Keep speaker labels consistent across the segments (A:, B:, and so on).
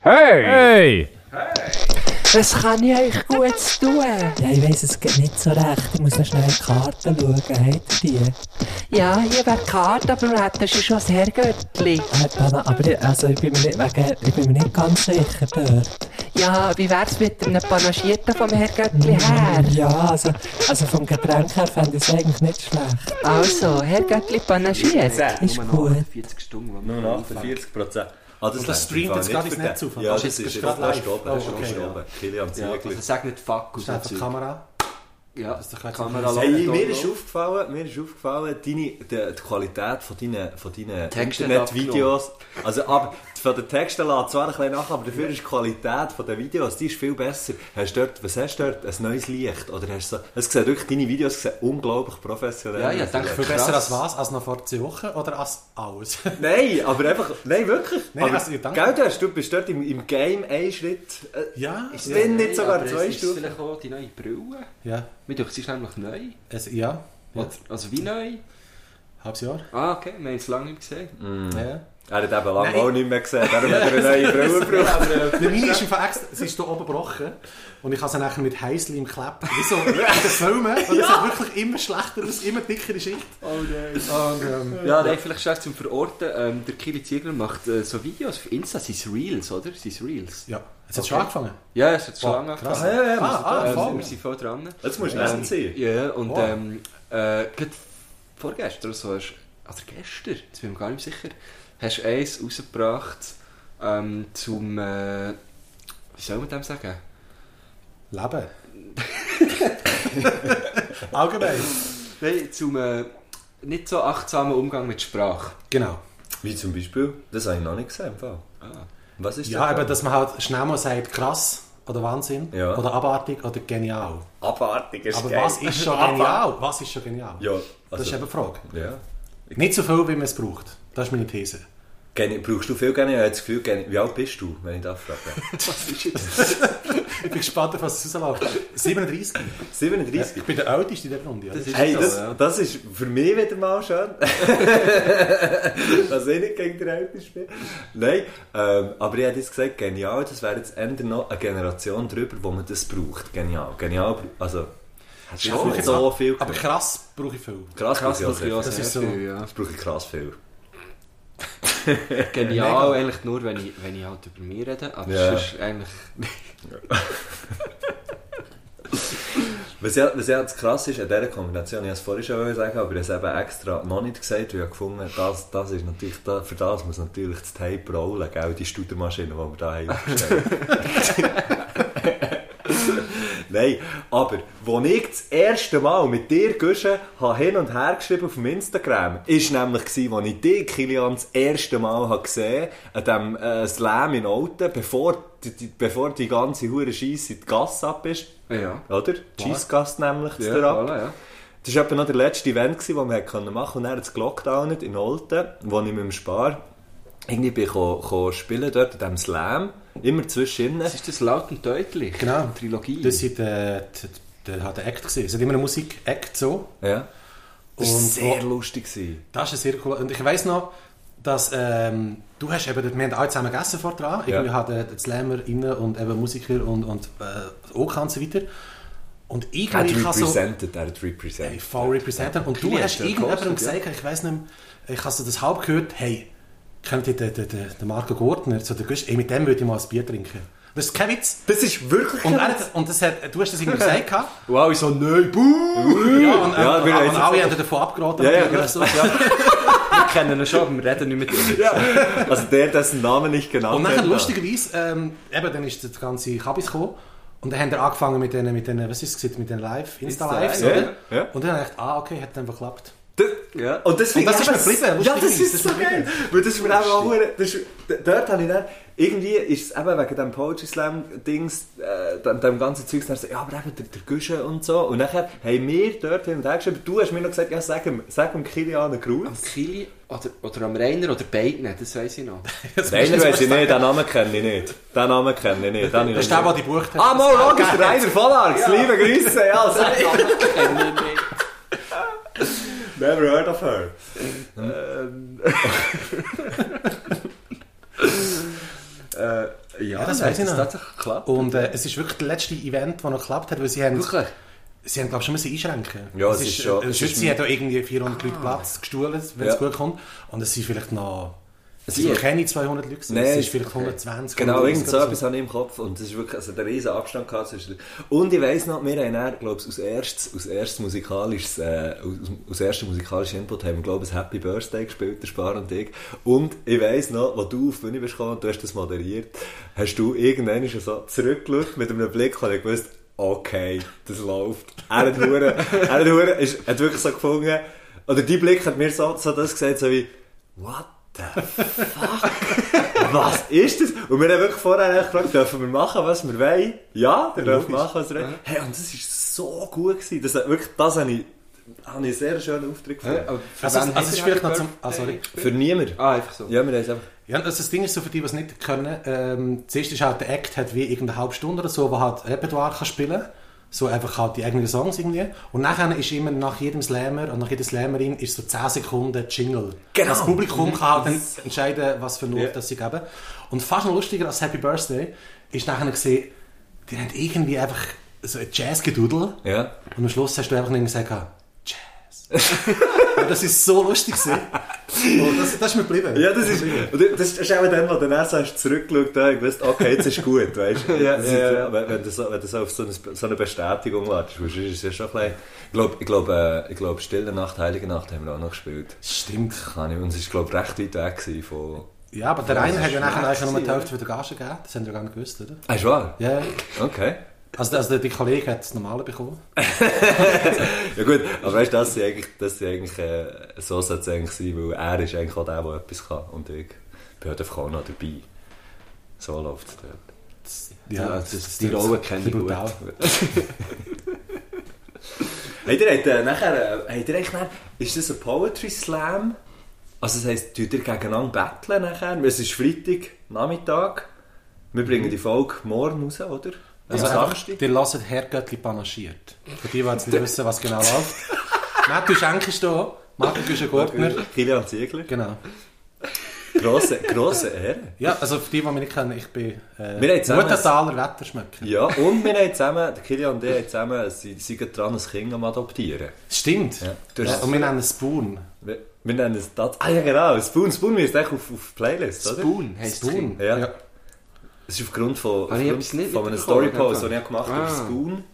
A: Hey!
B: Hey!
C: Was kann ich euch Gutes tun?
D: Ja, ich weiss, es geht nicht so recht. Ich muss noch schnell in die Karten schauen. Habt ihr die?
C: Ja, hier wäre die Karte, aber das ist schon das Herrgöttli.
D: Äh, Dana, aber ich, also, ich, bin mir nicht, wegen, ich bin mir nicht ganz sicher dort.
C: Ja, wie wär's mit einem Panagierten vom Herrgöttli her?
D: Ja, also, also vom Getränk her fände ich es eigentlich nicht schlecht.
C: Also, Herrgöttli panagiert.
D: Ist gut.
E: 40 Stunden, wo
F: Nur
E: wir
F: noch 48 Prozent. Ah, das,
G: das
F: reicht
G: streamt
F: im Fall
G: jetzt gerade ins
F: für den-
G: Netz auf.
E: Oh,
F: Ja,
G: Das
F: das
G: ist
F: ist,
G: jetzt
F: ist
G: gerade
F: da
G: live.
F: oben.
G: Das
F: Das
G: ist
F: ist
G: okay,
F: okay, oben. Kili am
E: Ja, also
F: Ziegel.
E: sag nicht Fuck aus
G: Ist einfach die Kamera.
E: Ja,
G: Ist doch jetzt
E: Kamera
G: ein-
F: Hey,
E: läuft
F: mir
E: auch
F: ist
E: noch.
F: aufgefallen, mir ist aufgefallen, deine, die, die eh, Qualität von deinen, von deinen
E: Texte
F: Internet-Videos, also ab, von den Texten lässt zwar ein bisschen nach, aber dafür ist die Qualität von den Videos, die ist viel besser. Hast du dort, was hast du dort? Ein neues Licht? Oder hast du so, es sieht wirklich, deine Videos sehen unglaublich professionell
E: Ja, ja,
F: aus.
E: danke für
G: Besser
E: krass.
G: als was? Als noch vor zwei Wochen oder als alles?
F: Nein, aber einfach, nein, wirklich.
G: Nein,
F: aber,
G: also, danke.
F: gell, du, hast, du bist dort im, im Game einen Schritt, äh,
G: ja,
F: ist
G: ja,
F: wenn nicht sogar
E: aber es
F: zwei
E: ist
F: Stufen.
E: vielleicht auch die neue Brille.
G: ja.
E: Mir denkt, sie ist nämlich neu.
G: Es, ja. ja.
E: Oder- Also wie neu?
G: Halbes Jahr.
E: Ah, okay, wir haben es lange nicht gesehen.
G: Ja.
F: Er hat eben lange
G: Nein.
F: auch nicht mehr gesehen, darum hat er eine neue Brille gebraucht.
G: Bei mir ist im Fall extra, sie ist hier oben gebrochen und ich habe sie nachher mit Heisli im Klepp. Wie so in den Filmen. Und es hat wirklich immer schlechter aus, immer dickere Schicht.
E: Oh nein.
G: Und, ähm,
E: Ja, nein, vielleicht schnell zum Verorten. Ähm, der Kili Ziegler macht äh, so Videos auf Insta, sind Reels, oder? Sind Reels.
G: ja, es hat schon angefangen.
E: Ah, Ja, es hat schon
G: Boah,
E: lange
G: krass.
E: angefangen.
F: Ja, ja, ja,
G: Ah, ah,
E: Ähm,
G: voll.
E: wir sind voll dran.
F: Jetzt musst du essen sein.
E: Ja, und
G: Wow.
E: ähm, äh, gerade vorgestern, so hast, also gestern, jetzt bin ich mir gar nicht sicher, hast du eins rausgebracht ähm, zum, äh, wie soll man dem sagen?
G: Leben. Allgemein.
E: Nein, zum äh, nicht so achtsamen Umgang mit Sprache.
G: Genau.
F: Wie zum Beispiel, das habe ich noch nicht gesehen. im Fall. Was ist
G: Ja,
F: das?
G: eben, dass man halt schnell mal sagt, krass oder Wahnsinn
F: Ja.
G: oder abartig oder genial.
F: Abartig ist
G: Aber
F: geil.
G: was ist schon genial? Was ist schon genial?
F: Ja,
G: Das ist
F: also-
G: eben die Frage.
F: Ja.
G: Nicht so viel, wie man es braucht. Das ist meine These.
F: Geni brauchst du viel Genie? Ich habe das Gefühl, Genie- wie alt bist du, wenn ich darf fragen?
G: Ich bin gespannt, auf was es rausläuft. 37.
F: 37?
G: Ich bin der Älteste in der Runde. Ja.
E: ist
F: Hey,
E: so,
F: das,
E: ja.
F: das ist für mich wieder mal schön, dass ich nicht gegen den Ältesten bin. Nein, ähm, aber ich hätte jetzt gesagt, genial, das wäre jetzt eher noch eine Generation drüber, wo man das braucht. Genial, genial, also... Hat
G: Ich brauche
F: schon
G: jetzt
F: so
G: auch-
F: viel
G: Aber
F: gemacht.
G: krass brauche ich viel.
F: Krass, krass, krass,
E: ja,
F: krass.
G: Das ist
E: sehr
G: so.
E: viel, ja.
F: Das brauche ich krass viel.
E: Genial, eigentlich nur, wenn ich, wenn ich halt über mich rede, aber
F: Ja.
E: sonst eigentlich...
F: Was ja, was ja das krass ist an dieser Kombination, ich wollte es vorhin schon wollen sagen, aber ich habe es eben extra noch nicht gesagt, weil ich gefunden habe, das, das ist natürlich, da, für das muss natürlich das Tape rollen, gell? die Studermaschine, die wir da haben. aufgestellt. Nein, aber wo ich das erste Mal mit dir Güsche habe hin und her geschrieben auf dem Instagram, ist nämlich gsi, wo ich dich, Kilian, das erste Mal habe gesehen an dem äh, Slam in Olten, bevor die, die, bevor die ganze hure Scheisse in die Gasse ab ist.
E: Ah, Ja.
F: Oder? Cheesegast nämlich zu der ab.
E: voilà, ja.
F: Das war etwa noch der letzte Event, gewesen, den wir hätten machen konnten. Und dann hat es gelockdownet in Olten, wo ich mit dem Spar irgendwie bin ko, ko spielen dort in diesem Slam. Immer zwischen
E: Das ist das laut und deutlich.
G: Genau.
E: Trilogie.
G: Das war der, der, der, der Act. gewesen. Es hat immer einen Musik-Act so.
F: Ja. Das war
G: Und
F: sehr
G: wo-
F: lustig. Gewesen.
G: Das ist ein sehr cool. Und ich weiss noch, dass ähm, du hast eben, wir haben alle zusammen gegessen vor dran.
F: Ja.
G: Irgendwie hat äh, der der Slammer innen und eben Musiker und, und äh, auch und so weiter. Und irgendwie
F: Er hat
G: kann so...
F: represented, er hat
G: Hey,
F: represented.
G: voll representen. Und du
E: Kilian
G: hast
E: hat ja
G: irgendjemandem
E: gekostet,
G: gesagt, ich weiß nicht mehr, ich habe so das halb gehört, hey, kennt ihr den, den, den, den Marco Gortner? So, der Güst, ey, mit dem würde ich mal ein Bier trinken. Das ist kein Witz.
F: Das ist wirklich
G: Und, er, hat- und das hat, du hast das irgendwie gesagt. gehabt.
E: Wow, ich so, nein, buh!
G: Ja, und,
F: Ja,
G: und,
F: wir
G: und,
F: haben-
G: alle haben davon abgeraten.
F: Ja, ja,
G: Und
F: genau.
G: so, ja.
E: Wir kennen ihn schon, aber wir reden nicht mit ihm.
F: Also der, dessen Namen nicht genannt
G: Und nachher
F: hat.
G: lustigerweise, ähm, eben, dann ist das ganze Kabis gekommen. Und dann haben wir angefangen mit den, mit den, was ist es, gewesen, mit den Live, Insta-Lives,
E: Insta-Live,
F: ja,
G: oder?
F: ja.
G: Und dann habe ich gedacht, ah, okay, hat dann geklappt.
F: Das-
E: Ja.
F: Und das, finde
G: das
F: ich
G: ist mir
F: eben-
G: geblieben,
F: Ja, das
G: lustigerweise.
F: ist
G: Das
F: so
G: ist mir
F: geil. Weil das ist mir eben auch hure- das ist- d- Dort habe ich dann... Irgendwie ist es eben wegen dem Poetry Slam Dings, äh, dem, dem ganzen Zeugs, dann so, ja, aber eben der, der Güsche und so. Und nachher haben wir dort hin und her geschrieben, du hast mir noch gesagt, ja, sag ihm, sag ihm Kilian einen Gruß.
G: Also,
E: Kili oder, oder am Rainer oder beiden, das weiß ich noch.
F: Nein, das weiss ich nicht, den Namen kenne ich nicht. Den Namen kenne ich nicht. Den
G: Das ist der, der die gebucht hat.
F: Ah, mal, logisch, der Rainer Vollarx, liebe Grüße, ja, sag Never heard of her. Ehm, ähm. äh, ja,
G: das
E: hat
G: weiß ich
E: das
G: noch.
E: tatsächlich geklappt.
G: Und äh, es ist wirklich das letzte Event, das noch geklappt hat, weil sie haben,
E: Wirklich?
G: sie haben glaube ich, schon müssen einschränken
F: Ja, es ist schon-
G: Äh,
F: es
G: Schütze
F: ist-
G: hat da irgendwie 400 Leute Platz gestuhlt, wenn es
F: Ja.
G: gut kommt. Und es sind vielleicht noch... Es
E: Vier.
G: sind keine 200 Leute, gewesen,
F: Nein,
G: es
F: es-
G: sind vielleicht 120.
F: Genau,
G: 130
F: irgend so
G: oder
F: etwas habe ich im Kopf und es ist wirklich, also der riesen Abstand gehabt zwischen... Und ich weiss noch, wir haben dann, glaube ich, als erstes, als erstes musikalisches, äh, aus- aus erster musikalischen Input haben wir, glaube ich, ein Happy Birthday gespielt, der Spar und ich. Und ich weiss noch, als du auf die Bühne bist gekommen und du hast das moderiert, hast du irgendwann schon so zurückgeschaut mit einem Blick, weil ich gewusst, okay, das läuft. Er hat hure, er hat hure, ist, hat wirklich so gefunden, oder die Blick hat mir so, so das gesagt, so wie, what the was ist das? Und wir haben wirklich vorher eigentlich gefragt, dürfen wir machen, was wir wollen? Ja, wir dürfen machen, was wir wollen. Hey, und das ist so gut gewesen. Das, hat wirklich, das habe ich, habe ich einen sehr schönen Auftritt
E: Hä?
F: gefunden.
E: Aber
G: so.
E: für
G: Also,
E: wen
G: es-
E: haben
G: es
E: sie
G: ist vielleicht noch
E: Happy
G: zum... Ah, sorry.
F: Für niemanden.
E: Birthday? Ah, einfach so.
F: Ja, wir haben es einfach...
G: Ja, also das Ding ist so für die, die es nicht können, ähm, zuerst ist halt der Act hat wie irgendeine halbe Stunde oder so, wo halt Repertoire kann spielen so einfach halt die eigenen Songs irgendwie. Und nachher ist immer nach jedem Slammer und nach jeder Slammerin ist so 10 Sekunden Jingle.
F: Genau. Mhm.
G: Das Publikum kann halt dann entscheiden, was für Note
F: Ja.
G: das sie geben. Und fast noch lustiger als Happy Birthday ist nachher gesehen, die haben irgendwie einfach so ein Jazz-Gedudel.
F: Ja.
G: Und am Schluss hast du einfach nicht gesagt, Jazz. ja, das ist so lustig gewesen. Und das, das ist mir geblieben.
F: Ja, das ist, und das ist auch dann, wo du dann so hast zurückgeschaut hast und gewusst, okay, jetzt ist gut, weißt du?
E: Ja,
F: Das
E: ja,
F: ist-
E: ja.
F: Wenn, wenn du so, wenn du so auf so eine, so eine Bestätigung wartest, sonst ist es ja schon ein bisschen... Ich glaube, ich glaube, äh, ich glaube, Stille Nacht, Heilige Nacht haben wir auch noch gespielt.
G: Stimmt.
F: Kann ich, und es war, glaube ich, recht weit weg gewesen von...
G: Ja, aber der eine hat ja nachher eigentlich nur die
E: gewesen,
G: Hälfte der Gage gegeben. Das haben wir gar nicht gewusst, oder?
F: Ah, ist wahr?
G: Ja, ja.
F: Okay.
G: Also, also der- die Kollege hat das Normale bekommen.
F: Ja gut, aber weißt du, das ist eigentlich, das ist eigentlich äh, so sollte es eigentlich sein, weil er ist eigentlich auch der, der etwas kann und ich bin halt einfach auch noch dabei. So läuft es dort.
E: Ja, das- die Rolle kenne ich gut.
G: brutal.
F: Habt ihr, habt, äh, nachher, äh, habt ihr eigentlich nachher, ist das ein Poetry Slam? Also das heisst, tut ihr gegeneinander battlen nachher? Es ist Freitag, Nachmittag. Wir bringen die Folge morgen raus, oder?
G: Also,
F: Also
G: einfach,
F: Samstag.
G: die lassen Herrgöttli panaschiert. Für die, die jetzt nicht wissen, was genau läuft. Matthew Schenk ist da, Marco Güschen-Gurtner.
F: Kilian Ziegler.
G: Genau.
F: Grosse, grosse Ehre.
G: Ja, also für die, die mich nicht kennen, ich bin äh,
F: Wir haben zusammen-
G: Muttentaler Wetterschmöcker.
F: Ja, und wir haben zusammen, der Kilian und ich haben zusammen, sie sie sind dran, ein Kind am adoptieren.
G: Stimmt.
F: Ja. Du hast-
G: Ja, und wir nennen es Spoon.
F: Wir, wir nennen es das. Ah ja, genau, Spoon, Spoon ist echt auf, auf Playlist, oder?
E: Spoon heisst das
G: Spoon.
E: Kind.
F: Ja. Es ist aufgrund von,
E: Habe ich
F: aufgrund
E: etwas nicht
F: von einem
E: mitbekommen,
F: Storypost,
E: einfach?
F: den ich gemacht habe,
E: Ah.
F: über Spoon.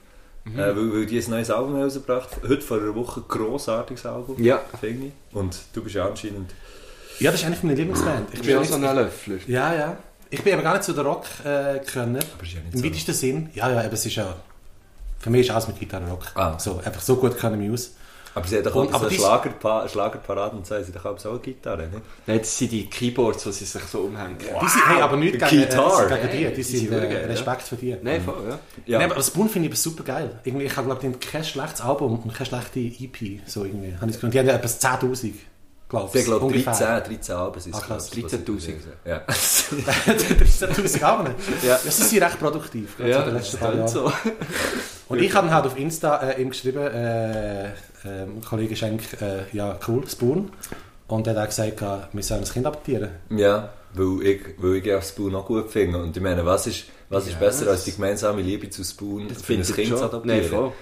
F: Äh, weil, weil die ein neues Album rausgebracht Heute vor einer Woche ein grossartiges Album.
E: Ja.
F: Finde ich. Und du bist ja anscheinend.
G: ja, das ist eigentlich meine Lieblingsband.
E: Ich
G: Ich bin
E: bin auch
G: nicht-
E: so ein Löffler.
G: Ja, ja. Ich bin aber gar nicht so der Rock-Könner.
F: ist ja nicht
G: Im
F: so.
G: weitesten Sinn. Ja, ja, aber es ist ja... Für mich ist alles mit Gitarre Rock.
F: Ah.
G: So, einfach so gut können wir aus.
F: Aber sie hat doch
G: Und-
F: auch
G: aber
F: so
G: die-
F: Schlagerpa Schlagerparaden und so, sie hat doch auch so eine Gitarre, nicht?
E: Nein, das sind die Keyboards, die sie sich so umhängen.
G: Die sind, hey, aber nicht gegen,
F: Gitarre.
G: äh, gegen die. Die,
E: die
G: sind,
E: sind
G: äh,
E: wirklich geil,
G: Respekt für die.
E: Nein, voll, ja.
F: Ja.
G: Nein, aber Spoon finde ich aber super geil. Irgendwie, ich habe, glaube ich, kein schlechtes Album und keine schlechte EP. So irgendwie. Habe ich das Gefühl. die haben ja etwa 10'000, glaube
F: Sie
G: ich.
F: hat, glaube ich,
G: ungefähr.
F: 13, 13 Alben sind es,
G: Ah, krass,
F: glaub ich, was ich
E: 13.000.
F: gelesen habe. Ja.
G: 13'000 Alben.
E: Ja.
G: Das ist sie recht produktiv. gerade so in den letzten paar Jahren.
E: so.
G: Und ich habe halt auf Insta äh, ihm geschrieben, äh, ähm, Kollege Schenk, äh, ja cool, Spoon. Und er hat auch gesagt, äh, wir sollen das Kind adoptieren.
F: Ja, weil ich, weil ich ja Spoon auch gut finde. Und ich meine, was ist, was ist besser als die gemeinsame Liebe zu Spoon
E: Das
F: für ein
E: finde ich
F: Kind zu
E: schon. Nein,
F: adoptieren?
E: voll.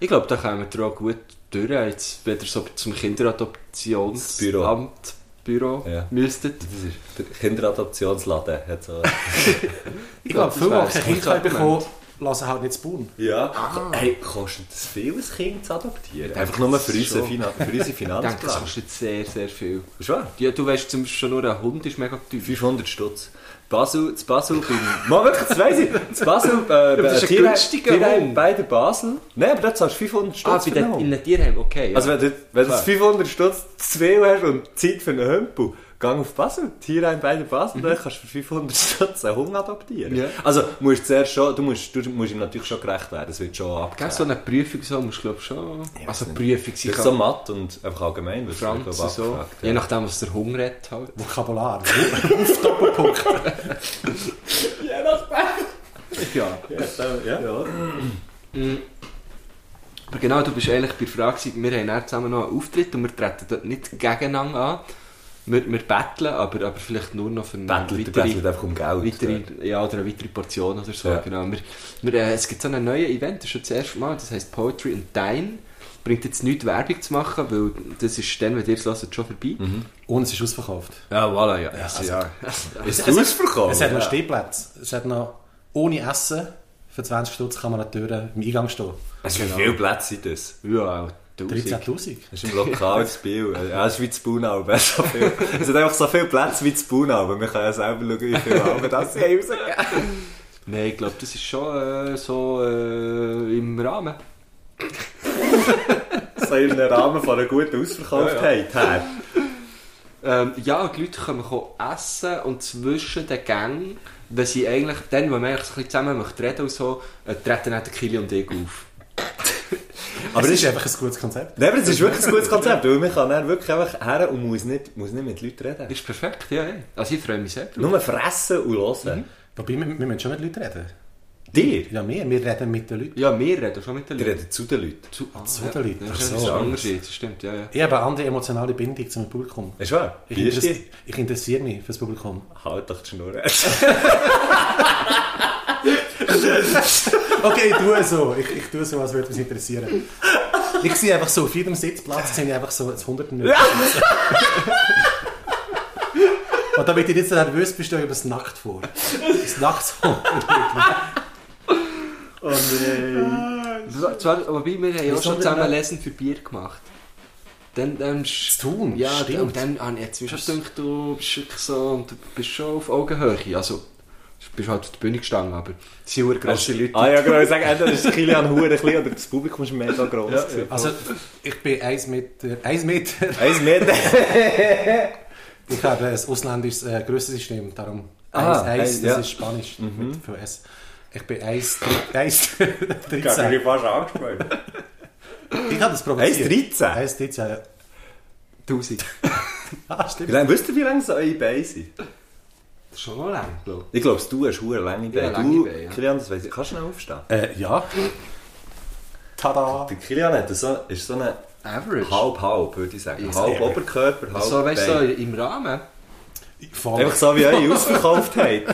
E: Ich glaube, da kommen wir auch gut durch, jetzt, wenn ihr so zum
F: Büro.
E: Kinderadoptionsamt Büro
F: Ja.
E: müsstet.
F: das ist der Kinderadoptionsladen. Hat so
G: Ich
E: glaub,
G: glaube,
E: das wäre
G: viele, die kein Kind
E: ein
G: können
E: gutes
G: bekommen lassen halt nicht Spoon.
F: ja. Hey, kostet es viel, ein Kind zu adoptieren? Ah. Einfach nur für unsere, Fina für unsere
E: Ich denke, das
F: Finanzplan.
E: kostet sehr, sehr viel.
F: Schwer.
E: Ja, du weißt zum Beispiel schon nur, ein Hund ist mega teuer.
F: 500 Stutz. Basel, zu Basel beim... Mal wirklich, das weiss ich. Zu Basel äh,
E: das ist ein
F: Tierheim-
E: günstiger
F: Tierheim
E: Hund.
F: bei der Basel. Nein, aber da zahlst du 500 Stutz
E: Ah, bei
F: für
E: den,
F: einen Hund.
E: in einem Tierheim, okay. Ja.
F: Also wenn du, wenn du
E: Klar.
F: 500 Stutz zu viel hast und Zeit für einen Hümpel, geh auf Basel, hier ein bei der Basel, dann kannst du für 500 Stutz einen Hund adoptieren.
E: Mhm. Ja.
F: Also musst du, zuerst schon, du, musst, du musst ihm natürlich schon gerecht werden, das wird schon
E: Gell,
F: abgegeben.
E: so eine Prüfung so musst du glaube schon... also Prüfung, sie
F: Vielleicht so matt und einfach allgemein, weil es wird,
E: Franz
F: glaub
E: und
F: ich,
E: so.
F: abgefragt,
E: Je nachdem, was der Hunger hat halt.
G: Vokabular. auf Doppelpunkt.
E: Ja.
F: Ja. Ja.
E: Mhm. Aber genau, du bist eigentlich bei der Frage, gewesen, wir haben dann zusammen noch einen Auftritt und wir treten dort nicht gegeneinander an, Wir, wir betteln, aber, aber vielleicht nur noch für eine
F: Bettelt, der bettelt einfach um Geld.
E: weitere, ja, oder eine weitere Portion oder so.
F: Ja.
E: Genau. Wir, wir, äh, es gibt so ein neues Event, das ist schon das erste Mal, das heisst Poetry and Dine. Bringt jetzt nichts Werbung zu machen, weil das ist dann, wenn ihr es hört, schon vorbei.
G: Und es ist ausverkauft.
E: Ja, voilà, ja.
G: also-
E: ja.
F: Ist es ausverkauft?
G: Es hat
F: Ja.
G: noch Stehplätze. Es hat noch ohne Essen. Für 20 Stutz kann man an der Tür im Eingang stehen.
F: Also, Wie viele Plätze sind das?
E: ja, tausend.
G: 13.000.
F: Das ist im Lokal zu Biel. Ja, das ist wie zu Bunau. So viel. Es hat einfach so viele Plätze wie zu Bunau. Aber wir können ja selber schauen, wie viele Alben das hier rausgeben.
E: Nein, ich glaube, das ist schon äh, so äh, im Rahmen.
F: So in einem Rahmen von einer guten Ausverkauftheit her.
E: Ähm, ja, die Leute können kommen essen und zwischen den Gängen, wenn sie eigentlich, dann, wenn man eigentlich so ein bisschen zusammen möchte reden und so, äh, treten dann der Kili und ich auf.
G: Aber
F: Aber das
G: es ist
F: ist,
G: einfach ein gutes Konzept.
F: nein, aber das ist wirklich ein gutes Konzept. Weil man kann dann wirklich einfach her und muss nicht, muss nicht mit Leuten reden.
E: Ist perfekt, ja, ja. Also ich freue mich sehr drauf.
F: Nur fressen und hören.
G: Wobei, wir, wir müssen schon mit Leuten reden.
F: Dir?
G: Ja, wir. Wir reden mit den Leuten.
E: Ja, wir reden schon mit den
F: Die
E: Leuten.
F: reden zu den Leuten.
E: Zu, ah,
G: zu
E: ja.
G: den Leuten.
E: Das
G: Ach
E: ist
G: so.
E: ein bisschen Unterschied, das stimmt, ja, ja.
G: Ich habe eine andere emotionale Bindung zum Publikum.
F: Ist wahr?
G: Ich,
F: Wie ist
G: interess
F: die?
G: ich interessiere mich fürs Publikum.
F: Halt doch die Schnur.
G: Okay, ich tue so. Ich, ich tue so, als würde es interessieren. Ich sehe einfach so, auf jedem Sitzplatz sind einfach so 100 Minuten. Und damit ich nicht so nervös bin, stehe ich über das Nackt vor. Das Nackt vor.
E: Zwar, wobei wir haben ja
G: Wieso
E: schon
G: denn
E: zusammen
G: nicht?
E: Lesen für Bier gemacht. Dann, dann sch-
G: Zu tun,
E: ja,
G: stimmt.
E: und dann ah, jetzt mir schon gedacht, du bist wirklich so und du bist schon auf Augenhöhe. Also, du bist halt auf der Bühne gestanden, aber es sind
G: Also,
E: grosse Leute.
F: ah ja, genau. Ich sage, entweder ist Kilian Huren klein oder das Publikum ist mega gross.
E: Ja,
F: gewesen.
G: Also, ich bin 1 Meter. 1 Meter.
F: Eins mehr.
G: Ich habe ein ausländisches äh, Grössensystem, darum
F: Ah,
G: 1, 1,
F: eins,
G: das
F: ja. Mhm.
G: ist Spanisch mit, für S. Ich bin 1, 1,
F: Ich habe
G: 13.
F: mich fast angesprochen.
G: Ich habe das probiert.
F: 1,13?
G: 1, 13, ja.
E: 1000.
G: Ah, stimmt.
F: Wie lange- Wisst ihr, wie lange so eure Beine sind?
E: Das ist schon noch lang, glaube
F: Ich glaube, du hast hure lange Beine.
E: Ja, lange
F: du,
E: Beine, ja.
F: Kilian, das weiss ich. Kannst du schnell aufstehen?
G: Äh, ja. Tada!
F: Der Kilian hat so, ist so eine
E: ich. Average.
F: halb-halb, würde ich sagen.
E: Ist
F: halb
G: ever.
F: Oberkörper, halb
E: so, weißt du, so
F: Bein.
E: im Rahmen.
G: Voll.
F: Einfach so wie eure Ausverkauftheit.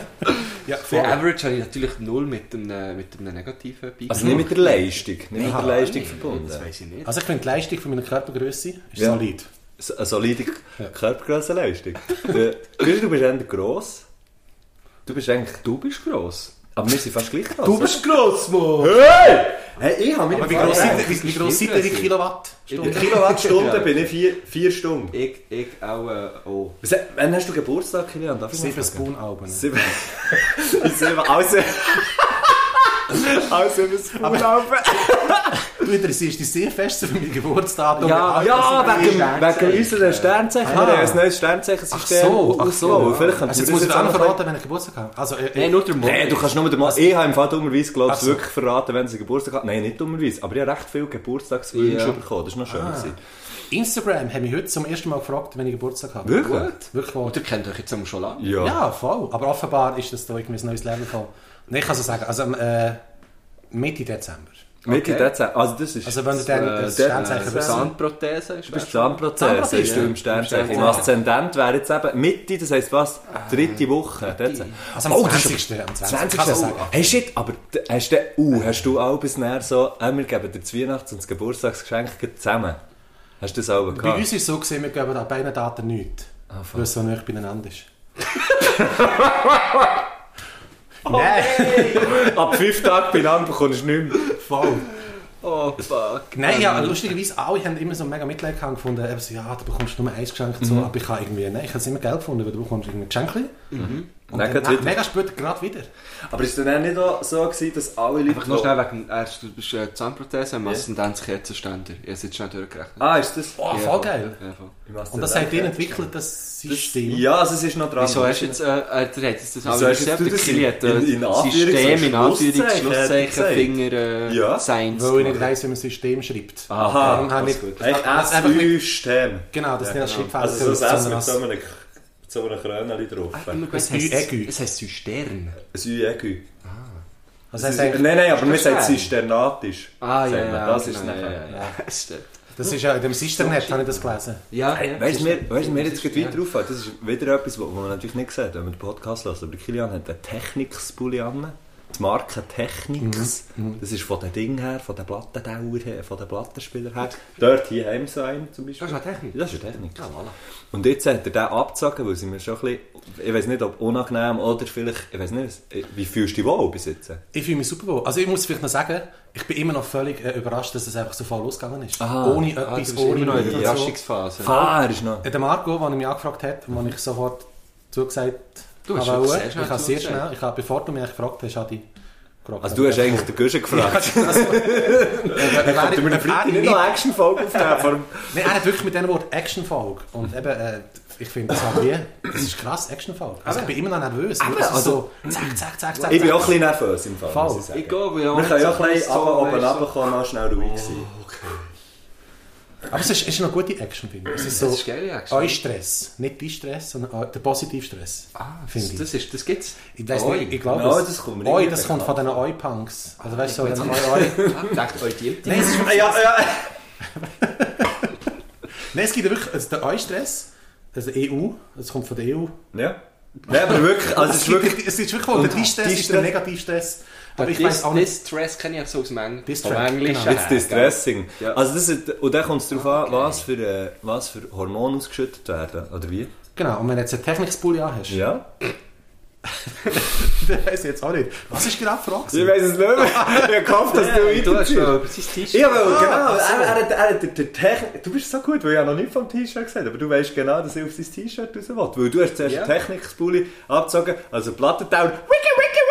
G: Ja,
E: Für
G: voll.
E: Average habe ich natürlich null mit einem, äh, mit einem negativen Beitrag.
F: Also nicht mit der Leistung. Nicht mit der
G: Aha.
F: Leistung
E: Das
F: verbunden.
E: weiß ich nicht.
G: Also ich finde die Leistung von meiner Körpergröße ist
F: Ja.
G: solid.
F: So- Eine solide Körpergrössenleistung. Der- Güri, Du bist eher gross. Du bist eigentlich...
E: Du bist gross.
F: Aber wir sind fast gleich gross.
G: Also,
E: gross, Mann!
F: Hey! Hey, ich habe mir...
G: Aber wie groß
E: Ja,
G: sind,
E: das
G: wie,
E: ist
G: wie gross sind denn die
E: schwierig.
G: Kilowatt?
F: In Kilowattstunden bin ich vier, vier Stunden.
E: Ich, ich auch, äh, oh.
F: Was- Wann hast du Geburtstag, Kilian? Darf ich mal
G: Sieben
F: fragen?
G: Spoon-Alben.
F: Sieben. sieben. Also- Alles. Alles über das Vorlaufen.
G: Du interessierst dich sehr fest für meine Geburtsdatum.
E: Ja,
G: Wie alt ich bin.
F: wegen unserer Sternzeichen.
G: Also, Ah.
F: neues Sternzeichensystem.
G: Ach so, ach
F: ausgebaut. Vielleicht könnten
G: Also
F: wir
G: jetzt
F: das
G: muss ich dir auch noch
F: noch-
G: verraten, wenn ich Geburtstag habe. Also, äh,
E: Nein,
G: äh,
E: nur der Mann.
F: Nein, du kannst nur den Mann. Ich habe im Fall dummerweise, glaube
G: Ach
F: ich,
G: so.
F: wirklich verraten, wenn sie Geburtstag hat. Nein, nicht dummerweise, aber ich habe recht viele Geburtstagswünsche
E: Ja.
F: bekommen. Das war noch schön.
G: Ah.
F: gewesen.
G: Instagram hat mich heute zum ersten Mal gefragt, wenn ich Geburtstag habe.
F: Wirklich?
E: Gut.
G: Wirklich
E: Und
G: wohl.
E: ihr kennt euch jetzt auch schon lange. Äh,
F: Ja.
G: Ja, voll. Aber offenbar ist das da irgendwie ein neues Level von... Nein, ich kann so sagen, also am, äh, Mitte Dezember.
F: Mitte
E: Okay.
F: Dezember. Also, das ist.
G: Also wenn du dann
F: äh,
G: das
F: der-
G: Sternzeichen
E: Eine
G: wissen.
E: Zahnprothese ist
F: Du bist Zahnprozess,
G: Zahnprozess,
F: bist du
G: ja.
F: im Sternzeichen. Im
G: Sternzeichen.
F: Aszendent wäre jetzt eben Mitte, das heisst was? Dritte Woche. Oh, Dritte.
G: Also am 20. Am 20. kann ich sagen.
F: Hey shit, aber d- hast du, uh, hast du auch bis näher so, äh, wir geben dir das Weihnachts- und das Geburtstagsgeschenk gleich zusammen? Hast du das auch
G: Bei
F: gehabt?
G: uns ist es so, gewesen, wir geben an beiden Daten nichts, weil es so nah beieinander ist. Nein,
F: Ab fünf Tagen beieinander bekommst du nicht mehr.
G: voll.
E: Oh, fuck.
G: Nein, ja, lustigerweise, alle haben immer so mega Mitleid gehabt und gefunden, eben so, ja, du bekommst nur eins Geschenk und so, aber ich habe irgendwie, nein, ich habe es immer Geld gefunden, weil du bekommst irgendwie ein Geschenkli und
F: Dann
G: dann,
F: geht's
G: ah,
F: wieder.
G: mega später gerade wieder.
F: Aber ist es dann auch nicht auch so gewesen, dass alle Leute...
E: Einfach noch schnell wegen dem Ärzt. Du bist äh, Zahnprothese, am Aszendenz Kerzenständer. Ich habe es jetzt schnell durchgerechnet.
F: Ah, ist das...
G: Oh, voll geil.
E: Ja, voll.
G: Und das hat ihr entwickelt, das System.
F: Ja, also es ist noch dran.
E: Wieso hast du jetzt, äh, äh, der hat jetzt das
F: Wieso hast
E: gesagt,
F: jetzt du
E: der
F: das
E: Kili hat, äh,
F: in- in Anführungs-
E: System in Anführungs,
F: Schlusszeichen,
E: Schlusszeichen,
F: hat er
E: Finger, äh,
F: Ja.
E: Science.
G: Weil ich nicht
E: gemacht.
G: weiss, wie man System schreibt.
F: Aha,
G: Darum habe ich,
E: alles gut.
G: das,
F: Echt,
G: das
F: das
G: ist einfach mit,
F: System.
G: genau, das ist nicht als Schreibfehler,
F: Also so ein S
G: sondern
F: mit
G: als-
F: so einem, mit so einem Krönchen drauf.
E: Ah, immer gut, Es
G: Ü-
E: heisst-
G: Ägü.
E: es heisst Systern.
F: Ein Ü-Egü.
G: Das
F: Nein,
G: heisst eigentlich,
F: nein, aber wir sagen
E: Stern.
F: systernatisch.
E: Ah,
F: Sagt
E: ja,
F: man.
E: ja.
F: Das ist
E: genau,
F: nachher.
E: ja, ja, ja. Stimmt.
G: Das ist ja in dem Sisternet, habe ich das gelesen.
E: Ja, ja.
F: Weißt du, mir, weißt, mir jetzt gerade weiter auffällt, das ist wieder etwas, was man natürlich nicht sieht, wenn man den Podcast hört. Aber der Kilian hat einen Technics-Pulli an. Die Marke Technics. Das ist von den Ding her, von den Plattendauer her, von den Plattenspieler her. Dort hier haben sie einen zum Beispiel.
E: Das ist eine Technik.
F: Das ist eine Technik.
E: Ja, voilà.
F: Und jetzt hat er den abgezogen, weil sie mir schon ein bisschen, ich weiß nicht, ob unangenehm oder vielleicht, ich weiß nicht, wie fühlst du dich wohl bis jetzt?
G: Ich fühle mich super wohl. Also ich muss vielleicht noch sagen, ich bin immer noch völlig äh, überrascht, dass es einfach so voll losgegangen ist.
F: Aha.
G: Ohne
E: Ah, du bist
G: etwas,
E: immer
G: ohne
E: noch in der
G: nichts und
E: Überraschungsphase.
F: Fahr ist noch.
G: so. Äh, Der Marco, der mich angefragt hat, und ich sofort zugesagt
E: Du hast
G: habe,
E: schon sehr
G: ich
E: schnell
G: habe sehr
E: zugesagt.
G: schnell, ich habe, bevor du mich eigentlich gefragt hast, habe ich gefragt.
F: Also du hast eigentlich den Guschen gefragt.
G: Er wäre-
F: Hat er mir
G: er-
F: eine Freitag nicht noch eine Action-Folge aufnehmen vor dem-
G: Nein, er hat wirklich mit diesen Worten Action-Folge. Und eben, äh, ich finde das halt wie, das ist krass, Action-Folge. Also ich bin immer noch nervös. Eben, also,
F: also-
G: so, zack, zack, zack, zack.
F: Ich bin
G: zack.
F: auch ein bisschen nervös im Fall,
G: Voll.
F: muss ich sagen.
E: Ich glaube, ja.
F: Wir können ja ein bisschen
E: So,
F: runter, oben
E: weißt du,
F: runterkommen, noch schnell ruhig sein.
G: Aber es ist, es ist eine gute Action, finde ich. Es ist so,
E: Das ist geile Action.
G: euer Stress. Nicht dein Stress, sondern eu- der positive Stress.
E: Ah,
G: finde ich.
E: Das, ist, das gibt's.
G: Ich weiß
E: Oi.
G: nicht, ich glaube,
F: Nein,
G: es-
F: das kommt mir
G: Oi,
F: nicht
G: das
F: bekannt
G: kommt von diesen Oi-Punks. Also weißt du, so
E: Ich
G: diesen
E: weiß
G: Oi-Oi.
E: nicht. Denkt euch die
G: Nein, es ist-
F: Ah, Ja, ja.
G: Nein, es gibt ja wirklich, also der Oi-Stress, also EU, das kommt von der EU.
F: Ja. Nein, aber wirklich, also es ist wirklich...
G: gibt- es ist wirklich wohl, der
F: Und
G: Distress ist der
F: Distress-
G: Negativstress. Aber ich
E: Dis-
G: weiß auch nicht.
E: Distress kenne ich auch so aus dem Englischen.
G: Distress,
E: Vom Englischen.
G: genau.
F: It's distressing.
E: Ja.
F: Also das ist, und dann kommt es darauf an, was für, äh, was für Hormone ausgeschüttet werden, oder wie?
G: Genau, und wenn du jetzt einen Technikspulli anhast,
F: Ja.
G: dann weiss ich jetzt auch nicht. Was ist gerade die Frage?
F: Ich weiß es nicht mehr. Ich hoffe, dass du
E: Ja, Du hast
F: weiterziehst.
E: schon über sein T-Shirt.
F: Ja, weil, genau, er, er, hat- er, hat der, der Technik, du bist so gut, weil ich habe noch nicht vom T-Shirt gesagt aber du weißt genau, dass ich auf sein T-Shirt raus will. Weil du hast zuerst
E: Ja.
F: einen Technik-Spulli abgezogen, also Plattentown, wicke, wicke,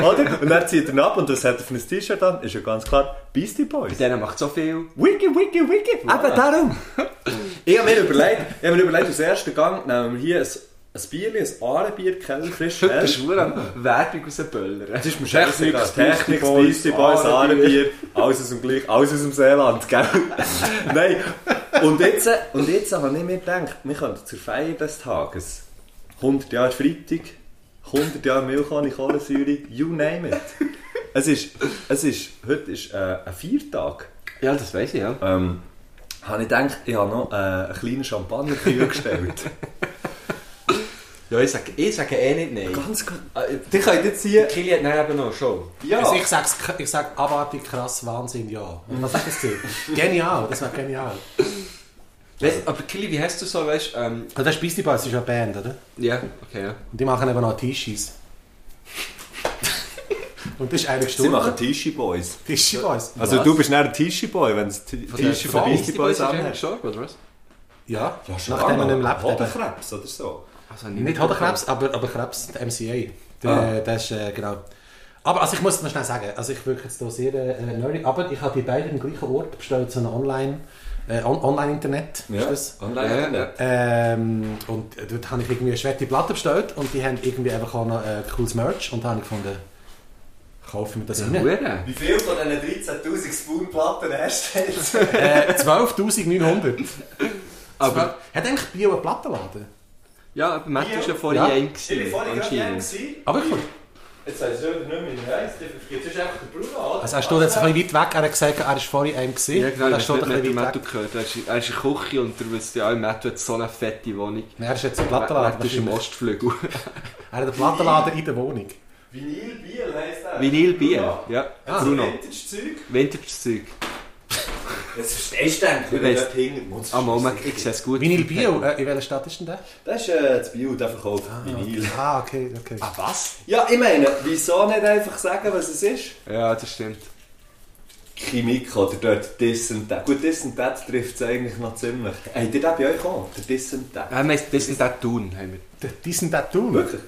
F: wicke, oder? Und dann zieht er ihn ab und das hat er für ein T-Shirt an, ist ja ganz klar, Beastie Boys.
E: Denen macht so viel.
F: Wiki, wiki, wiki. Eben darum. ich habe mir überlegt, ich habe mir überlegt, aus ersten Gang nehmen wir hier ein, ein Bier, ein Ahrenbier, Keller, frisch
E: Du schwur am Werbung rausböllern.
F: Das ist mir
E: scheißegal.
F: scheißegal. Technik, Beastie Boys, Ahrenbier, alles aus dem gleich, alles aus dem Seeland, gell? Nein. Und jetzt, und jetzt habe ich mir gedacht, wir könnten zur Feier des Tages 100 Jahre Freitag, 100 Jahre Milchhoney, Kohlensäure, you name it. Es ist, es ist, heute ist äh, ein Feiertag.
E: Ja, das weiß ich, ja.
F: Ähm, habe ich gedacht, ich habe noch äh, einen kleinen Champagnerkühl gestellt.
E: Ja, ich sage ich sag eh nicht nein.
F: Ganz gut. Ah, Die könnt jetzt hier...
E: Kili hat dann eben noch schon.
F: Ja.
G: Also ich sag's, ich sag abartig, krass, Wahnsinn, ja. Und was sagt das zu? genial, das war genial.
E: Weißt, aber Kili, wie heißt du so, weißt du? Ähm,
G: Also das Beastie Boys ist ja eine Band, oder?
E: ja, okay, ja.
G: Und die machen eben auch T-Shirts. Und das ist eine
F: Sie
G: Stunde.
F: machen Tishy Boys.
G: Beastie Boys.
F: Also
G: Was?
F: du bist nicht ein Tishy Boy, wenn es
E: Der-
F: Tishy
E: der
F: von Beastie Boys
E: ist eigentlich
F: anhast.
E: gestorben, oder was?
G: Ja, nachdem man nicht mehr lebt. eben.
F: Hodenkrebs oder so.
E: Also
G: Nicht Hodenkrebs, aber, aber Krebs, der MCA. Der,
F: Ah.
G: Das ist, äh, genau. Aber also ich muss noch schnell sagen, also ich wirke jetzt hier sehr äh, nerdy, aber ich habe die beiden am gleichen Ort bestellt, so ein Online, äh, On- Online-Internet. ist das?
E: Ja, ja.
G: Ähm, und dort habe ich irgendwie eine schwette Platte bestellt und die haben irgendwie einfach auch noch äh, cooles Merch und da habe ich gefunden, kaufe ich mir das rein.
E: Hure.
F: Wie viel von diesen 13'000 Spoon-Platten herstellst du?
G: Äh, 12'900.
E: Aber-
G: Aber hat eigentlich Bio einen Plattenladen?
E: Ja, aber Matt
F: Ja.
E: ist ja vorhin
G: Ja.
E: ein gewesen, anscheinend.
G: Aber ich
F: Jetzt weiss ich nicht mehr, wie ich heisse. Jetzt ist einfach der Bruno, oder?
G: also er steht jetzt ein bisschen weit weg, er hat gesagt, er ist vorhin einem gesehen.
E: Ja, genau,
G: er
E: das
G: steht
E: hat
G: ein
E: nicht
G: bisschen weit
E: Matto
G: weg.
E: gehört. Er ist, er ist in der Küche und du weißt ja, Matto hat so eine fette Wohnung.
G: Nein, er ist jetzt im Plattenladen.
E: Matto ist im
G: wahrscheinlich.
E: Ostflügel.
G: Er hat einen Plattenladen in der Wohnung.
F: Vinyl Biel heisst er.
E: Vinyl Bier. Ja,
F: Ah,
E: Bruno.
F: Vintage-Zeug.
E: Vintage-Zeug.
F: Jetzt verstehst du den.
E: Ich weiss. Ah, Moment, ich sehe es gut.
G: Vinyl Bio, äh, in welcher Stadt ist denn der?
F: Das ist äh, das Bild, der verkauft Vinyl.
G: Ah, okay, okay. Ah,
E: Was?
F: Ja, ich meine, wieso nicht einfach sagen, was es ist?
E: Ja, das stimmt.
F: Chemik oder dort This and That. Gut, This and That trifft es eigentlich noch ziemlich. Habt ihr den bei euch auch? Der This and That?
E: Ja, wir haben Distant Dad tun. Haben wir.
G: diesen Tattoo.
F: Wirklich?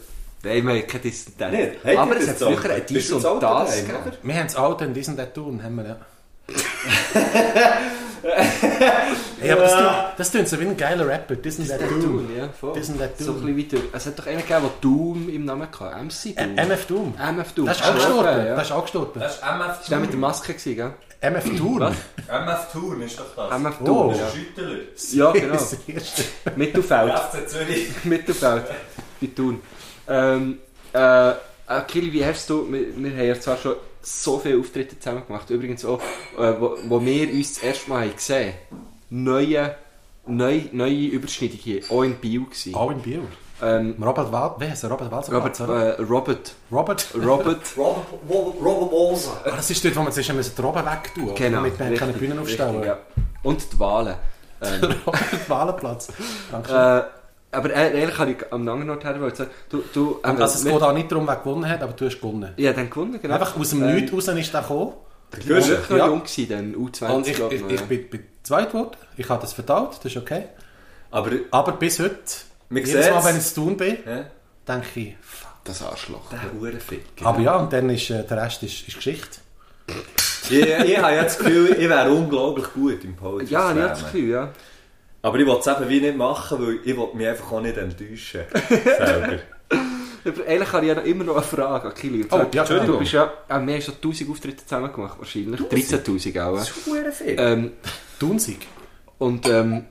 E: Nein, wir haben kein Distant Dad.
F: Nicht? Habt ihr
E: Aber es
F: das
E: hat
F: so?
E: früher ein
F: Bist
E: Dies
F: du
E: und
F: zu alt
E: Das
F: daheim,
E: gegeben.
G: Wir haben das Auto in diesen Tattoo, haben wir ja. Ey, aber das
F: Ja.
G: klingt- das klingt so wie ein geiler Rapper, diesen Tattoo.
E: Doom, ja, voll.
G: Distant Dad
E: So ein
G: Doom.
E: bisschen weiter. Es hat doch einen gegeben, der Doom im Namen hatte. MC Doom.
G: MF Äh, Doom.
E: MF Doom.
G: Das ist auch gestorben.
E: Ja.
G: Das
E: Das
G: ist auch gestorben.
F: Das ist MF
E: war der mit der Maske, gewesen, gell?
G: MF Doom.
E: Was?
F: MF Thun ist doch das.
E: MF
G: Oh.
E: Doom.
F: Das
E: ja.
F: ist ein Schüttler.
E: Ja, genau.
G: Das erste.
E: Mittelfeld.
F: FC Zürich.
E: Mittelfeld. Bei Thun. Ähm, äh, äh, Kili, wie hast du, wir, wir haben ja zwar schon so viele Auftritte zusammen gemacht, übrigens auch, äh, wo, wo wir uns das erste Mal haben gesehen neue, neue, neue Überschneidung hier. Auch in Bio gewesen.
G: Auch in Biel.
E: Ähm,
G: Robert Wal... Wer heißt er? Robert Walzerplatz,
E: Robert,
G: oder?
E: äh, Robert,
G: Robert?
E: Robert,
F: Robert Bolsa.
G: Ah, das ist dort, wo man zwischen den Roben wegtun musste,
E: genau.
G: damit man keine
E: richtig,
G: Bühnen aufstellen
E: richtig,
G: kann.
E: ja. Und die Wahlen. Ähm,
G: Robert Walenplatz. Dankeschön.
E: äh, aber äh, ehrlich habe ich am anderen Ort her wollen sagen, du, du, ähm,
G: also es
E: wir-
G: geht auch nicht darum, wer gewonnen hat, aber du hast gewonnen.
E: Ja, dann gewonnen, genau.
G: Einfach aus dem
E: Ähm,
G: Nichts raus ist er gekommen.
E: Du warst
F: Güsche.
E: wirklich noch
G: Ja.
E: jung gewesen, dann, U20,
G: Und ich,
E: glaub
G: ich,
E: man,
G: ich
E: ja.
G: bin, bin zweit geworden. Ich habe das verdaut, das ist okay.
F: Aber,
G: Aber bis heute,
F: Man
G: jedes Mal,
F: sieht's.
G: wenn ich zu tun bin,
F: ja,
G: denke ich, fuck.
E: Das Arschloch.
F: der Hurenfick.
E: Genau.
G: Aber ja, und dann ist äh, der Rest ist, ist Geschichte.
F: Ich, ich habe jetzt das Gefühl, ich wäre unglaublich gut im Poetry
E: Ja, ich
F: Slam.
E: habe das Gefühl, ja.
F: Aber ich will es eben wie nicht machen, weil ich will mich einfach auch nicht enttäuschen. Selber.
E: Aber ehrlich habe ich ja noch immer noch eine Frage an Kili. Und
G: Oh,
E: zwar,
G: ja, Entschuldigung.
E: Du bist ja, äh, wir haben schon 1000 Auftritte zusammen gemacht, wahrscheinlich. 13.000 auch.
F: Das ist Hurenfick.
E: Ähm,
G: Dunsig.
E: und ähm,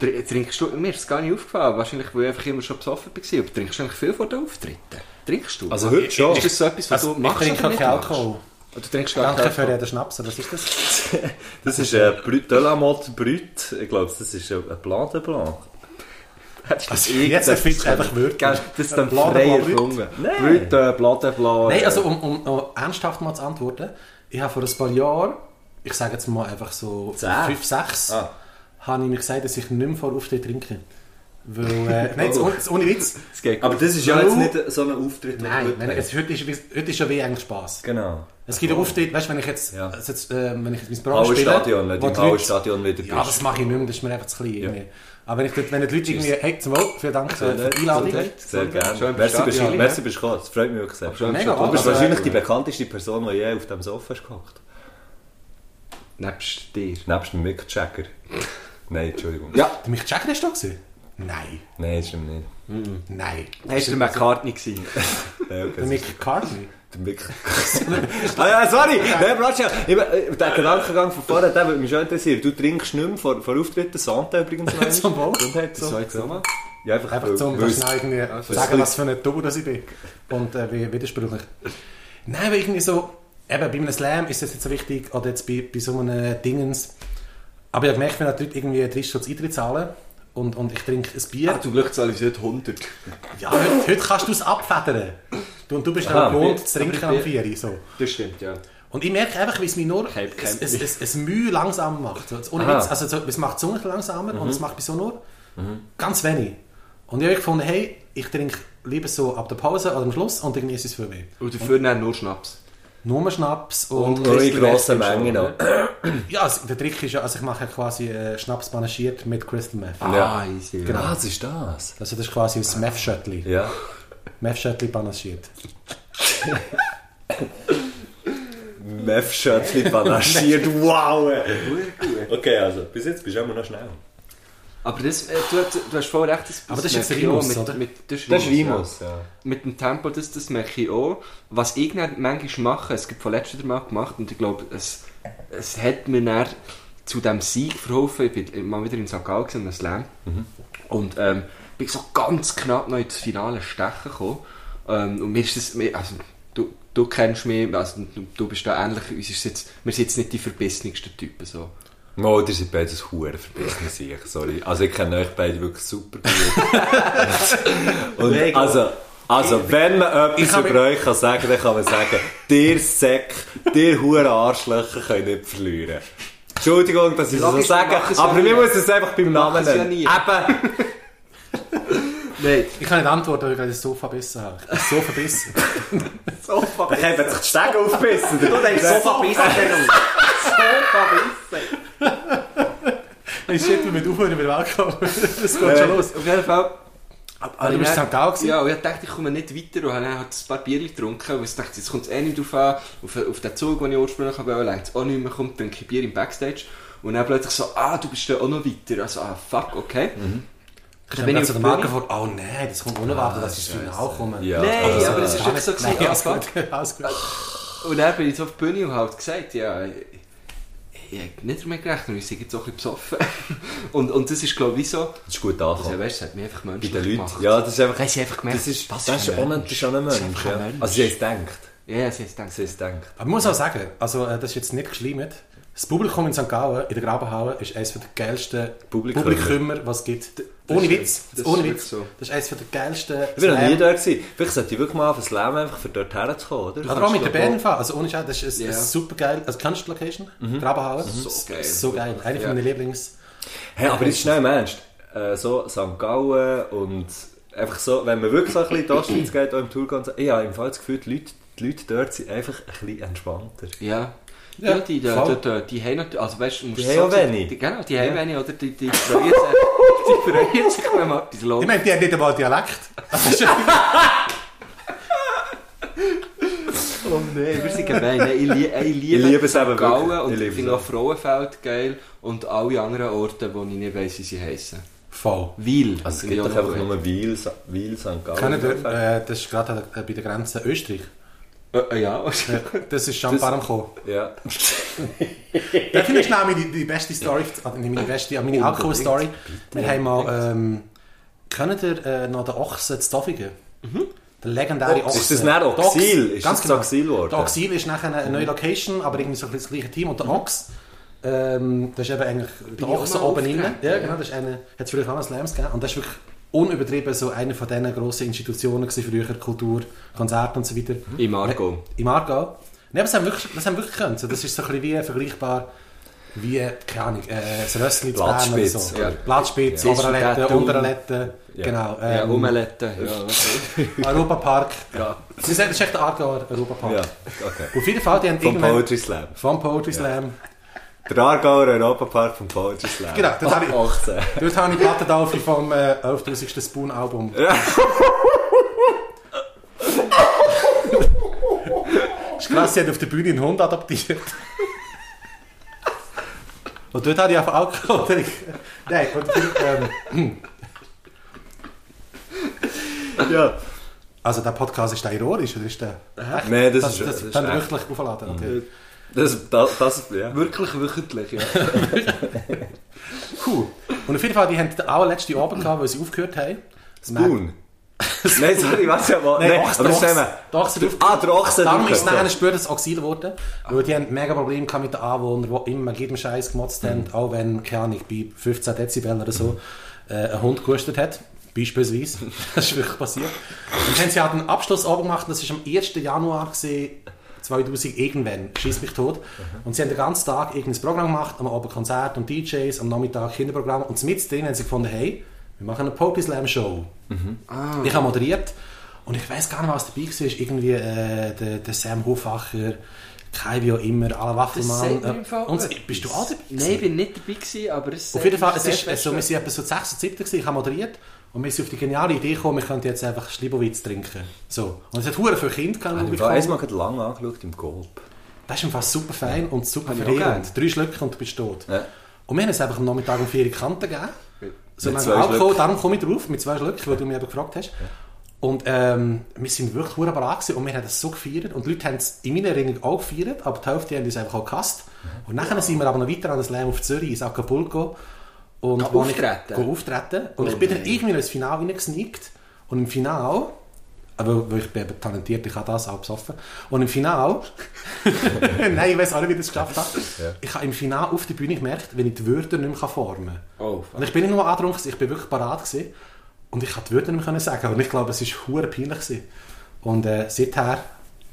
E: tr- trinkst du, mir ist es gar nicht aufgefallen, wahrscheinlich weil ich einfach immer schon besoffen war, aber trinkst du eigentlich viel vor den Auftritten? Trinkst du?
F: Also heute schon.
E: Ist das so etwas, was
G: Also,
E: du
G: ich
E: machst
G: trinke
E: oder nicht
G: keinen
E: machst?
G: Alkohol.
E: Und Du trinkst gar keinen
G: Danke für
E: Alkohol.
G: den Schnaps, was ist das?
F: Das ist äh, ein Brü- Delamotte Brut. Ich glaube, das ist ein ein Blanc de Blanc.
G: Also, jetzt erfindest du einfach wirklich.
E: Gell, Das ist dann
G: Bladen,
E: frei
G: Bladen.
E: erfunden. Brüte, Bladenblau.
G: Nein,
F: äh,
G: also um, um, um ernsthaft mal zu antworten, ich habe vor ein paar Jahren, ich sage jetzt mal einfach so
F: Zehn?
G: 5, 6,
F: Ah.
G: habe ich mir gesagt, dass ich nicht mehr vor Auftritt trinke. Weil, äh, nein, jetzt
F: Oh.
G: ohne, jetzt ohne Witz.
E: Es geht
F: Aber
E: gut.
F: das ist ja
G: Weil-
F: jetzt nicht so ein Auftritt. den
G: Nein,
F: wir
G: nein
F: heute
G: es, heute, ist, heute ist ja wie eigentlich Spass.
F: Genau.
G: Es gibt ja Auftritte, weißt du, wenn ich jetzt,
F: Ja.
G: also jetzt, äh, wenn ich jetzt mein Programm
F: Alle
G: spiele,
F: Stadion, wenn du
G: wo
F: im
G: die Leute-
F: Alle Stadion wieder bist.
G: Ja, das mache ich nicht mehr, das ist mir einfach zu klein. irgendwie. Aber wenn, ich, dort- wenn die Leute irgendwie, hey, zum Wohl, vielen Dank äh, für die Einladung.
F: Sehr
E: Schön,
F: gerne. Merci,
E: bist du
F: bist,
E: da. Ja.
F: merci, bist du gekommen. Das freut mich wirklich sehr.
E: Schön,
G: Mega,
E: dass
F: Du bist
G: Also,
F: wahrscheinlich die bekannteste Person, die je auf dem Sofa ist gehockt.
E: Nebst dir.
F: Nebst dem Mick Jagger. Nein, Entschuldigung.
E: Ja.
G: Der Mick Jagger ist da gewesen? Nein,
F: Nein, stimmt nicht.
G: nein.
E: Hast du McCartney gesehen?
F: Ja, okay,
G: Der
F: Mick.
G: Mick Cartney.
F: Der Mick. ah ja, sorry! Nein, Bratschel! Ich bin- äh, Der Gedankengang von vorher, der würde mich schon interessieren. Du trinkst nicht mehr vor, vor Auftritten. Santa übrigens noch.
G: Zum Wohl.
F: Gesundheit so.
E: So, jetzt nochmal.
F: Ja, einfach,
G: Einfach zum
F: weil-
G: das schnell irgendwie sagen, was für ein Tour das ich bin. Und äh, wie widersprüchlich. Nein, weil irgendwie so, eben bei einem Slam ist das nicht so wichtig, oder jetzt bei, bei so einem Dingens. Aber ich habe gemerkt, wenn die Leute irgendwie 30 Stutz Eintritt zahlen und, und ich trinke ein Bier,
E: Zum Glück zahle ich heute 100.
G: ja, heute, heute kannst du es abfedern. Du, und du bist
F: Ah. Aha,
G: dann gewohnt
E: Bier.
G: zu trinken am
E: Bier.
G: Vieri, so.
E: Das stimmt, ja.
G: Und ich merke einfach, wie es mich nur es,
E: Kein- kein-
G: es, es, es Mühe langsam macht. So, Ohne
F: Aha.
G: Witz, also so, es macht die Zunge langsamer und es macht mich so nur ganz wenig. Und ich habe gefunden, hey, ich trinke lieber so ab der Pause oder am Schluss und irgendwie ist es für mich.
E: Und dafür nehmen nur Schnaps.
G: Nur Schnaps und...
F: Und ohne grosse Menge noch.
E: ne?
G: ja, also, der Trick ist ja, also ich mache ja quasi äh, Schnaps panaschiert mit Crystal Meth.
F: Ja.
E: easy.
F: Genau. Ah, was ist das?
G: Also das ist quasi ein Meth-Schöttli.
F: Ja.
G: Meth-Schöttli panaschiert.
F: Meth-Schöttli panaschiert. wow! Okay, also, bis jetzt bist du immer noch schnell.
E: Aber das, äh, du, du- du hast voll recht, das,
G: Aber das ist jetzt
E: merke ich auch
G: Rimus,
E: mit,
G: oder?
E: Mit, das ist
F: Das ist
E: Rimus,
F: Rimus, ja.
E: Ja. Mit dem Tempo, das, das merke ich auch. Was ich dann manchmal mache, es gibt von letztem Mal gemacht und ich glaube, es, es hat mir dann zu diesem Sieg verholfen. Ich bin mal wieder in St. Gallen gewesen, im Slam. Und ähm, bin so ganz knapp noch ins Finale stechen gekommen. Ähm, und mir ist das, mir- also, du, du kennst mich, also, du, du bist da ähnlich, uns ist jetzt, wir sind jetzt nicht die verbissensten Typen. So.
F: No, ihr seid beides Huren verbissen sich, sorry. Also ich kenne euch beide wirklich super gut. Und also, also wenn man
G: Ich
F: etwas
G: habe-
F: über euch kann sagen kann, dann kann man sagen, dir Säck, dir Huren Arschlöcher könnt nicht verlieren. Entschuldigung, dass ich es so
E: Logisch, wir
F: sage,
E: machen es ja
F: aber wir
E: nie.
F: müssen es einfach beim Namen
E: machen es ja
F: nennen.
E: nie.
F: Eben,
E: Nein,
G: Ich kann nicht antworten, weil ich gerade das Sofa verbissen habe. Ich bin so verbissen.
E: so
F: da
E: verbissen.
F: können sich die Stege aufbissen. Du denkst,
G: Ich shit, wir müssen aufhören mit dem Alkohol. Das geht schon los.
E: Ähm, Auf jeden Fall.
G: Aber Ah, du bist in St. Gallen gewesen?
E: Ja, und ich dachte, ich komme nicht weiter und habe dann halt ein paar Bier getrunken, weil ich dachte, jetzt kommt es eh nicht drauf an, auf, auf den Zug, den ich ursprünglich wollte, längt es auch nicht mehr, kommt, trinke ich Bier im Backstage. Und dann plötzlich so, ah, du bist da auch noch weiter. Also, ah, fuck, okay.
G: Dann
E: bin
G: bin
E: ich
G: ich
E: auf
G: zu der
E: die
G: Marke
E: Bühne.
G: vor, oh nein, das kommt unerwartet, dass ich ins Finale komme.
F: Ja.
E: Nein,
F: also,
E: aber es ist wirklich so
G: Nein,
E: gewesen, ah,
G: alles
E: fuck.
G: gut, alles gut.
E: Und dann bin ich so auf die Bühne und habe halt gesagt, ja, ich, ich habe nicht damit gerechnet, wir sind jetzt auch ein bisschen besoffen. Und, und das ist, glaube ich, wie so,
F: Das ist gut
E: also,
F: angekommen.
E: weißt du, es hat mich einfach
F: Bei
E: menschlich
F: den Leuten.
E: gemacht.
F: Ja, das ist einfach...
E: Dann haben sie einfach gemerkt,
F: Das ist, das
E: was
F: ist,
E: für
F: auch
E: ein
F: ein- das ist auch ein Mensch.
E: ein
F: ja.
E: Mensch.
F: Also sie haben es gedacht.
E: Ja, sie haben es gedacht.
F: Sie haben es gedacht.
G: Aber ich muss auch sagen, also, äh, das ist jetzt nicht geschleimt. Das Publikum in St. Gallen, in der Grabenhalle, ist eines der geilsten
F: Publikummer.
G: Publikummer, was es gibt. Ohne
E: stimmt.
G: Witz,
E: Das
G: ohne
E: ist
G: Witz.
E: wirklich so.
G: Das ist eines der geilsten
F: Ich bin noch nie
G: Slam-
F: da gewesen. Vielleicht sollte ich wirklich mal auf ein Slam einfach für dort herzukommen, oder?
G: Oder auch mit der
F: Kannst du
G: Band fahren. Also ohne Scheiß, das ist ein,
E: Ja. Mhm.
G: ein super geil. Also kennst du die Location? Grabenhalle.
E: So geil.
G: So geil. Eine
E: Ja.
G: von meinen Lieblings.
F: Hey, aber jetzt schnell im Ernst. Äh, so St. Gallen und einfach so, wenn man wirklich so ein bisschen in die Ostschweiz geht, auch im Tourgang, ich habe im Fall das Gefühl, die Leute, die Leute dort sind einfach ein bisschen entspannter.
E: Ja.
G: Ja,
E: Ja, die, die,
G: voll.
E: die, die, die haben natürlich, also weißt du, musst
F: Die haben auch
E: sagen,
F: wenig.
E: Die, genau, die haben wenig, oder? Die, die freuen sich, die freuen sich, wenn man etwas
G: Ich
E: läuft.
G: meine, die haben nicht einmal Dialekt.
E: Oh nein, wir sind gemein. Nein, Ich, lie ich liebe,
F: Ich liebe es eben
E: Gallen
F: wirklich. Ich
E: und
F: liebe
E: ich
F: es
E: finde auch
F: auch.
E: Frauenfeld geil und alle anderen Orte, wo ich nicht weiss, wie sie heissen.
G: Voll.
E: Weil.
F: Also
E: will
F: es gibt
E: ich
F: doch
E: auch
F: einfach
E: noch
F: nur Wiel, Sa- Wiel St. Gallen.
G: Können wir, äh, das ist gerade äh, bei der Grenze Österreich.
E: wissen. Äh, äh, ja,
G: Ja, Das ist schon warm gekommen.
F: Ja.
G: Da finde ich schnell meine, die beste Story, also nicht meine beste, aber
E: Oh,
G: meine Alkohol-Story. Wir haben mal, ähm, kennt ihr äh, noch den Ochsen zu Toffigen?
E: Mhm.
G: Der legendäre
F: Ochs.
G: Ochsen.
F: Ist das nicht Oxil?
G: Der Ochs-
F: Ist
G: ganz genau.
F: das Oxil geworden?
G: Der Oxil ist nachher eine neue Location, aber irgendwie so ein bisschen das gleiche Team. Und der Ochs, ähm, das ist eben eigentlich der
E: Mhm. ich auch
G: Ochsen
E: mal
G: oben rein.
E: aufgetreten,
G: Ja,
E: ja.
G: genau, das ist eine, hat es vielleicht auch mal Slams gegeben. Und das ist wirklich unübertrieben so eine von diesen grossen Institutionen gewesen, früher, Kultur, Konzerte und so weiter.
E: Im Argo.
G: Im Aargau. Nein, aber das haben wir wirklich, das haben wir wirklich können. So, Das ist so ein bisschen wie vergleichbar wie, keine Ahnung, äh, das Rössli zu Bern oder
F: Blattspitz,
G: so.
E: ja.
G: Blattspitz,
E: Ja.
G: Oberalette,
E: Isendatum.
G: Unteralette, genau. Ähm,
E: ja, Omelette. Ja, okay.
G: Europapark.
E: Ja.
G: Das ist echt das ist echt der Aargauer Europapark.
F: ja, okay.
G: Auf jeden Fall, die haben
F: Vom
G: irgendwann-
F: Poetry Slam.
G: Vom Poetry Slam.
F: Der Aargauer Europapark vom Poetry Slam.
G: Genau, dort
E: oh,
G: habe ich,
F: 18.
G: dort habe ich die Platte drauf vom äh, 11.000. Spoon-Album. ist krass, sie hat auf der Bühne einen Hund adoptiert. Und dort habe ich einfach Alkohol getrunken. Nein, und, ähm,
F: Ja.
G: also der Podcast ist der ironisch, oder ist der...
F: Nein, das,
G: Das,
F: ist... Mhm.
G: das,
F: Das,
G: können wir wirklich aufladen. natürlich.
F: das, das, ja.
E: Wirklich wöchentlich, ja.
G: Cool. Und auf jeden Fall, die haben den allerletzten Abend gehabt, weil sie aufgehört haben.
F: Spoon. Nein, sorry, was ja mal. Nein,
G: Ochs,
F: aber
G: der
F: das ist
G: Ochs-
F: eben-
G: der Ochs hat aufgehört.
F: Ah, der Ochsen
G: Darum
F: hat
G: ist es
F: aufgehört.
G: nachher später das Oxid geworden, weil die haben mega Probleme gehabt mit den Anwohnern, die immer jedem Scheiß gemotzt haben, auch wenn, keine Ahnung, bei 15 Dezibel oder so äh, ein Hund gehustet hat. Beispielsweise. Das ist wirklich passiert. Und dann haben sie halt einen Abschlussabend gemacht, das war am 1. Januar gewesen, 2000 irgendwann, schieß mich tot. Und sie haben den ganzen Tag irgendein Programm gemacht, am Abend Konzert und DJs, am Nachmittag Kinderprogramm und mitten drin haben sie gefunden, hey, wir machen eine Poetry Slam Show. Ich habe moderiert und ich weiß gar nicht, was dabei war. Irgendwie äh, der, der Sam Hofacher, Kai wie auch immer, alle Waffelmann. Äh, und, bist du auch dabei?
E: Nein, ich bin nicht dabei gewesen, aber es
G: Auf jeden Fall, es ist, also, wir sind etwa so 6 oder 7 gewesen, ich habe moderiert und wir sind auf die geniale Idee gekommen, wir könnten jetzt einfach Slibowitz trinken. So. Und es hat hure viele Kinder gehabt. die
F: Ich habe
G: gekommen.
F: einmal gerade lang angeschaut im Golb.
G: Das ist im Fall super fein und super
E: ich auch
G: verheerend. Drei Schlücke und du bist tot.
F: Ja.
G: Und wir haben es einfach am Nachmittag um vier Kanten gegeben. So
F: Mit
G: mit
F: zwei
G: Alkohol,
F: Schlücke.
G: darum komme ich drauf, mit zwei Schlücken, weil du mich eben gefragt hast. Und ähm, wir sind wirklich verdammt bereit gewesen und wir haben das so gefeiert. Und die Leute haben es in meiner Erinnerung auch gefeiert, aber die Hälfte haben uns einfach auch gehasst.
F: Mhm.
G: Und nachher sind wir aber noch weiter an das Lärm auf Zürich, ins Acapulco. Und
E: Geh
G: wo ich-
E: auftreten?
G: Geh auftreten. Und
F: Oh
G: ich bin dann irgendwie ins Finale reingesneakt. Und im Finale, aber weil ich bin eben talentiert, ich kann das auch besoffen. Und im Finale, nein, ich weiß auch nicht, wie ich das geschafft habe. Ich habe im Finale auf der Bühne gemerkt, wenn ich die Wörter nicht mehr formen kann.
E: Oh, fuck.
G: und ich bin nicht nur angetrunken, gewesen, ich bin wirklich parat. Gewesen. Und ich konnte die Wörter nicht mehr sagen. Und ich glaube, es war hure peinlich. Gewesen. Und äh, seither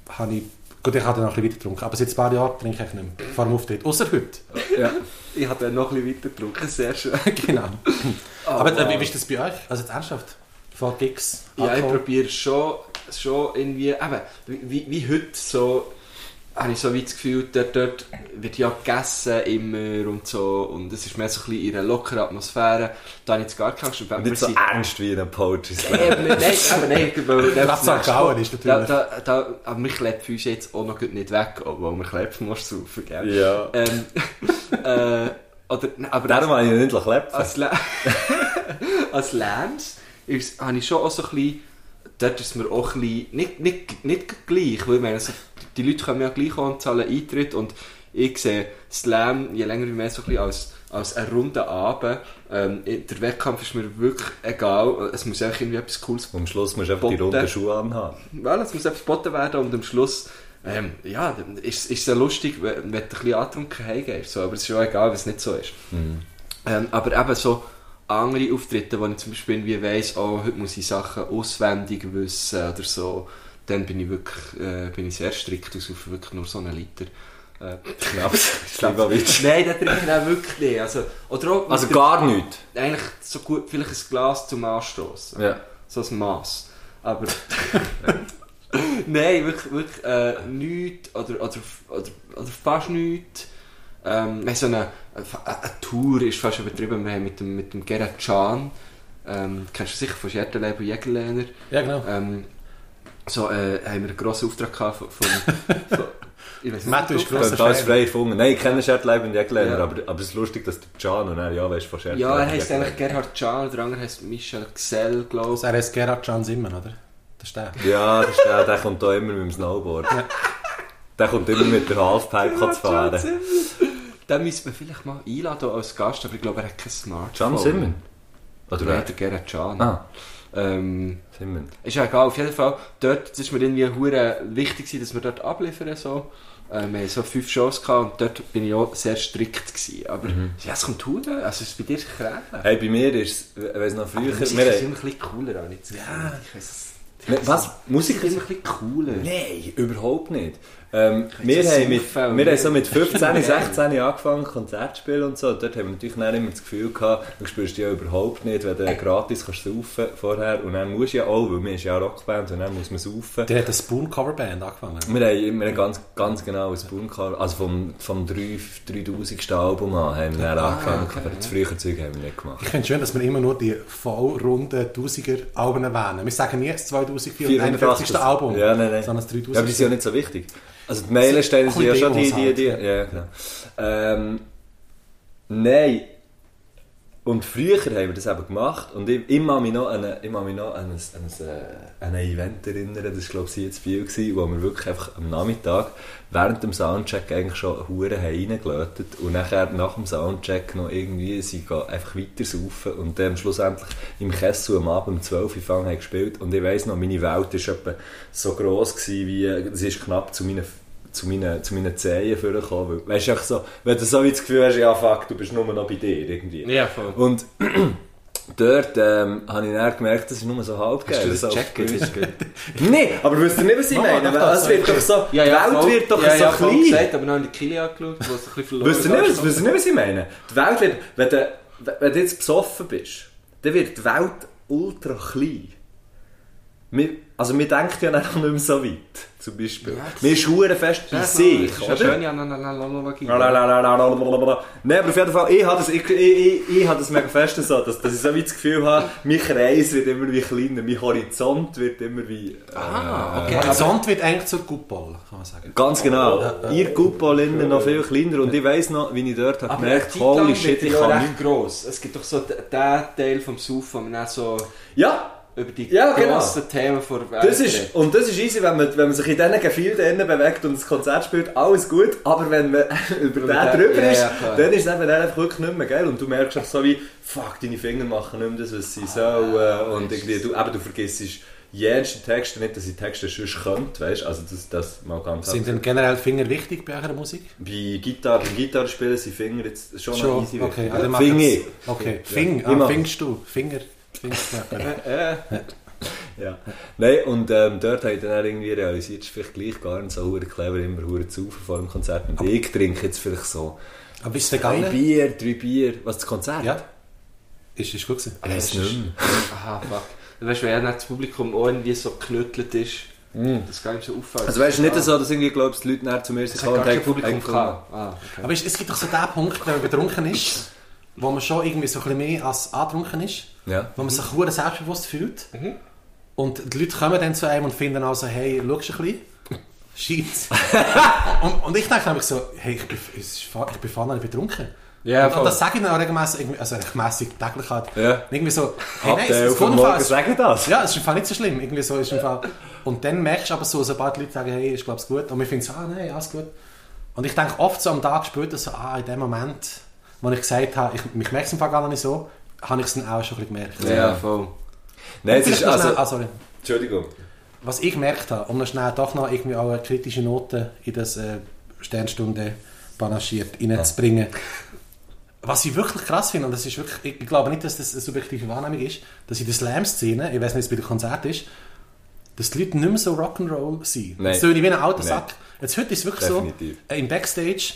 G: habe ich, gut, ich habe dann noch ein bisschen weiter getrunken, aber seit ein paar Jahren trinke ich nicht mehr vor dem Auftritt. Außer heute.
E: Ja. Ich habe dann noch ein bisschen weiter gedruckt, sehr schön.
G: genau. aber äh,
E: Oh, wow.
G: wie ist das bei euch? Also jetzt ernsthaft? Vor Gigs?
E: Ja, ich
G: Alkohol?
E: probiere schon, schon irgendwie, eben, ah, wie, ah, wie heute so, habe ich so wie das Gefühl, dort, dort wird ja gegessen immer und so und es ist mehr so ein bisschen in einer lockeren Atmosphäre. Da habe ich jetzt gar keine Angst. weil wir
F: Nicht so
E: sind-
F: ernst wie in einem Poetry Slam.
E: Eben, nein, aber nein, weil
G: Gerade St. Gallen ist natürlich-
E: Da, da, da, aber wir kleben uns jetzt auch noch gut nicht weg, Oh, obwohl wir kleben musst du rauf, gell?
F: Ja.
E: Ähm, äh, oder, aber
F: Darum habe ich ihn nicht geklebt.
E: als, Lä als Lärms ist- habe ich schon auch so ein bisschen, dort ist mir auch ein bisschen, nicht, nicht, nicht gleich, weil ich meine, also, die Leute kommen ja gleich an, zahlen Eintritt und ich sehe Slam je länger wie mehr so ein bisschen als, als einen runden Abend. Ähm, der Wettkampf ist mir wirklich egal, es muss einfach irgendwie etwas Cooles
F: Am Schluss musst du einfach die
E: Botte.
F: runden Schuhe anhaben.
E: Well, es muss etwas geboten werden und am Schluss Ähm, ja, dann ist, ist es ja lustig, wenn, wenn du ein bisschen angetrunken heimgehst, so, aber es ist ja egal, wenn es nicht so ist.
F: Mhm.
E: Ähm, aber eben so andere Auftritte, wo ich zum Beispiel irgendwie weiss, oh, heute muss ich Sachen auswendig wissen oder so, dann bin ich wirklich äh, bin ich sehr strikt und saufe wirklich nur so einen Liter. Äh,
F: Schnaps. Slivovitz.
E: Nein, das trinke ich dann wirklich nicht. Also, oder auch mit
F: Also
E: der-
F: gar nichts.
E: Eigentlich so gut, vielleicht ein Glas zum Anstoßen.
F: Ja.
E: So ein Mass. Aber. Nein, wirklich, wirklich äh, nichts oder, oder, oder, oder fast nichts. Ähm, wir haben so eine, eine, eine Tour ist fast übertrieben. Wir haben mit dem, mit dem Gerhard Can, ähm, kennst du sicher von Schertenleben und Jägerlehner,
G: Ja, genau.
E: ähm, so äh, haben wir einen grossen Auftrag gehabt von. von, von ich weiss
G: Matthew ist
E: ob-
G: grosser
F: Das ist
G: Fan.
F: frei erfunden. Nein, ich kenne Schertleib und Jäckleiner,
E: Ja.
F: aber, aber es ist lustig, dass der Can und er, ja, weißt du, von Schertleib
E: Ja, er
F: und
E: heisst
F: Jäckleiner.
E: eigentlich Gerhard Can, der andere heisst Michel Gsell, glaube ich.
G: Also er heißt Gerhard Can Simon, oder? Das ist der.
F: Ja, das ist der, der kommt da immer mit dem Snowboard. Der kommt immer mit der Halfpipe zu fahren.
E: Den müsste man vielleicht mal einladen als Gast, aber ich glaube, er hat kein Smartphone.
F: Can Simon? Oder
E: Nein,
F: wer?
E: der Gerhard Can.
F: Ah,
E: Ähm,
F: Simon.
E: ist ja egal, auf jeden Fall. Dort das ist mir irgendwie hure wichtig, gewesen, dass wir dort abliefern. So. Ähm, wir haben so fünf Shows gehabt und dort bin ich auch sehr strikt. Gewesen. Aber
F: Mhm.
E: ja, es kommt gut, also es ist bei dir kräftig.
F: Hey, bei mir ist es, ich weiss noch früher,
E: Musik ist
F: wir
E: immer
F: haben-
E: ein bisschen cooler, auch nicht so. Ja, ich weiß
F: Was? Musik
E: es ist immer ein bisschen cooler.
F: Nein, überhaupt nicht. Ähm, wir,
E: das
F: haben mit,
E: saufen,
F: wir
E: oder?
F: haben so mit 15, 16 angefangen, Konzerte zu spielen und so. Und dort haben wir natürlich dann immer das Gefühl gehabt, du spürst dich ja überhaupt nicht, wenn du gratis kannst saufen vorher. Und dann musst du ja auch, weil wir ist ja eine Rockband und dann muss man saufen.
G: Der hat eine Spoon-Coverband angefangen.
F: Wir haben, wir haben ganz, ganz genau ein Spooncar, also vom, vom 3 3000. Album an haben wir dann
E: Ah,
F: angefangen, aber das frühere Zeug haben wir nicht gemacht.
G: Ich finde es schön, dass wir immer nur die voll runden Tausiger Alben erwähnen. Wir sagen nie das 2051. Album,
F: Ja, nein, nein.
G: sondern das 3000.
F: Ja, aber die sind ja nicht so wichtig. Also die Meilensteine sind ja schon die, die, die. Ja, genau. Ähm, nein. Und früher haben wir das eben gemacht und ich, ich kann mich noch an, ein- ich kann mich noch an, ein, an, ein, an ein Event erinnern, das war glaube ich hier in Biel, gewesen, wo wir wirklich einfach am Nachmittag während dem Soundcheck eigentlich schon Huren haben reingelötet und nachher nach dem Soundcheck noch irgendwie sind gegangen, einfach weiter saufen und dann schlussendlich im Kessel am Abend um 12 Uhr fangen haben gespielt und ich weiss noch, meine Welt war etwa so gross gewesen, wie, es ist knapp zu meinen zu meinen, zu meinen Zehen vorgekommen. Weil, Weißt du, einfach so, wenn du so wie das Gefühl hast, ja fuck, du bist nur noch bei dir irgendwie.
E: Ja, voll.
F: Und dort ähm, habe ich dann gemerkt, das ist nur so halb geil.
E: Hast du das
F: so
E: gecheckt? Das ist gut.
F: Nein, aber wisst ihr nicht, was ich
G: Mama,
F: meine?
G: doch, das
F: es wird
G: sag
F: doch
G: ich.
F: so, die Welt
E: voll.
F: wird doch
E: ja,
F: so
E: ja, voll
F: klein.
E: gesagt, aber noch in die Kille angeschaut, wo es ein bisschen verloren
F: Wisst ihr nicht, was, wisst ihr nicht, was ich meine? Die Welt wird, wenn du, wenn du jetzt besoffen bist, dann wird die Welt ultra klein. Wir, also wir denken ja dann auch nicht mehr so weit, zum Beispiel.
E: Ja, das-
F: wir schuren fest bei sich,
E: Das ist eine
F: oder?
E: schöne Analogie.
F: Lalalalalalala. Nein, aber auf jeden Fall, ich habe das, ich, ich, ich, ich habe das mega fest so, dass, dass ich so wie das Gefühl habe, mein Kreis wird immer wie kleiner, mein Horizont wird immer wie... Äh,
E: Ah, okay.
G: Der
E: aber-
G: Horizont wird eigentlich zur Coupole, kann man sagen.
F: Ganz genau. Ihr Coupolinnen noch viel kleiner und ich weiss noch, wie ich dort habe
E: Aber eine
F: gemerkt
E: Zeit
F: habe, holy
E: lang
F: shit,
E: wird
F: ich
E: die auch
F: kann nicht...
E: recht gross. Es gibt doch so d- den Teil vom Sauf, wo man dann so
F: Ja,
E: über die
F: Ja, genau.
E: grossen Themen vor Welt
F: das ist, und das ist easy, wenn man, wenn man sich in diesen Gefilden bewegt und das Konzert spielt, alles gut, aber wenn man über den
E: Über den-
F: drüber
E: ja,
F: ist,
E: ja, klar.
F: dann ist es eben dann einfach wirklich nicht mehr geil und du merkst auch so wie, fuck, deine Finger machen nicht mehr das, was sie sollen und irgendwie, du, eben, du vergisst jenste Texte nicht, dass ich Texte sonst könnte, weißt, also das, das mal ganz
G: Sind denn generell Finger wichtig bei eurer Musik?
F: Bei Gitarre, beim Gitarrespielen sind Finger jetzt schon, noch easy.
G: okay.
F: Ja,
G: Also mach
F: Finger.
G: jetzt- Okay, Fing,
F: Ich
G: ah,
F: mach-
G: fingst du, Finger. Fingst du. Ja.
F: Ja. Nein, und ähm, dort habe ich dann auch irgendwie realisiert, es ist vielleicht gleich gar nicht so hure clever, immer hure zu saufen vor dem Konzert. Und ich trinke jetzt vielleicht so
G: Aber ist es
F: drei
G: gegangen?
F: Bier, drei Bier. Was, das Konzert?
G: Ja. Ist, ist gut gewesen.
F: Ich weiss nicht mehr.
E: Aha, fuck. Weißt du, wenn dann das Publikum auch irgendwie so geknüttelt ist, das kann ihm so auffallen.
F: Also weißt du, nicht so, dass irgendwie, glaubst, die Leute näher zu mir sind
E: Es hat gar
F: und
E: kein
F: haben- haben-
E: Publikum gehabt. Ah, okay.
G: Aber es, es gibt doch so den Punkt, wenn man betrunken ist, wo man schon irgendwie so ein bisschen mehr als angetrunken ist,
F: Ja.
G: wo man sich hure selbstbewusst fühlt. Und die Leute kommen dann zu einem und finden also, nou hey, schaust du ein bisschen? Scheint's. und, und ich denke nämlich so, hey, ich bin, es ist fa- ich bin vorne nicht betrunken.
E: Ja,
G: und, und
E: voll.
G: das sage ich dann auch regelmäßig, irgendwie- also regelmäßig täglich halt.
F: Ja.
G: Und Irgendwie so, hey,
F: Ab
G: nein,
F: der
G: es, es
F: auf den
G: kommt
F: Morgen
G: fast.
F: sagen das.
G: Ja, es ist im Fall nicht so schlimm. Irgendwie so ist im Fall. Und dann merkst du aber so, sobald die Leute sagen, hey, ich glaube es gut. Und wir finden so, ah nein, alles gut. Und ich denke oft so am Tag später so, ah, in dem Moment, wo ich gesagt habe, ich, mich merkt es im Fall gar nicht so, habe ich es dann auch schon ein bisschen gemerkt.
E: Ja, voll.
F: Nein, es
G: Vielleicht
F: ist
G: noch schnell-
F: also...
G: ah, sorry.
F: Entschuldigung.
G: was ich gemerkt habe, um noch schnell doch noch irgendwie auch eine kritische Note in das äh, Sternstunde panaschiert reinzubringen. Was ich wirklich krass finde, und das ist wirklich, ich- ich glaube nicht, dass das eine subjektive Wahrnehmung ist, dass in der Slam-Szene, ich weiß nicht, wie es bei den Konzerten ist, dass die Leute nicht mehr so Rock'n'Roll sind.
F: Nein.
G: Jetzt töne ich wie ein alter
F: Nein.
G: Sack. Jetzt heute ist es wirklich
F: Definitiv.
G: so, äh, im Backstage,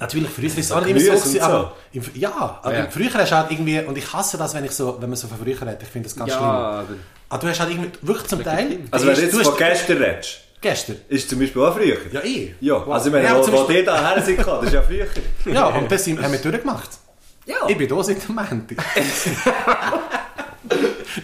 G: natürlich, für uns ist es
F: So
G: auch nicht mehr so,
F: Gemüse und
G: gewesen,
F: so.
G: aber im, ja, aber
E: Ja.
G: im früher hast du halt irgendwie, und ich hasse das, wenn ich so, wenn man so von früher redet, ich finde das ganz
E: Ja,
G: schlimm.
E: aber
G: Ah, du hast halt irgendwie, wirklich zum Teil.
F: Also wenn du
G: du
F: jetzt
G: hast-
F: von gestern redest,
G: gestern.
F: ist zum Beispiel auch früher.
G: Ja, ich.
F: Ja, also ich meine,
G: Ja, aber
F: wo,
G: zum
F: wo
G: Beispiel-
F: die da her sind, das ist ja früher.
G: Ja, und das sind, haben wir durchgemacht.
F: Ja.
G: Ich bin da seit dem Montag.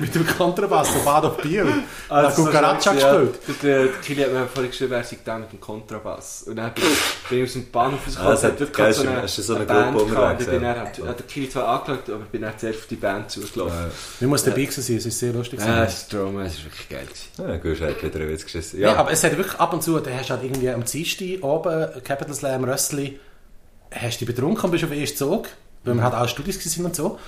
G: Mit dem Kontrabass, so Bad of Biel. Also,
F: Ah, so
G: Cucaracha
E: Ja, der,
G: gespielt.
E: der Kili hat mir vorhin geschrieben, er sei da mit dem Kontrabass. Und dann bin ich- bin ich aus dem Bahnhof
F: Ah,
E: rausgekommen.
F: das
E: und
F: hat-
E: dort
F: geil,
E: gerade
F: ist- ist so eine
E: Band
F: Gruppe
E: gehabt. Und
F: unterwegs,
E: Ich bin
F: ja.
E: dann, halt, hat, hat der Kili zwar angeschaut, aber ich bin dann zuerst auf die Band
F: Äh,
E: zugelaufen.
G: Wir mussten dabei gewesen sein, es ist sehr lustig.
E: Ja,
G: gewesen.
E: das Drama, das war wirklich geil. gewesen.
F: Ja, Gusch hat wieder einen Witz geschissen.
G: Ja.
F: Ja,
G: aber es hat wirklich ab und zu, da hast du halt irgendwie am Dienstag oben, Capital Slam, Rössli, hast dich betrunken und bist auf den ersten Zug, weil
F: Mhm.
G: wir halt alle Studis waren und so.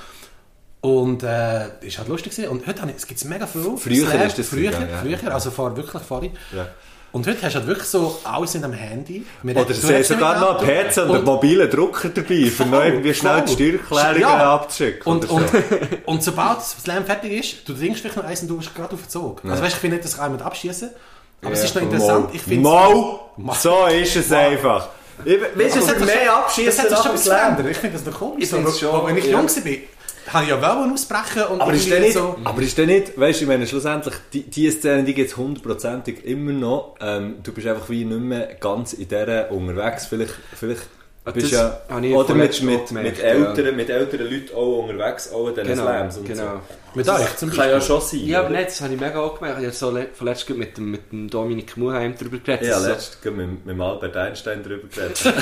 G: Und äh, ist halt lustig gewesen. Und heute habe ich- es gibt es mega viel.
F: Früher ist das so,
G: Früher,
F: ja, ja.
G: früher also vor, wirklich vorhin.
F: Ja.
G: Und heute hast du halt wirklich so, alle sind am Handy. Wir
F: Oder
G: reden-
F: es
G: du
F: sind
G: redest
F: sogar noch
G: miteinander.
F: PC und einen mobilen Drucker dabei, für noch irgendwie schnell die Steuererklärungen abzuschicken.
G: Und,
F: oder
G: und,
F: so.
G: und sobald das Slam fertig ist, du trinkst vielleicht noch eins und du bist gerade auf den Zug. Also weißt, ich finde nicht, dass ich jemand abschießen aber es ist noch interessant.
F: Mal.
G: Ich finde
F: Mal.
G: Mal.
F: So ist es einfach. Ich, weißt du, es hat mehr abschießen
G: Das hat
F: als
G: schon
F: das
G: was
F: Leben.
G: geändert. Ich finde das noch komisch.
E: Ich find's
G: Aber
E: schon,
G: wenn ich
E: ja.
G: jung war, habe ich ja wollen ausbrechen und
F: Aber ist
G: irgendwie
F: denn nicht,
G: so...
F: aber ist denn nicht, weißt du, ich meine, schlussendlich, die, die Szene, die gibt es hundertprozentig immer noch. Ähm, du bist einfach wie nicht mehr ganz in dieser unterwegs. Vielleicht, vielleicht
E: Ah,
F: bist
E: das
F: ja,
E: habe ich
F: oder mit,
E: vorletzt auch
F: mit, mit,
E: gemerkt,
F: älteren, mit älteren Leuten auch unterwegs, auch in diesen
E: Genau,
F: Slams und
E: genau.
G: Mit euch zum
F: so. Kann ja
G: Beispiel.
F: schon sein.
E: Ja, aber
F: oder?
E: nicht, das habe ich mega auch gemerkt. Ich habe so le- vorletzt gerade mit dem, mit dem Dominik Muheim darüber geredet.
F: Ja,
E: dass so-
F: letztens haben wir mit, mit dem Albert Einstein darüber geredet.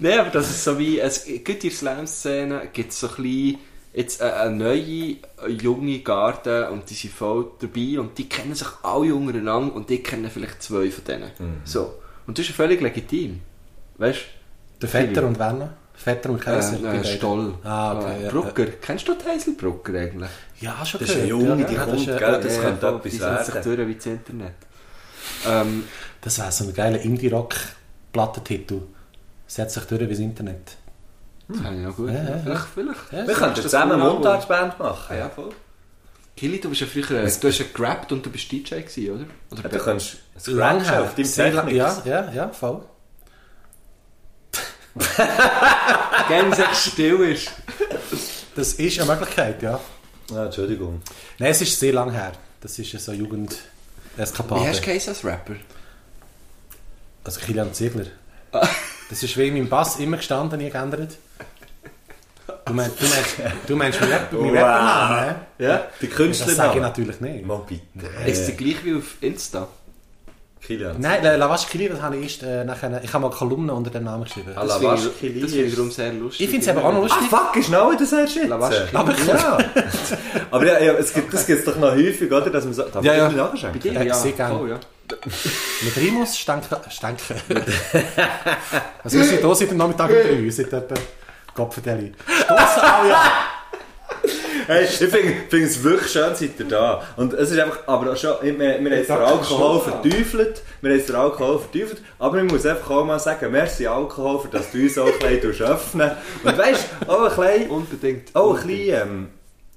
E: Nein, aber das ist so wie, es gibt in der Slam-Szene gibt's so ein bisschen jetzt eine, eine neue, eine junge Garde und die sind voll dabei und die kennen sich alle untereinander und ich kenne vielleicht zwei von denen.
G: Mhm.
E: So. Und das ist ja völlig legitim. Weißt
G: Der Vetter und Werner. Vetter und
E: du?
G: Kaiser. die
E: äh,
G: beiden.
E: Stoll.
G: Ah, okay,
E: Äh,
G: ja.
E: Brugger. Kennst du die Heisel Brugger eigentlich?
G: Ja, schon
F: Das ist eine
G: gehört,
F: Junge,
G: ja.
F: die
G: Ja, das
F: kommt,
G: ist, äh,
F: gell? Das
E: Ja,
F: könnte
E: voll,
F: etwas
E: die sind sich
F: werden.
E: durch wie das Internet. Ähm,
G: Das wäre so ein geiler Indie-Rock-Plattentitel. Setz sich durch wie das Internet.
E: das fände ich auch gut.
G: Ja, ja,
E: vielleicht, vielleicht.
G: Ja,
F: Wir könnten
E: das
F: zusammen eine
E: cool,
F: Montagsband machen.
E: Ah, ja, voll. Kili, du bist ja früher, du hast ja gerappt und du bist DJ gewesen, oder? oder
F: Ja, Du kannst das
G: Lang
F: Scratchen auf deinem
G: Sehr lang-
F: Technik.
G: Ja, ja, ja, voll.
E: Gell, wenn es still ist.
G: Das ist eine Möglichkeit, ja.
F: Ah, Entschuldigung.
G: Nein, es ist sehr lang her. Das ist ja so
E: Wie hast du
G: Jugend-Eskapade.
E: geheißen als Rapper?
G: Also Kilian Ziegler. Das ist wie in meinem Bass immer gestanden, nie geändert. Du meinst, du meinst, du meinst mein Rapper- mein
F: Wow.
G: Rappernamen, ne?
F: Ja, die
G: Das sage ich
F: Künstler.
G: natürlich nicht.
F: Mal bitte. Äh,
E: Ist es gleich wie auf Insta?
F: Kilian.
G: Nein, La- Lavash Kilian, das habe ich erst äh, nachher... Ich habe mal Kolumne unter dem Namen geschrieben.
F: Ah,
E: finde
F: Lavash Kili
E: ich, das finde ich
F: ist-
E: darum sehr lustig.
G: Ich finde es aber auch noch
E: Ah,
G: lustig.
F: fuck, ist noch das erst jetzt?
E: Lavash Kili.
F: Aber klar. Aber ja, ja, es gibt, das gibt es doch noch häufig, oder? Dass man so, darf
G: Ja,
F: ich
G: ja.
F: mir
E: Bei
F: nachschenken?
E: dir?
G: Ja,
E: Ja,
G: sehr gerne.
E: voll, ja.
G: Mit Rimus stanken. stanken. also wir sind hier seit dem Nachmittag um 3 Uhr, seit etwa Gopferdeli. Stossen alle an!
F: Hey, ich finde finde es wirklich schön, seid ihr da. Und es ist einfach, aber auch schon, wir, wir haben jetzt den
G: sag,
F: Alkohol
G: schon.
F: verteufelt, wir haben jetzt den Alkohol verteufelt, aber ich muss einfach auch mal sagen, merci Alkohol, für dass du uns auch ein bisschen öffnen Und weißt du, auch ein bisschen...
E: Unbedingt.
F: Oh, ein bisschen, ähm,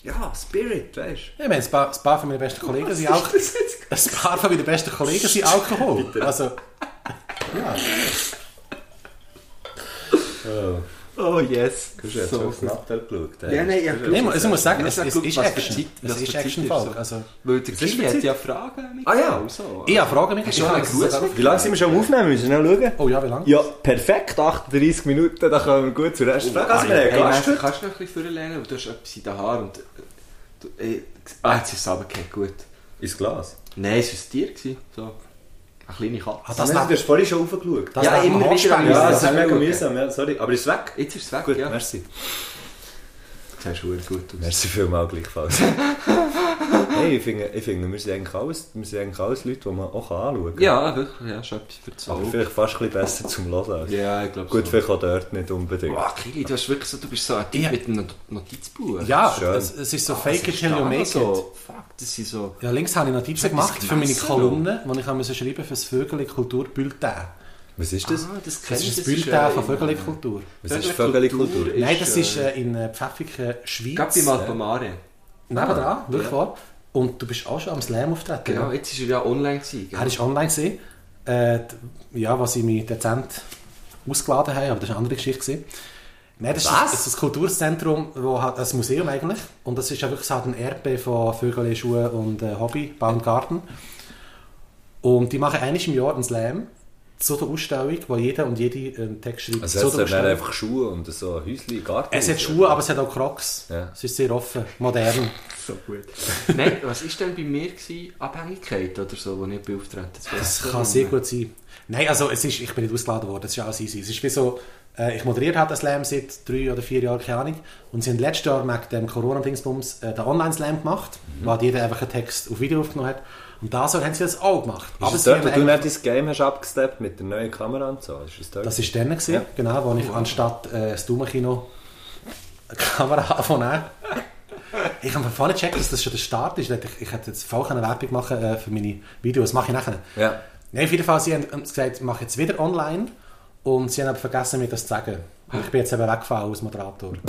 F: ja, Spirit, weißt
G: Ja, wir haben ein paar, ein paar von meinen besten Kollegen sind auch. Ein paar von meinen besten Kollegen sind Alkohol. Also,
F: du? Oh,
E: Oh, yes.
F: du hast jetzt
E: So.
F: schon knapp dort geschaut.
E: Ja, nein, ja,
G: nee, man- also ich muss sagen,
E: Ja,
G: es,
E: sag,
G: es
E: guck,
G: ist
E: was für
G: Action.
E: Zeit- was
G: Es
E: für
G: ist
E: Zeit
G: action
E: ist
G: voll.
E: so.
G: Also,
E: Weil der
F: ist
E: Kili
F: die
E: hat
F: Zeit.
E: ja Fragen. mit
F: Ah, ja.
E: und So.
G: ich frage mich,
E: Hast
G: ich
E: du
G: habe
E: einen
G: sogar-
E: Gruß?
F: Wie lange sind wir schon am Aufnehmen? Müssen wir noch schauen?
G: Oh ja, wie lange?
F: Ja, perfekt, 38 Minuten, dann kommen wir gut zur Restfrage. Also, wir
E: Oh. Ah,
F: haben
E: Hey,
F: einen Gast
E: Gast,
F: heute.
E: kannst du noch ein bisschen vorlehnen? Du hast etwas in den Haaren und... Du, ey, ah, jetzt ist es runtergefallen, gut.
F: Ins Glas.
E: Nein, es war ein Tier. gewesen, So. Eine kleine Katze.
G: Ah,
F: Das
G: das
F: du
G: nach,
F: hast vorhin schon raufgeschaut.
G: das
E: Ja,
G: nach dem
E: immer wieder
G: Hochspann-
E: am
F: Ja,
E: Ja,
F: das ist
E: das
F: mega
E: auch, okay.
F: mühsam, ja, sorry. Aber ist es weg?
E: Jetzt ist es weg,
F: Gut,
E: ja.
F: merci.
E: Jetzt hast du verdammt gut aus.
F: Merci vielmals gleichfalls. hey, Nein, ich finde, ich finde wir, sind eigentlich alles, wir sind eigentlich alles Leute, die man auch anschauen kann.
E: Ja, wirklich, ja, schon etwas für die
F: Aber
E: Soul.
F: vielleicht fast ein bisschen besser zum Hören. als-
E: Ja, ich glaube
F: Gut,
E: so.
F: vielleicht auch dort nicht unbedingt.
E: Boah, Kili, du, hast wirklich so, du bist so ein Typ
G: Ja.
E: mit einem Not- Notizbuch.
G: Ja,
F: Schön.
G: es, es ist so
E: Was
G: fake it
E: Ah, ist
G: till
E: da
G: you make it.
E: so? Fuck, das sind so... Ah,
G: Ja, links habe ich Notizen
E: etwas
G: gemacht für meine
E: gemessen,
G: Kolumne, die ich habe müssen schreiben für das Vögeli-Kultur-Bulletin.
F: Was ist das?
E: Ah, das
G: Das
E: kennst
G: ist das
E: ist,
G: Bulletin von
E: äh,
G: Vögeli-Kultur.
F: Was ist Vögelikultur?
E: Vögelikultur
G: Nein, das ist
E: äh,
G: äh, Genau. in äh, Pfäffiken,
E: Gerade
G: Schweiz.
E: bei Malpomare.
G: Nebendran, wirklich
E: ja.
G: wahr. Und du bist auch schon am Slam auftreten.
E: Genau,
G: ne?
E: jetzt ist er ja online gewesen.
G: Er
E: gell?
G: ist online gesehen, äh, d- ja, was ich mich dezent ausgeladen habe, aber das war eine andere Geschichte. Gewesen. Nein, das
F: Was?
G: ist ein, ein Kulturzentrum, wo halt, ein Museum eigentlich, und das ist ja wirklich so halt ein Erbe von Vögel, Schuhe und äh, Hobby, Bau und Garten. Und die machen eines im Jahr einen Slam zu der Ausstellung, wo jeder und jede einen Text schreibt.
F: Also
G: zu
F: jetzt
G: der
F: haben wir
G: Ausstellung.
F: einfach Schuhe und so ein Häuschen, Garten.
G: Es hat Schuhe, aber es hat auch Crocs.
F: Ja.
G: Es ist sehr offen, modern.
E: Nein, was ist denn bei mir gewesen? Abhängigkeit oder so, wo ich bin auftreten.
G: Das kann sehr gut sein. Nein, also es ist, ich bin nicht ausgeladen worden, das ist ja alles easy. Es ist wie so, äh, ich moderiere halt den Slam seit drei oder vier Jahren, keine Ahnung. Und sie haben letztes Jahr wegen dem Corona-Dingsbums äh, den Online-Slam gemacht,
F: Mhm.
G: wo halt jeder einfach einen Text auf Video aufgenommen hat. Und das Jahr haben sie das auch gemacht.
F: Ist es
G: sie
F: dort, wo du
G: haben
F: nicht dein Game hast abgesteppt mit der neuen Kamera und so? Ist es dort?
G: das war dann, gewesen,
F: Ja.
G: genau, wo ich anstatt äh, das Daumenkino eine Kamera davon habe. Ich habe vorhin gecheckt, dass das schon der Start ist. Ich, hätte- ich hätte jetzt voll keine Werbung machen äh, für meine Videos. Das mache ich nachher.
F: Ja.
G: Nein, auf jeden Fall, sie haben ähm, gesagt, mach jetzt wieder online. Und sie haben aber vergessen, mir das zu sagen. Und ich bin jetzt eben weggefallen als Moderator.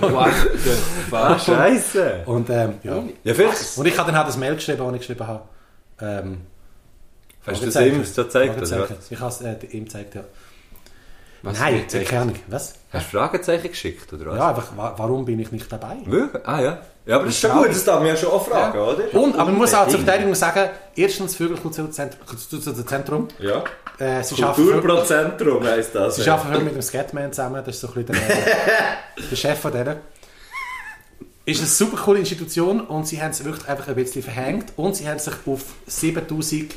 E: Was?
F: Ah, Scheiße!
G: Und, ähm, ja.
F: Ja, vielleicht.
G: und ich habe dann halt das Mail geschrieben, das ich geschrieben habe. Ähm,
F: Hast du das
G: Fragezeichen.
F: ihm so gezeigt? Oder
G: Fragezeichen.
F: was?
G: Ich habe es äh, ihm gezeigt, ja.
E: Was
G: Nein,
E: wird
G: keine Ahnung. Was?
F: Hast du Fragezeichen geschickt, oder was?
G: Ja, einfach, wa- warum bin ich nicht dabei?
F: Wirklich? Ah ja. Ja, aber das ist schon gut, das darf man ja schon auch fragen, oder?
G: Und, aber man muss auch zur
F: Unbedingt.
G: Verteidigung sagen, erstens Vögelkulturzentrum, Kulturzentrum,
F: Ja.
G: äh, sie arbeiten
F: Kulturprozentrum heisst das.
G: sie arbeiten heute mit dem Scatman zusammen, das ist so ein bisschen der, der Chef von denen. Ist eine super coole Institution und sie haben es wirklich einfach ein bisschen verhängt und sie haben sich auf 7000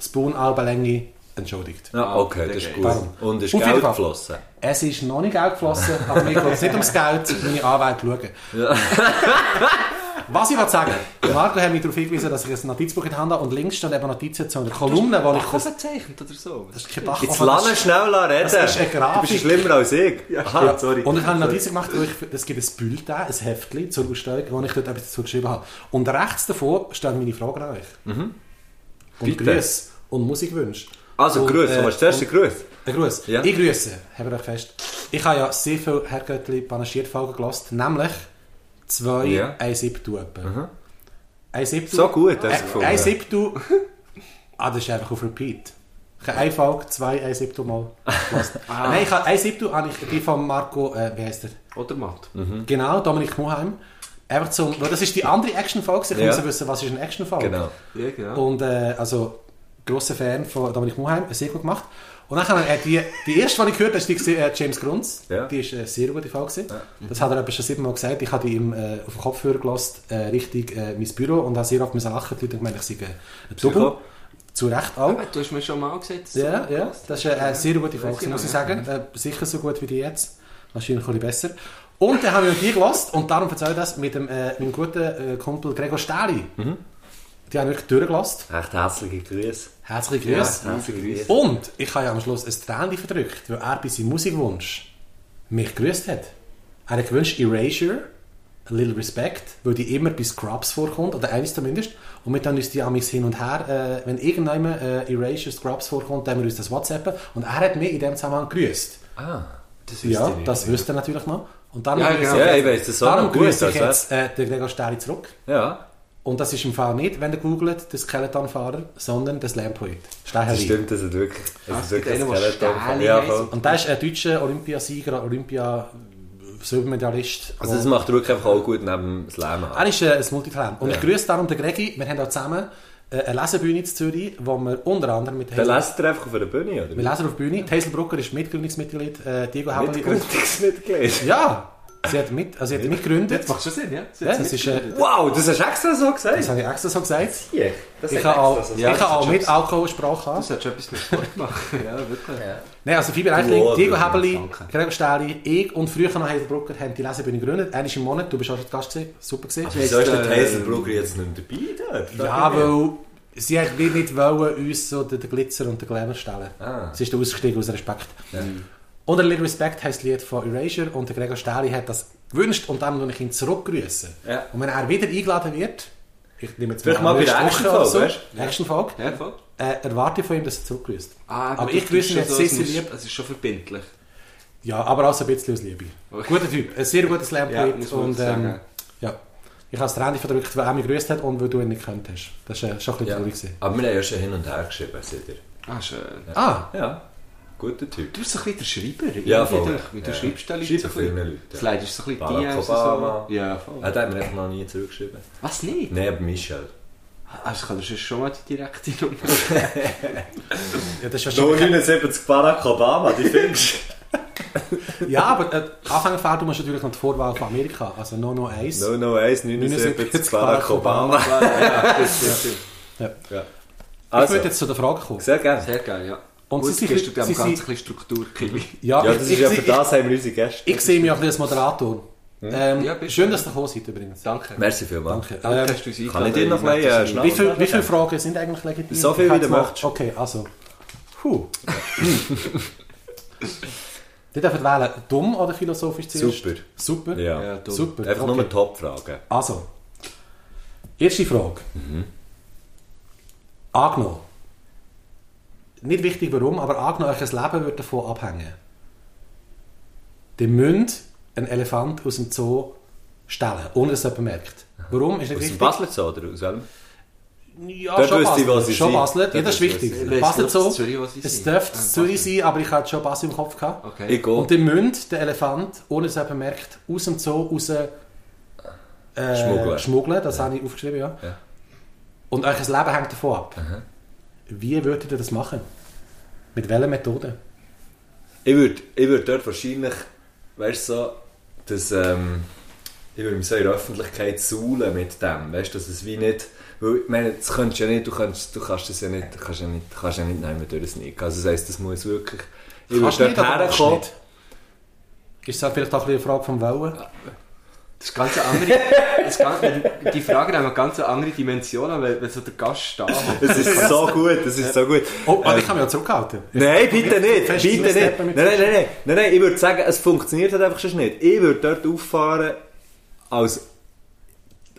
G: Spoon-Albenlänge entschuldigt.
F: Ja, okay, das ist gut.
G: Warum?
F: Und ist
G: Auf
F: Geld
G: jeden Fall.
F: geflossen.
G: Es ist noch nicht Geld geflossen, aber mir geht es nicht ums Geld, meine Anwälte schauen. Was ich wollte sagen, Marco hat mich darauf hingewiesen, dass ich ein Notizbuch in der Hand habe und links steht eben Notizen zu einer Kolumne, wo ich...
E: Kochen gezeichnet oder so?
G: Das ist kein Bach.
F: Jetzt lass ihn schnell reden.
G: Das ist eine Grafik.
F: Du bist schlimmer als ich. Aha, halt, sorry.
G: Und ich habe eine Notiz gemacht, wo ich, es gibt ein Bild, ein Heftchen zur Ausstellung, wo ich dort etwas dazu geschrieben habe. Und rechts davor stehen meine Fragen an euch. Und
F: Bitte.
G: Grüße und Musikwünsche.
F: Also,
G: Und,
F: Grüß. Du
G: äh,
F: machst zuerst
G: und-
F: einen Grüß.
G: Ein Gruß.
F: Ja.
G: Ich grüße, habt euch fest. Ich habe ja sehr viele Herrgöttli panaschiert Folgen gelassen, nämlich zwei
F: Ja.
G: ein Siebtu etwa. Ein Siebtu.
F: So gut, hast du
G: Äh,
F: gefunden.
G: ein Siebtu. Ah, das ist einfach auf Repeat. Ich habe eine Folge, zwei, ein Siebtu mal gelassen.
F: Ah.
G: Nein, ich habe ein Siebtu, habe ich die von Marco, äh, wie heißt er?
E: Oder Matt?
F: Hm. Mhm.
G: Genau, Dominik Muheim. Einfach zum, weil das ist die andere Action-Folge, ich
F: Ja.
G: muss ja wissen, was ist eine Action-Folge.
F: Genau.
E: Ja, genau.
G: Und äh, also, grosser Fan von Dominik Muheim, sehr gut gemacht. Und dann äh, die, die erste, die ich gehört habe, ist die gewesen, äh, James Grunz.
F: Ja.
G: Die ist äh, sehr gute Folge. gewesen. Das hat er eben schon siebenmal gesagt. Ich habe die ihm äh, auf den Kopfhörer gelassen, äh, richtig äh, mein Büro und habe sehr oft müssen lachen. Die Leute haben gemeint, ich sei äh, ein Double.
F: Psycho.
G: Zu Recht auch.
E: Du hast mir schon mal gesagt, dass
G: Ja,
E: du-
G: ja, das ist eine äh, sehr gute Folge,
E: Weiss ich
G: muss ich
E: noch,
G: sagen. Äh, sicher so gut wie die jetzt. Wahrscheinlich ein bisschen besser. Und dann haben wir die gelassen und darum erzähle ich das mit dem, äh, meinem guten äh, Kumpel Gregor Stähli.
F: Mhm.
G: Die haben wirklich durchgelassen.
F: Echt herzliche Grüße.
G: Herzliche Grüße.
F: Herzliche Grüße.
G: Und ich habe ja am Schluss ein Tränchen verdrückt, weil er bei seinem Musikwunsch mich gegrüßt hat. Er hat gewünscht Erasure, A Little Respect, weil die immer bei Scrubs vorkommt, oder eins zumindest. Und wir tun uns die amix hin und her. Äh, wenn irgendjemand äh, Erasure, Scrubs vorkommt, dann haben wir uns das WhatsAppen. Und er hat mich in dem Zusammenhang gegrüßt.
E: Das wisst
G: Ja,
E: ihr nicht.
G: das wüsste er natürlich noch. Und dann
E: Ja,
G: grüße
E: genau.
G: ich
F: Ja,
G: jetzt-
F: ich weiss das auch
G: Darum
F: noch gut,
G: grüße ich
F: also.
G: jetzt äh, den Gregor Stähli zurück.
F: Ja,
G: Und das ist im Fall nicht, wenn ihr googelt, der Skeletonfahrer, sondern der Slampoet.
F: das
G: Stehli.
F: stimmt, das ist wirklich, das
E: Ah,
F: ist
E: es
F: wirklich
E: gibt einen, der Stähli
F: Ja,
E: heisst.
F: voll.
G: Und der ist ein deutscher Olympiasieger, Olympia Silbermedaillist.
F: Also das macht er wirklich einfach auch gut neben dem Slam an.
G: er ist äh, ein Multitalent. Und
F: Ja.
G: ich grüße darum den Gregi. Wir haben auch zusammen äh, eine Lesebühne in Zürich, wo wir unter anderem mit
F: Dann
G: Hazel,
F: lässt er einfach auf der Bühne, oder?
G: wir lesen auf die Bühne. Die Hazel Brucker ist Mitgründungsmitglied, äh, Diego Häberli und
F: Mitgründungsmitglied.
G: Ja! Sie hat mit, also sie hat mitgegründet.
E: Das macht schon Sinn, ja?
G: Ja, das ist, äh,
F: Wow, das hast du extra so gesagt.
G: das habe ich extra so gesagt.
F: ich. Das
G: Ich
F: hat
G: habe auch,
F: extra so
G: ich
E: Ja, das
G: habe
E: hat
G: auch
E: schon
G: mit
E: gesagt.
G: Alkoholsprache gehabt.
E: Das hat schon etwas mit Sport gemacht. ja, wirklich.
G: Nein, also Fiber Eichling,
F: Wow,
G: Diego
F: danke.
G: Hebeli, Gregor Stähli, ich und früher noch Hazel Brucker haben die Lesebühne gegründet. Einmal im Monat, du bist auch schon Gast gewesen, super gewesen.
F: Wieso ist der ähm,
E: Jetzt, äh,
F: Hazelbrugger jetzt nicht dabei? Dort?
G: Ja, weil sie hat wie nicht wollen, uns so den, den Glitzer und den Glamour stellen.
F: Ah.
G: Sie ist da ausgestiegen aus Respekt.
E: Mhm.
G: Und ein Little Respect heisst das Lied von Erasure und der Gregor Stähli hat das gewünscht und dann würde ich ihn zurückgrüßen.
F: Ja.
G: Und wenn er wieder eingeladen wird, ich nehme jetzt
F: Vielleicht mal bei
G: nächste
F: der nächsten
G: Woche oder
F: Folge, weißt
G: nächsten Folge,
E: Ja, voll.
G: äh, erwarte ich von ihm, dass er zurückgrüßt.
E: Ah,
G: aber
E: gut,
G: ich
E: du
G: grüße ihn
E: tust
G: jetzt
E: schon
G: sehr,
E: so,
G: sehr
E: es
G: lieb.
E: muss- Es ist schon verbindlich.
G: Ja, aber auch so ein bisschen aus Liebe.
E: Okay.
G: Guter Typ, ein sehr guter
E: Ja,
G: Slam-Poet.
E: muss man
G: und ähm,
E: sagen.
G: ja, ich habe das Randy verdrückt, weil er mich gegrüßt hat und weil du ihn nicht gekannt hast. Das war äh, schon ein bisschen traurig. gewesen.
F: Aber wir haben ja schon hin und her geschrieben, seht ihr.
E: Ah, schön.
G: Ah,
F: Ja. Guter Typ.
E: Du bist so ein bisschen der Schreiber. irgendwie,
F: Ja, voll.
E: denke ich. Du
F: Ja.
E: schreibst da Leute.
F: Schreibe
E: so ein
F: vielen
E: bisschen.
F: Leuten, ja.
E: Slidest so ein bisschen
F: Barack
E: DMs und
F: Obama.
E: so. Ja, voll.
F: Ah, den haben wir echt noch nie zurückgeschrieben.
E: Was nicht?
F: Nein, aber Michel.
E: Also, kann du schon mal die direkte Nummer.
G: ja, das ist wahrscheinlich.
F: 079 Barack Obama, die findest
G: Ja, aber äh, Anfängerfeld, du musst natürlich noch die Vorwahl von Amerika, also no no 1.
F: du. 001 79 Barack Obama.
E: ja, das ist
F: Ja.
G: Ich
F: Also,
G: würde jetzt zu der Frage kommen.
F: sehr gerne.
E: sehr geil, ja.
G: Und
E: Gut,
G: sie sind-
E: gibst du
G: sie
E: dem
G: sind-
E: ganz ein bisschen Struktur, Kimi.
G: Ja,
F: Ja, das
G: ich,
F: ist
G: ich,
F: ja für
G: ich,
F: das haben wir unsere Gäste.
G: ich, ich sehe mich auch ein bisschen als Moderator.
F: Hm?
G: Ähm,
E: Ja, bitte.
G: schön, dass ihr gekommen seid übrigens.
E: Danke.
F: Merci vielmals.
G: Danke.
E: Danke,
G: Ähm,
E: dass du uns
F: Kann ich dir
E: eingeladen
F: noch ein
E: hast.
F: bisschen äh,
G: wie,
F: Schnaps
G: viel, wie viele
F: nachgeben?
G: Fragen sind eigentlich legitim?
F: So viel, wie du
G: Jetzt mal-
F: möchtest.
G: Okay, also. Huh. Die dürfen wählen, dumm oder philosophisch zuerst?
F: Super.
G: Super?
F: Ja.
E: dumm.
G: Super.
F: Einfach
G: okay.
F: nur Top-Fragen.
G: Also, erste Frage.
F: Mhm.
G: Angenommen. Nicht wichtig warum, aber angenommen, euer Leben würde davon abhängen. Ihr müsst einen Elefant aus dem Zoo stellen, ohne dass jemand merkt. Warum? Ist nicht
F: Aus dem
G: wichtig.
F: Basler Zoo oder aus welchem?
G: Ja,
F: Dort
G: schon
F: wüsste ich,
G: Basel.
F: was sie
G: schon
F: sind.
G: Basel. Ja,
F: Dort
G: das ist
F: wüsste ich,
G: wichtig.
E: was sie sind.
G: Basel
E: Ich weiss nicht, ob
G: so.
E: es Zürich, was sie
G: Es
E: sind.
G: dürfte
E: Ah,
G: Zürich sein, aber ich hatte schon Basel im Kopf. Gehabt.
E: Okay.
F: Ich gehe.
G: Und ihr müsst den Elefant, ohne dass jemand merkt, aus dem Zoo raus äh,
F: Schmuggeln.
G: schmuggeln. Das habe ich aufgeschrieben, ja.
F: Ja.
G: Und euer Leben hängt davon ab. Wie würdet ihr das machen? Mit welcher Methode?
F: Ich würde ich würd dort wahrscheinlich, weißt du, so, dass, ähm, ich würde mich so in der Öffentlichkeit saulen mit dem, weißt du, dass es wie nicht, weil, ich meine, das könntest du ja nicht, du, kannst, du kannst das ja nicht, du kannst ja nicht, du kannst ja nicht nehmen durch das Nick. Also das heisst, das muss wirklich, ich
G: Kannst
F: würde dort
G: aber machst
F: herkommen,
G: nicht. Ist das vielleicht auch ein bisschen eine Frage vom Wollen?
E: Das ist ganz eine andere. Das ganz, die Fragen haben eine ganz andere Dimension, weil, weil so der Gast da ist.
F: es ist so gut, es ist so gut.
G: Oh, warte, ich kann mich ja zurückhalten.
F: Nein, bitte nicht,
G: Fest-
F: bitte nicht.
G: Steppen
F: Nein,
G: mit
F: nein, nein, nein, nein, nein, ich würde sagen, es funktioniert halt einfach schon nicht. Ich würde dort auffahren, als,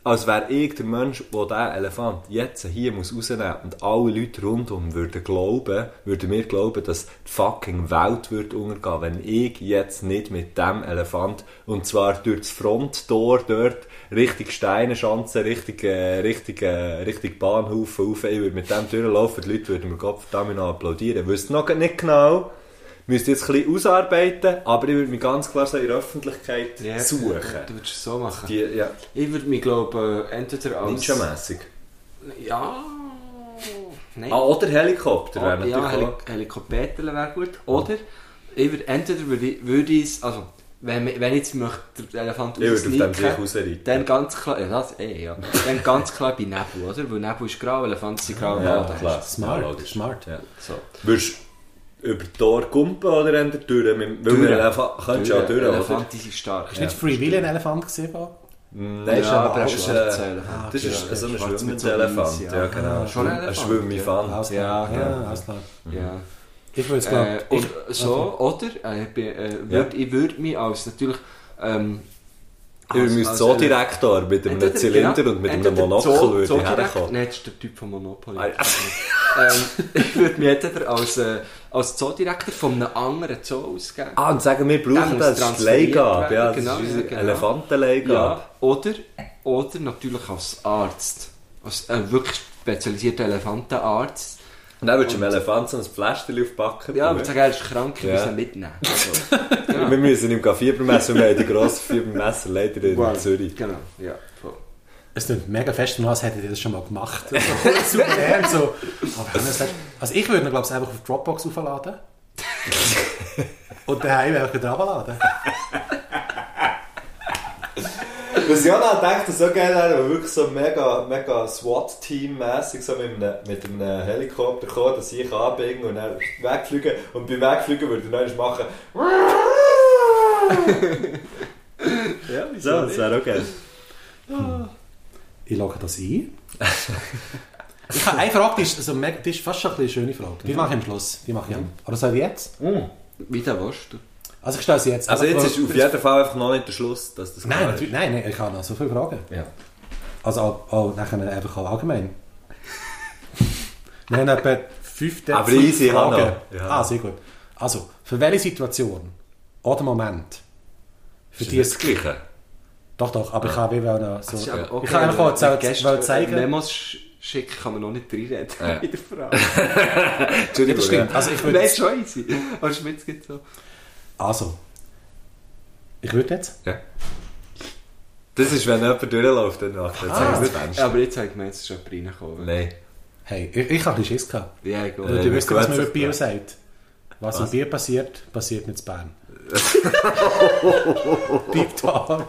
F: als wäre ich der Mensch, der diesen Elefant jetzt hier muss rausnehmen muss. Und alle Leute rundum würden glauben, würden mir glauben, dass die fucking Welt würde untergehen, wenn ich jetzt nicht mit dem Elefant, und zwar durch das Fronttor dort, Richtung Steinenschanze, Richtung, äh, Richtung, äh, Richtung Bahnhof rauf. Ich würde mit dem durchlaufen, die Leute würden mir Gott verdammt noch applaudieren. Wüsste noch nicht genau, müsste jetzt ein bisschen ausarbeiten, aber ich würde mich ganz klar so in der Öffentlichkeit suchen.
E: Du würdest es so machen.
F: Die, ja,
E: Ich würde mich, glaube ich, entweder als...
F: Ninja-mässig.
E: Ja... Nein.
F: Ah, oder Helikopter wäre natürlich
E: ja, Heli
F: auch.
E: Helikopter wäre gut. Oder ich würde, entweder würde ich, würde ich es... Also, wenn, wenn ich jetzt möchte, den Elefant
F: Ich würde auf dem
E: rausnicken,
F: Sicht rausreiten.
E: Dann ganz klar... Ja, das eh, ja. Dann ganz klar bei Nebu, oder? Weil Nebu ist grau, Elefant sind grau.
F: Ja,
E: das ist
F: klar.
G: Smart,
F: Ja, logisch.
G: smart.
F: Ja.
E: So.
F: Würdest du über die Tor kumpen oder eher durch? Mit- Weil wir Elefant könntest ja durch, oder?
E: Elefante sind stark.
G: Ist nicht Free Willy ein Elefant gesehen?
F: Nein,
E: Ja, aber
F: das
E: ein
F: ist
E: schwarzer
F: ein
E: Elefant.
F: Das ist
E: Ja,
F: so ein
E: schwarz mit
F: schwimmender
E: so
F: Elefant.
E: Eis, ja.
F: Ja, genau.
E: Schon ein
F: Ein
E: Elefant,
F: schwimmender Elefant.
G: Ausland.
E: Ja,
F: genau.
G: ja, Ausland.
E: Ja.
G: Ich würde es
E: Äh,
G: glauben.
E: und so, oder? Äh, ich bin, äh, würd, Ich würde mich als natürlich. Ähm,
F: Ich würde mich so Direktor mit
E: Äh,
F: einem Zylinder und mit einem Monokel würde ich herkommen.
E: Nein, das ist der Typ von Monopoly.
F: Ah, ja.
E: ähm, ich würde mich entweder als, äh, als Zoodirektor von einem anderen Zoo ausgeben.
F: Ah, und sagen wir
E: Der
F: brauchen
E: muss
F: das, das ist die Leihgabe.
E: transferiert
F: Ja,
E: werden,
F: das ist
E: genau,
F: unsere
E: ja, genau.
F: Elefantenleihgabe.
E: Ja, oder, oder natürlich als Arzt. Als äh, wirklich spezialisierter Elefantenarzt.
F: Und dann würdest du dem Elefant so ein Pfläschchen auf die Backe
E: Ja, ich
F: tun.
E: würde sagen, er ist krank, wir
F: Ja.
E: müssen ihn mitnehmen.
F: Wir müssen ihm gar Fiebermesser, wir haben die grosse Fiebermesser leider in Zürich.
E: Genau, ja. voll.
G: Es klingt mega fest danach, als hättet ihr das schon mal gemacht. Also, super gern, so. Aber Hannes, weißt du, also ich würde ihn, glaube ich, einfach auf Dropbox aufladen. und daheim einfach draufladen.
F: Was Jana hat gedacht, das so geil wäre, aber wirklich so mega, mega SWAT-Team-mässig, so mit einem, mit einem Helikopter kommen, dass ich anbiegen und dann wegfliegen. Und beim Wegfliegen würde ich noch machen. ja, wieso? So, das wäre auch geil.
G: Ich logge das ein. ich habe eine Frage, die ist, also, me- die ist fast schon ein bisschen eine schöne Frage. Die mache ich am Schluss. Die mache ich am. Oder soll ich jetzt?
E: Wie der willst du?
G: Also ich stelle sie jetzt.
F: Also
G: Aber-
F: jetzt ist auf jeden Fall einfach noch nicht der Schluss, dass das
G: Nein, natürlich, nein, nein, ich habe noch so viele Fragen.
F: Ja.
G: Also auch, auch nachher einfach auch allgemein. Wir haben etwa fünf
F: Aber
G: fünf
F: easy, ich habe
G: Fragen.
F: noch. Ja.
G: Ah, sehr gut. Also, für welche Situation oder Moment? Für die es...
F: Gleiche.
G: Doch, doch, aber ich habe eben auch noch so...
E: Das ist aber
G: ich kann einfach auch
E: wenn- wenn
G: ze-
E: Gäste
G: wollen zeigen...
E: äh, Memos sch- schicken kann man noch nicht reinreden
F: Ja.
E: in der Frage.
G: Ja, das
F: Entschuldigung.
G: stimmt.
F: ja.
G: Also, ich
E: Nein, ist
G: würde...
E: schon easy. Aber Schmitz geht so.
G: Also, ich würde jetzt...
F: Ja. Das ist, wenn jemand durchläuft, dann macht er ah, das Fenster.
E: Aber jetzt sagt man, jetzt ist schon reingekommen.
F: Nein.
G: Hey, ich, ich habe ein bisschen Schiss gehabt.
E: Ja,
G: Weil
E: egal.
F: Ja.
G: du weißt, ja, was man
F: gut,
G: über Bier
F: ja.
G: sagt. Was, im Bier passiert, passiert nicht in Bern. Deep Talk.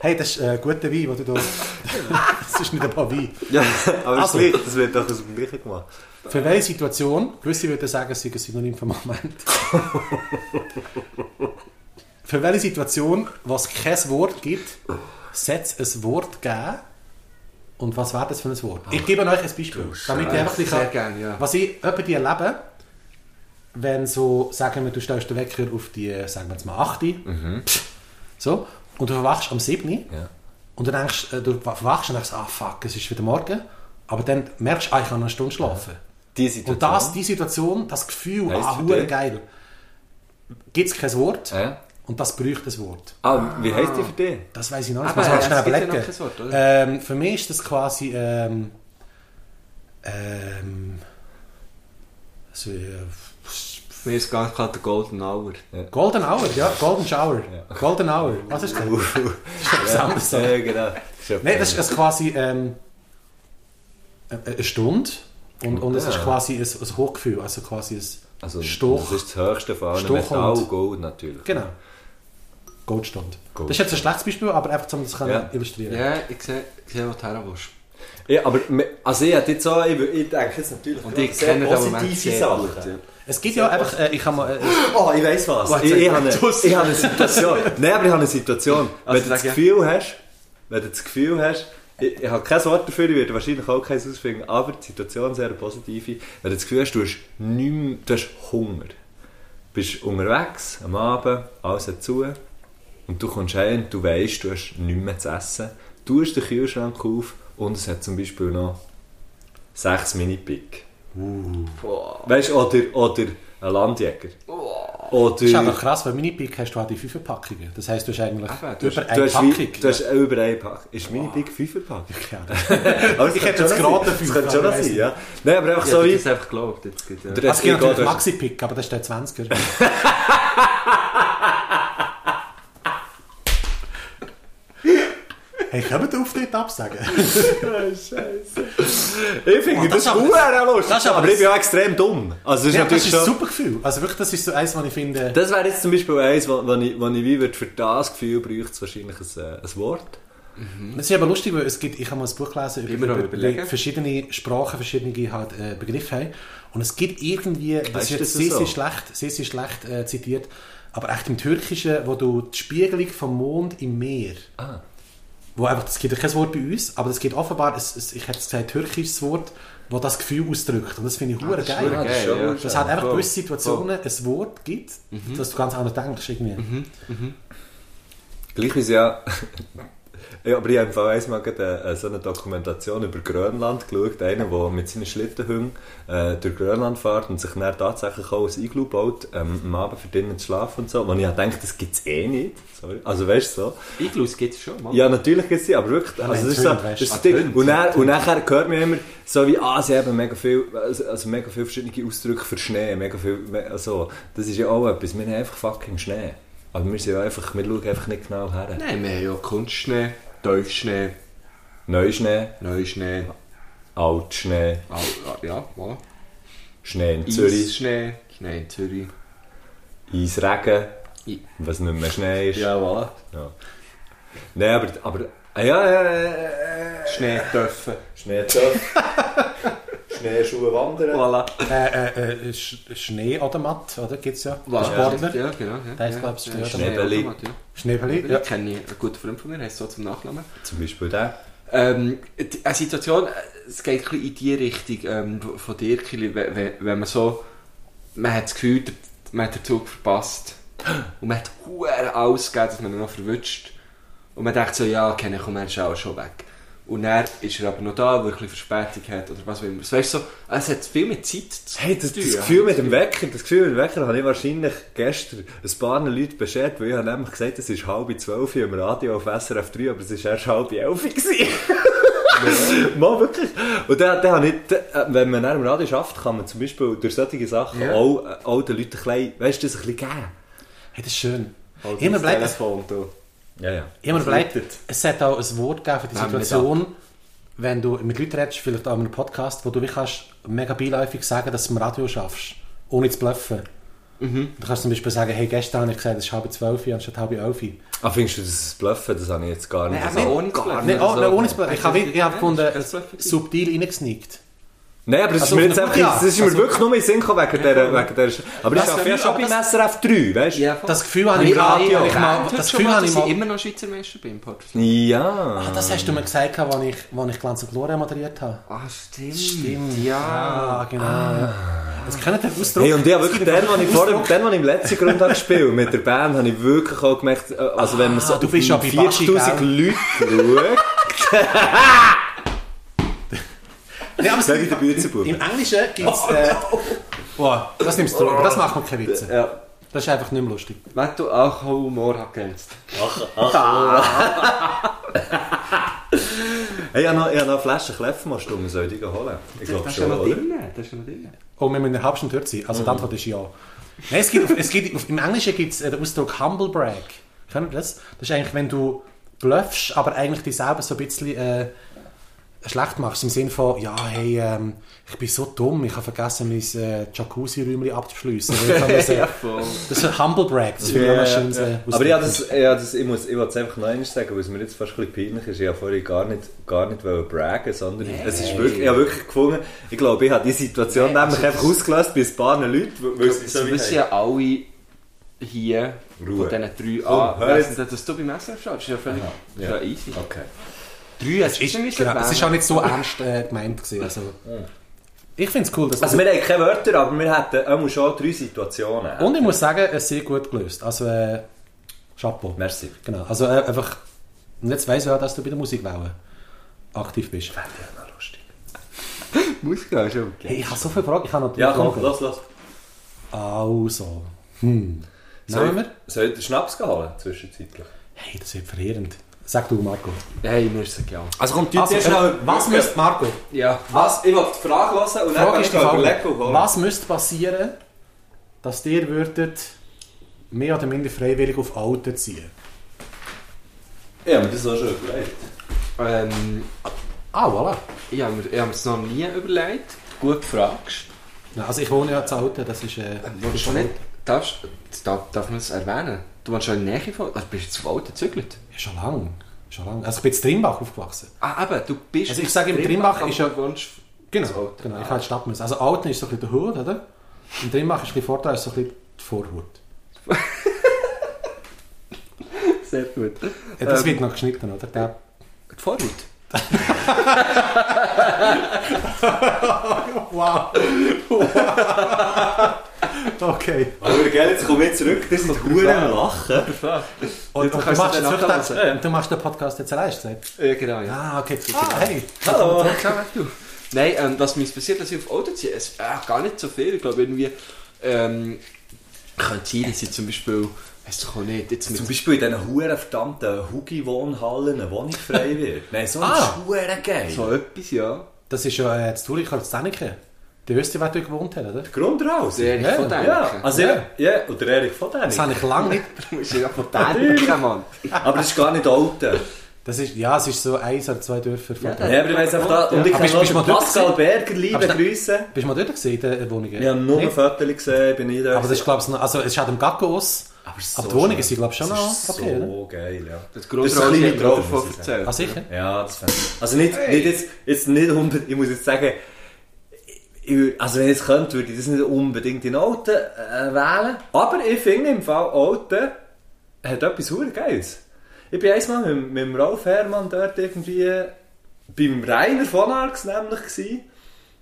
G: Hey, das ist ein guter Wein, den du da... das ist nicht ein paar Wein.
F: Ja, aber
G: Also.
F: das, gleiche, das wird doch aus dem Gleichen gemacht.
G: Für welche Situation? Gewisse würden sagen, es sei ein Synonym für Moment. Für welche Situation, was kein Wort gibt, setzt es ein Wort geben? Und was wäre das für ein Wort? Ich gebe euch ein Beispiel, damit ihr einfach
E: Sehr
G: ein bisschen-
E: gerne, ja.
G: was ich etwa die erlebe, wenn so, sagen wir, du stellst den Wecker auf die, sagen wir jetzt mal 8
E: Mhm.
G: Pff, so, und du verwachst am 7
F: Ja.
G: und dann denkst, äh, du verwachst und denkst, ah fuck, es ist wieder morgen, aber dann merkst du, ah, ich kann noch eine Stunde schlafen.
F: Die Situation.
G: Und das, die Situation, das Gefühl,
F: Heisst
G: ah,
F: für
G: hure
F: dich?
G: geil, gibt es kein Wort
F: Ja.
G: und das bräuchte ein Wort.
F: Ah, wie heisst die für dich?
G: Das weiß ich noch nicht,
E: Aber
G: muss man
E: es
G: schnell
E: gibt ja noch
G: überlegen.
E: kein Wort,
G: ähm, für mich ist das quasi ähm, ähm, also, äh,
E: Mir ist ganz klar der Golden Hour.
G: Golden Hour, ja, Golden Shower. Golden Hour, was ist das? Das ist anders.
F: Ja, genau. Ist ja
G: Nein, das ist also quasi ähm, äh, eine eine Stunde und, und es
F: Ja.
G: ist quasi ein, ein Hochgefühl, also quasi ein
F: also,
G: Stoch.
F: Das ist das höchste von allen
G: Stoch
F: Metall,
G: und-
F: Gold natürlich.
G: Genau. Goldstunde.
F: Goldstunde.
G: Das ist jetzt ein schlechtes Beispiel, aber einfach, um das zu
F: Ja.
G: illustrieren.
E: Ja, ich sehe, ich sehe wo du her willst.
F: Ja, aber me- also ich, hätte jetzt auch, ich, ich denke jetzt natürlich
E: Und
F: gerade
E: ich kenne den Moment sehr
F: Sachen.
E: gut. ja.
G: Es gibt ja einfach, äh, ich habe mal, äh,
F: Oh, ich weiss was.
G: Was
F: ich,
G: sagt
F: ich,
G: man?
F: habe eine, ich habe eine Situation. Nein, aber ich habe eine Situation. Wenn
E: Also
F: du das
E: sag ja.
F: Gefühl hast, wenn du das Gefühl hast, ich, ich habe kein Wort dafür, ich werde wahrscheinlich auch keins ausfinden, aber die Situation ist sehr eine positive. Wenn du das Gefühl hast, du hast, nicht mehr, du hast Hunger. Du bist unterwegs, am Abend, alles hat zu. Und du kommst heim und du weißt, du hast nichts mehr zu essen. Du hast den Kühlschrank auf und es hat zum Beispiel noch sechs Mini-Pick.
G: Uh.
F: Weißt du, oder, oder ein Landjäger. Oder,
G: das ist einfach krass, weil Mini-Pick hast du auch die 5 Packungen. Das heisst, du hast eigentlich
E: Eben, du hast-
G: über
F: Du
G: eine
F: hast,
G: Packung.
F: wie, du hast auch über eine Packung. Ist meine Big 5 Packung?
G: ja,
F: Aber das
G: Ich hätte
F: könnte
G: jetzt
F: schon
G: geraten,
F: sein. Das könnte schon
G: aber
F: noch
G: ich
F: sein,
G: weiss
F: ja. Nein, aber einfach
E: Ich
F: so
E: hätte
F: wie...
E: das einfach geglaubt. Jetzt geht's, ja. genau.
F: Der
G: Es gibt
F: Ego,
G: natürlich
F: du hast-
G: Maxi-Pick, aber das ist der 20er. hey, können wir den Auftritt absagen?
F: Ich finde,
G: Oh, das
F: das
G: ist
F: ist
G: aber-
F: verdammt lustig.
G: das ist aber-
F: aber ich bin auch extrem dumm. Also das ist
G: Ja, das
F: natürlich
G: ist ein
F: schon...
G: super Gefühl. Also wirklich, das ist so eins, was ich finde...
F: Das wäre jetzt zum Beispiel eins, wo, wo ich, wo ich wie würde, für das Gefühl bräuchte es wahrscheinlich ein, äh, ein Wort.
G: Es ist aber lustig, weil es gibt, ich habe mal ein Buch gelesen
E: Immer noch überlegen.
G: wie verschiedene Sprachen, verschiedene halt, äh, Begriffe haben. Und es gibt irgendwie, das
F: Weißt
G: ist
F: du
G: jetzt
F: das
G: sehr,
F: so?
G: sehr schlecht, sehr, sehr schlecht äh, zitiert, aber echt im Türkischen, wo du die Spiegelung vom Mond im Meer, wo einfach, das gibt ja kein Wort bei uns, aber es gibt offenbar, es, es, ich hätte gesagt, türkisches Wort, wo das Gefühl ausdrückt. Und das finde ich hure
E: Ah, das ist
G: geil.
E: verdammt
F: geil, ja.
G: Dass es halt einfach
E: Voll.
G: gewisse Situationen ein Wort gibt, dass du ganz anders denkst irgendwie.
F: Gleich ist ja... Ja, aber ich habe im Fall einmal gerade, äh, so eine Dokumentation über Grönland geschaut. Einer, der mit seinen Schlittenhüngen äh, durch Grönland fährt und sich dann tatsächlich auch ein Iglu baut, ähm, am Abend für drinnen zu schlafen und so. Und ich dachte, das gibt es eh nicht. Sorry. Also weißt du so.
E: Iglus gibt es schon, Mann.
F: Ja, natürlich gibt es die, aber wirklich, also das ist so,
G: Enthüllt,
F: das
G: weißt
F: ist
G: du.
F: das Ding.
E: Enthüllt,
F: Und, dann, und nachher hört man immer so wie, ah, sie haben mega viel, also also mega viele verschiedene Ausdrücke für Schnee, mega viel, me- also, das ist ja auch etwas, wir haben einfach fucking Schnee. Aber wir sind ja einfach, wir schauen einfach nicht genau her.
E: Nein, wir haben ja Kunstschnee, Teufschnee,
F: Neuschnee,
E: Neuschnee,
F: Altschnee,
E: Al- ja, voilà.
F: Schnee in Zürich,
E: Eisschnee, Schnee in Zürich.
F: Eisregen,
E: I-
F: was nicht mehr Schnee ist.
E: Ja, voilà.
F: Ja. Nein, aber, aber ah, ja, ja, äh, äh,
E: Schnee dürfen.
F: Schnee Schneetöpfe. Schneeschuhe wandern.
E: Voilà.
G: Äh, äh, äh, Sch Schnee oder Matt, oder? Gibt's ja.
E: Was?
G: Sportler.
E: Ja, genau. Ja,
G: Der ist,
E: ja.
G: glaub ich,
E: Ja,
G: Schnee-
E: Schneebeli. Automat, ja.
G: Schneebeli.
E: Ja.
G: Ja.
E: Kenne ich einen guten Freund von mir, heißt so zum Nachnamen.
F: Zum Beispiel der.
E: Ähm, die- eine Situation, äh, es geht ein bisschen in die Richtung ähm, von- von dir, Kili, wenn, wenn- wenn man so, man hat das Gefühl, der- man hat den Zug verpasst. Und man hat huere alles gegeben, dass man ihn noch verwünscht. Und man denkt so, ja, okay, komm, er ist auch schon weg. Und er ist er aber noch da, weil er ein bisschen Verspätung hat oder was auch immer. So, weißt du, so, es hat viel mit Zeit zu
F: Hey, das, das
E: tun.
F: Gefühl mit dem Wecker, das Gefühl mit dem Wecker habe ich wahrscheinlich gestern ein paar Leute beschert, weil ich habe nämlich gesagt, es ist halb zwölf Uhr im Radio auf SRF 3, aber es ist erst halb elf Uhr gewesen. Mal wirklich. Und dann, dann habe ich, dann, wenn man dann im Radio schafft, kann man zum Beispiel durch solche Sachen
G: Ja.
F: auch, äh, auch den Leuten ein bisschen, weißt du, das ein bisschen geben.
G: Hey, das ist schön.
E: Halt
G: Immer
E: das
G: bleibt-
E: Telefon, du.
F: Ja, ja. Also
G: Ich habe mir überlegt, es hat auch ein Wort gegeben für die
E: Nehmen wir
G: Situation, wenn du mit Leuten redest, vielleicht auch in einem Podcast, wo du wie kannst mega beiläufig sagen, dass du im Radio schaffst, ohne zu bluffen.
E: Mhm.
G: Du kannst zum Beispiel sagen, hey, gestern habe ich gesagt, es ist halb zwölf Uhr anstatt halb elf Uhr.
F: Ah, findest du das Bluffen? Das habe ich jetzt gar nicht
E: Nein,
F: so.
E: aber ohne zu bluffen.
G: Nein, oh,
E: Also,
G: nein, ohne zu bluffen. Ich habe, ich habe
E: Ja,
G: gefunden,
E: das ist kein Oh. Bluff.
G: subtil reingesneakt.
F: Nein, aber das
G: Also
F: ist mir
G: auf
F: jetzt
G: einem
F: einfach, das
G: Podcast.
F: ist mir
G: Also-
F: wirklich nur in den Sinn gekommen wegen der, wegen der, aber das
E: Das
F: ist
E: wäre
F: ja schon
E: aber
F: beim
E: das-
F: SRF 3, weißt du?
E: Ja, voll.
G: Das Gefühl habe
E: Habe
G: ich
E: ich
G: im Radio,
E: Radio,
G: ich mal,
E: das
G: das
E: schon
G: Gefühl
E: mal,
G: habe
E: dass
G: ich
E: ich
G: mal,
E: immer noch Schweizer Meister bin im Podcast.
F: Ja.
G: Ah, das hast du mir gesagt, als ich, als ich Glanz und Gloria moderiert habe.
E: Ah, stimmt.
G: Stimmt.
E: Ja.
G: Ah, genau.
E: Ah.
G: Das kennt der Ausdruck.
F: Hey, und ich habe wirklich, den, den, ich vor, den, den ich im letzten Grund habe gespielt mit der Band, habe ich wirklich auch gemerkt, äh, also wenn man so
G: Ah, du bist ja bei Baschi,
F: 4000 Leute schaut,
G: Nein, aber es
F: dann wie
G: gibt-
F: der Büzenbub.
G: Im Englischen gibt es. Äh, boah, das nimmst du. Das macht man keine Witze.
E: Ja.
G: Das ist einfach nicht mehr lustig.
E: Wenn du auch Humor abkennst.
F: Hey, nou, ich habe noch, ich habe noch eine Flasche Kleffmast um, soll ich die holen? Ich glaube
E: Das ist ja
F: schon,
E: noch
F: oder?
E: drin. Das ist ja noch drin.
G: Und Oh, wir müssen halb schon dort sein. Also die Antwort ist ja. Nein, es gibt, auf- es gibt, auf- Im Englischen gibt es den Ausdruck Humble Brag. Kennt ihr das? Das ist eigentlich, wenn du bluffst, aber eigentlich dich selber so ein bisschen äh, schlecht machst. Im Sinne von, ja, hey, ähm, ich bin so dumm, ich habe vergessen, mein äh, Jacuzzi-Räumchen abzuschliessen. Weil ich habe müssen- das ist ein Humble Brag. Das finde ich auch
F: Ja,
G: ein
F: ja,
G: schönes
F: ja.
G: äh,
F: Aber ja,
G: Ausdruck.
F: das, ja, das, ich, muss- ich wollte es einfach noch einmal sagen, weil es mir jetzt fast ein bisschen peinlich ist. Ich wollte vorhin gar nicht, gar nicht wollen braggen, sondern es ist wirklich, ich habe wirklich gefunden, ich glaube, ich habe die Situation nämlich einfach ausgelöst bei ein paar Leuten, weil- weil sie
E: Das
F: so wie
E: wissen ja alle hier von
F: Ruhe.
E: diesen drei
F: Komm,
E: an.
F: hör
E: Weißt
F: jetzt.
E: du, Dass du beim Messer schaust, ist ja völlig ist
F: Ja.
E: ja. easy.
F: Okay.
E: Drei hast du
G: Ist,
E: schon nicht
G: genau, es ist auch
E: erwähnt.
G: nicht so ernst äh, gemeint gewesen, also. Ich finde es cool, dass
F: Also wir haben keine Wörter, aber wir hatten auch schon drei Situationen.
G: Und ich muss sagen, es ist sehr gut gelöst. Also, äh, Chapeau.
F: Merci.
G: Genau, also äh, einfach... Und jetzt weiss ich auch, dass du bei der Musikwelle aktiv bist.
E: Muss gehen, ist ja okay.
G: Hey, ich habe so viele Fragen, ich habe noch...
F: Ja, komm, los, los.
G: Also... Hm.
F: Soll
G: Nehmen
F: ich,
G: wir?
F: soll ich den Schnaps holen, zwischenzeitlich?
G: Hey, das wird verheerend. Sag du, Marco.
E: Hey, mir ist es egal.
F: Also kommt
G: Also, äh, was müsste... Marco,
E: Ja.
F: Was? Ich will die Frage hören und
G: die Frage ist die
F: überlegen
G: Frage.
F: und holen.
G: Was müsste passieren, dass ihr würdet mehr oder minder freiwillig auf Alten ziehen?
F: Ja, aber das war schon überlegt.
E: Ähm,
G: Ah, voilà.
E: ich habe mir, ich habe mir das noch nie überlegt. Gut gefragt.
G: Nein, also ich wohne ja zu Alten, das ist... Äh,
E: Wolltest du nicht? Darfst, darf, darf man es erwähnen? Du wohnst schon in der Nähe von... Also bist du zu Alten gezügelt?
G: Ja, schon lang. Schon lang. Also ich bin in Trimbach aufgewachsen.
E: Ah, eben, du bist...
G: Also ich sage, im Trimbach ist ja-
E: aber du wohnst-
G: Genau. genau. Ich habe in die Stadt müssen. Also Alten ist so ein bisschen der Hut, oder? In Trimbach ist ein bisschen Vorteil, ist so ein bisschen die Vorhut.
E: Sehr gut.
G: Ja, das wird noch geschnitten, oder? Der,
E: Vorhut.
G: wow. okay.
F: Aber gell, jetzt komm ich zurück, das sind Huren am Lachen.
G: Und,
E: du
G: und du,
E: kannst
G: machst
E: es
G: jetzt
E: dann
G: wirklich
E: nachhören.
G: den, du machst den Podcast jetzt allein, hast du gesagt?
E: Ja, genau, ja.
G: Ah, okay. Ah, hey.
F: Hallo.
E: du. Nein, ähm, was mich passiert, dass ich auf Auto ziehe, ist äh, gar nicht so viel. Ich glaube, irgendwie ähm, könnte sein, dass ich zum Beispiel, weißt du, auch nicht, jetzt mit
F: Zum Beispiel in diesen Huren verdammten Hugi-Wohnhallen, wo ich frei wird. Nein, so
G: Ah.
F: ist Huren geil.
E: so etwas, ja.
G: Das ist ja äh, das Tour, ich habe Zäniken. Du weißt ja, wer dort gewohnt hat, oder?
F: Grund raus.
E: Der Erich
G: Ja,
E: von Däniken.
F: Ja, also ja. ja.
G: Ja.
F: Und der Erich von
G: Das habe
F: denen.
G: ich lange nicht.
E: Du musst ja von Däniken, Mann.
F: Aber das ist gar nicht alte.
G: Das ist, ja, es ist so eins oder zwei Dörfer von
E: Ja,
G: da.
F: Ja, aber ich weiss einfach da. Und ich kann
G: Aber bist- bist du
F: noch
G: mal dort
F: Pascal Berger liebe
G: Aber da-
F: Grüße.
G: Bist du mal dort gesehen, in der Wohnung?
F: Ich habe nur
G: Nicht?
F: ein Foto gesehen, bin ich da.
G: Aber das ist, glaube ich, noch- also es ist halt im Gaggos
F: Aber
G: Aber die Wohnungen sind, glaub ich, schon
F: noch. Das ist
G: noch okay,
F: so geil, ja.
E: Das
F: Das ist ein
E: Großraum
F: kleiner
E: hat
F: Traum,
E: Traum, davon
F: muss ich sagen.
E: erzählt.
G: Ah, sicher?
F: Ja, das fände ich. Also nicht, nicht jetzt, jetzt nicht unbedingt, ich muss jetzt sagen, ich wür- also wenn ich es könnte, würde ich das nicht unbedingt in Alten äh, wählen. Aber ich finde im Fall Alten hat etwas hure Geiles. Ich bin einmal mit, mit dem Rolf Herrmann dort irgendwie beim Rainer von Arx nämlich gewesen.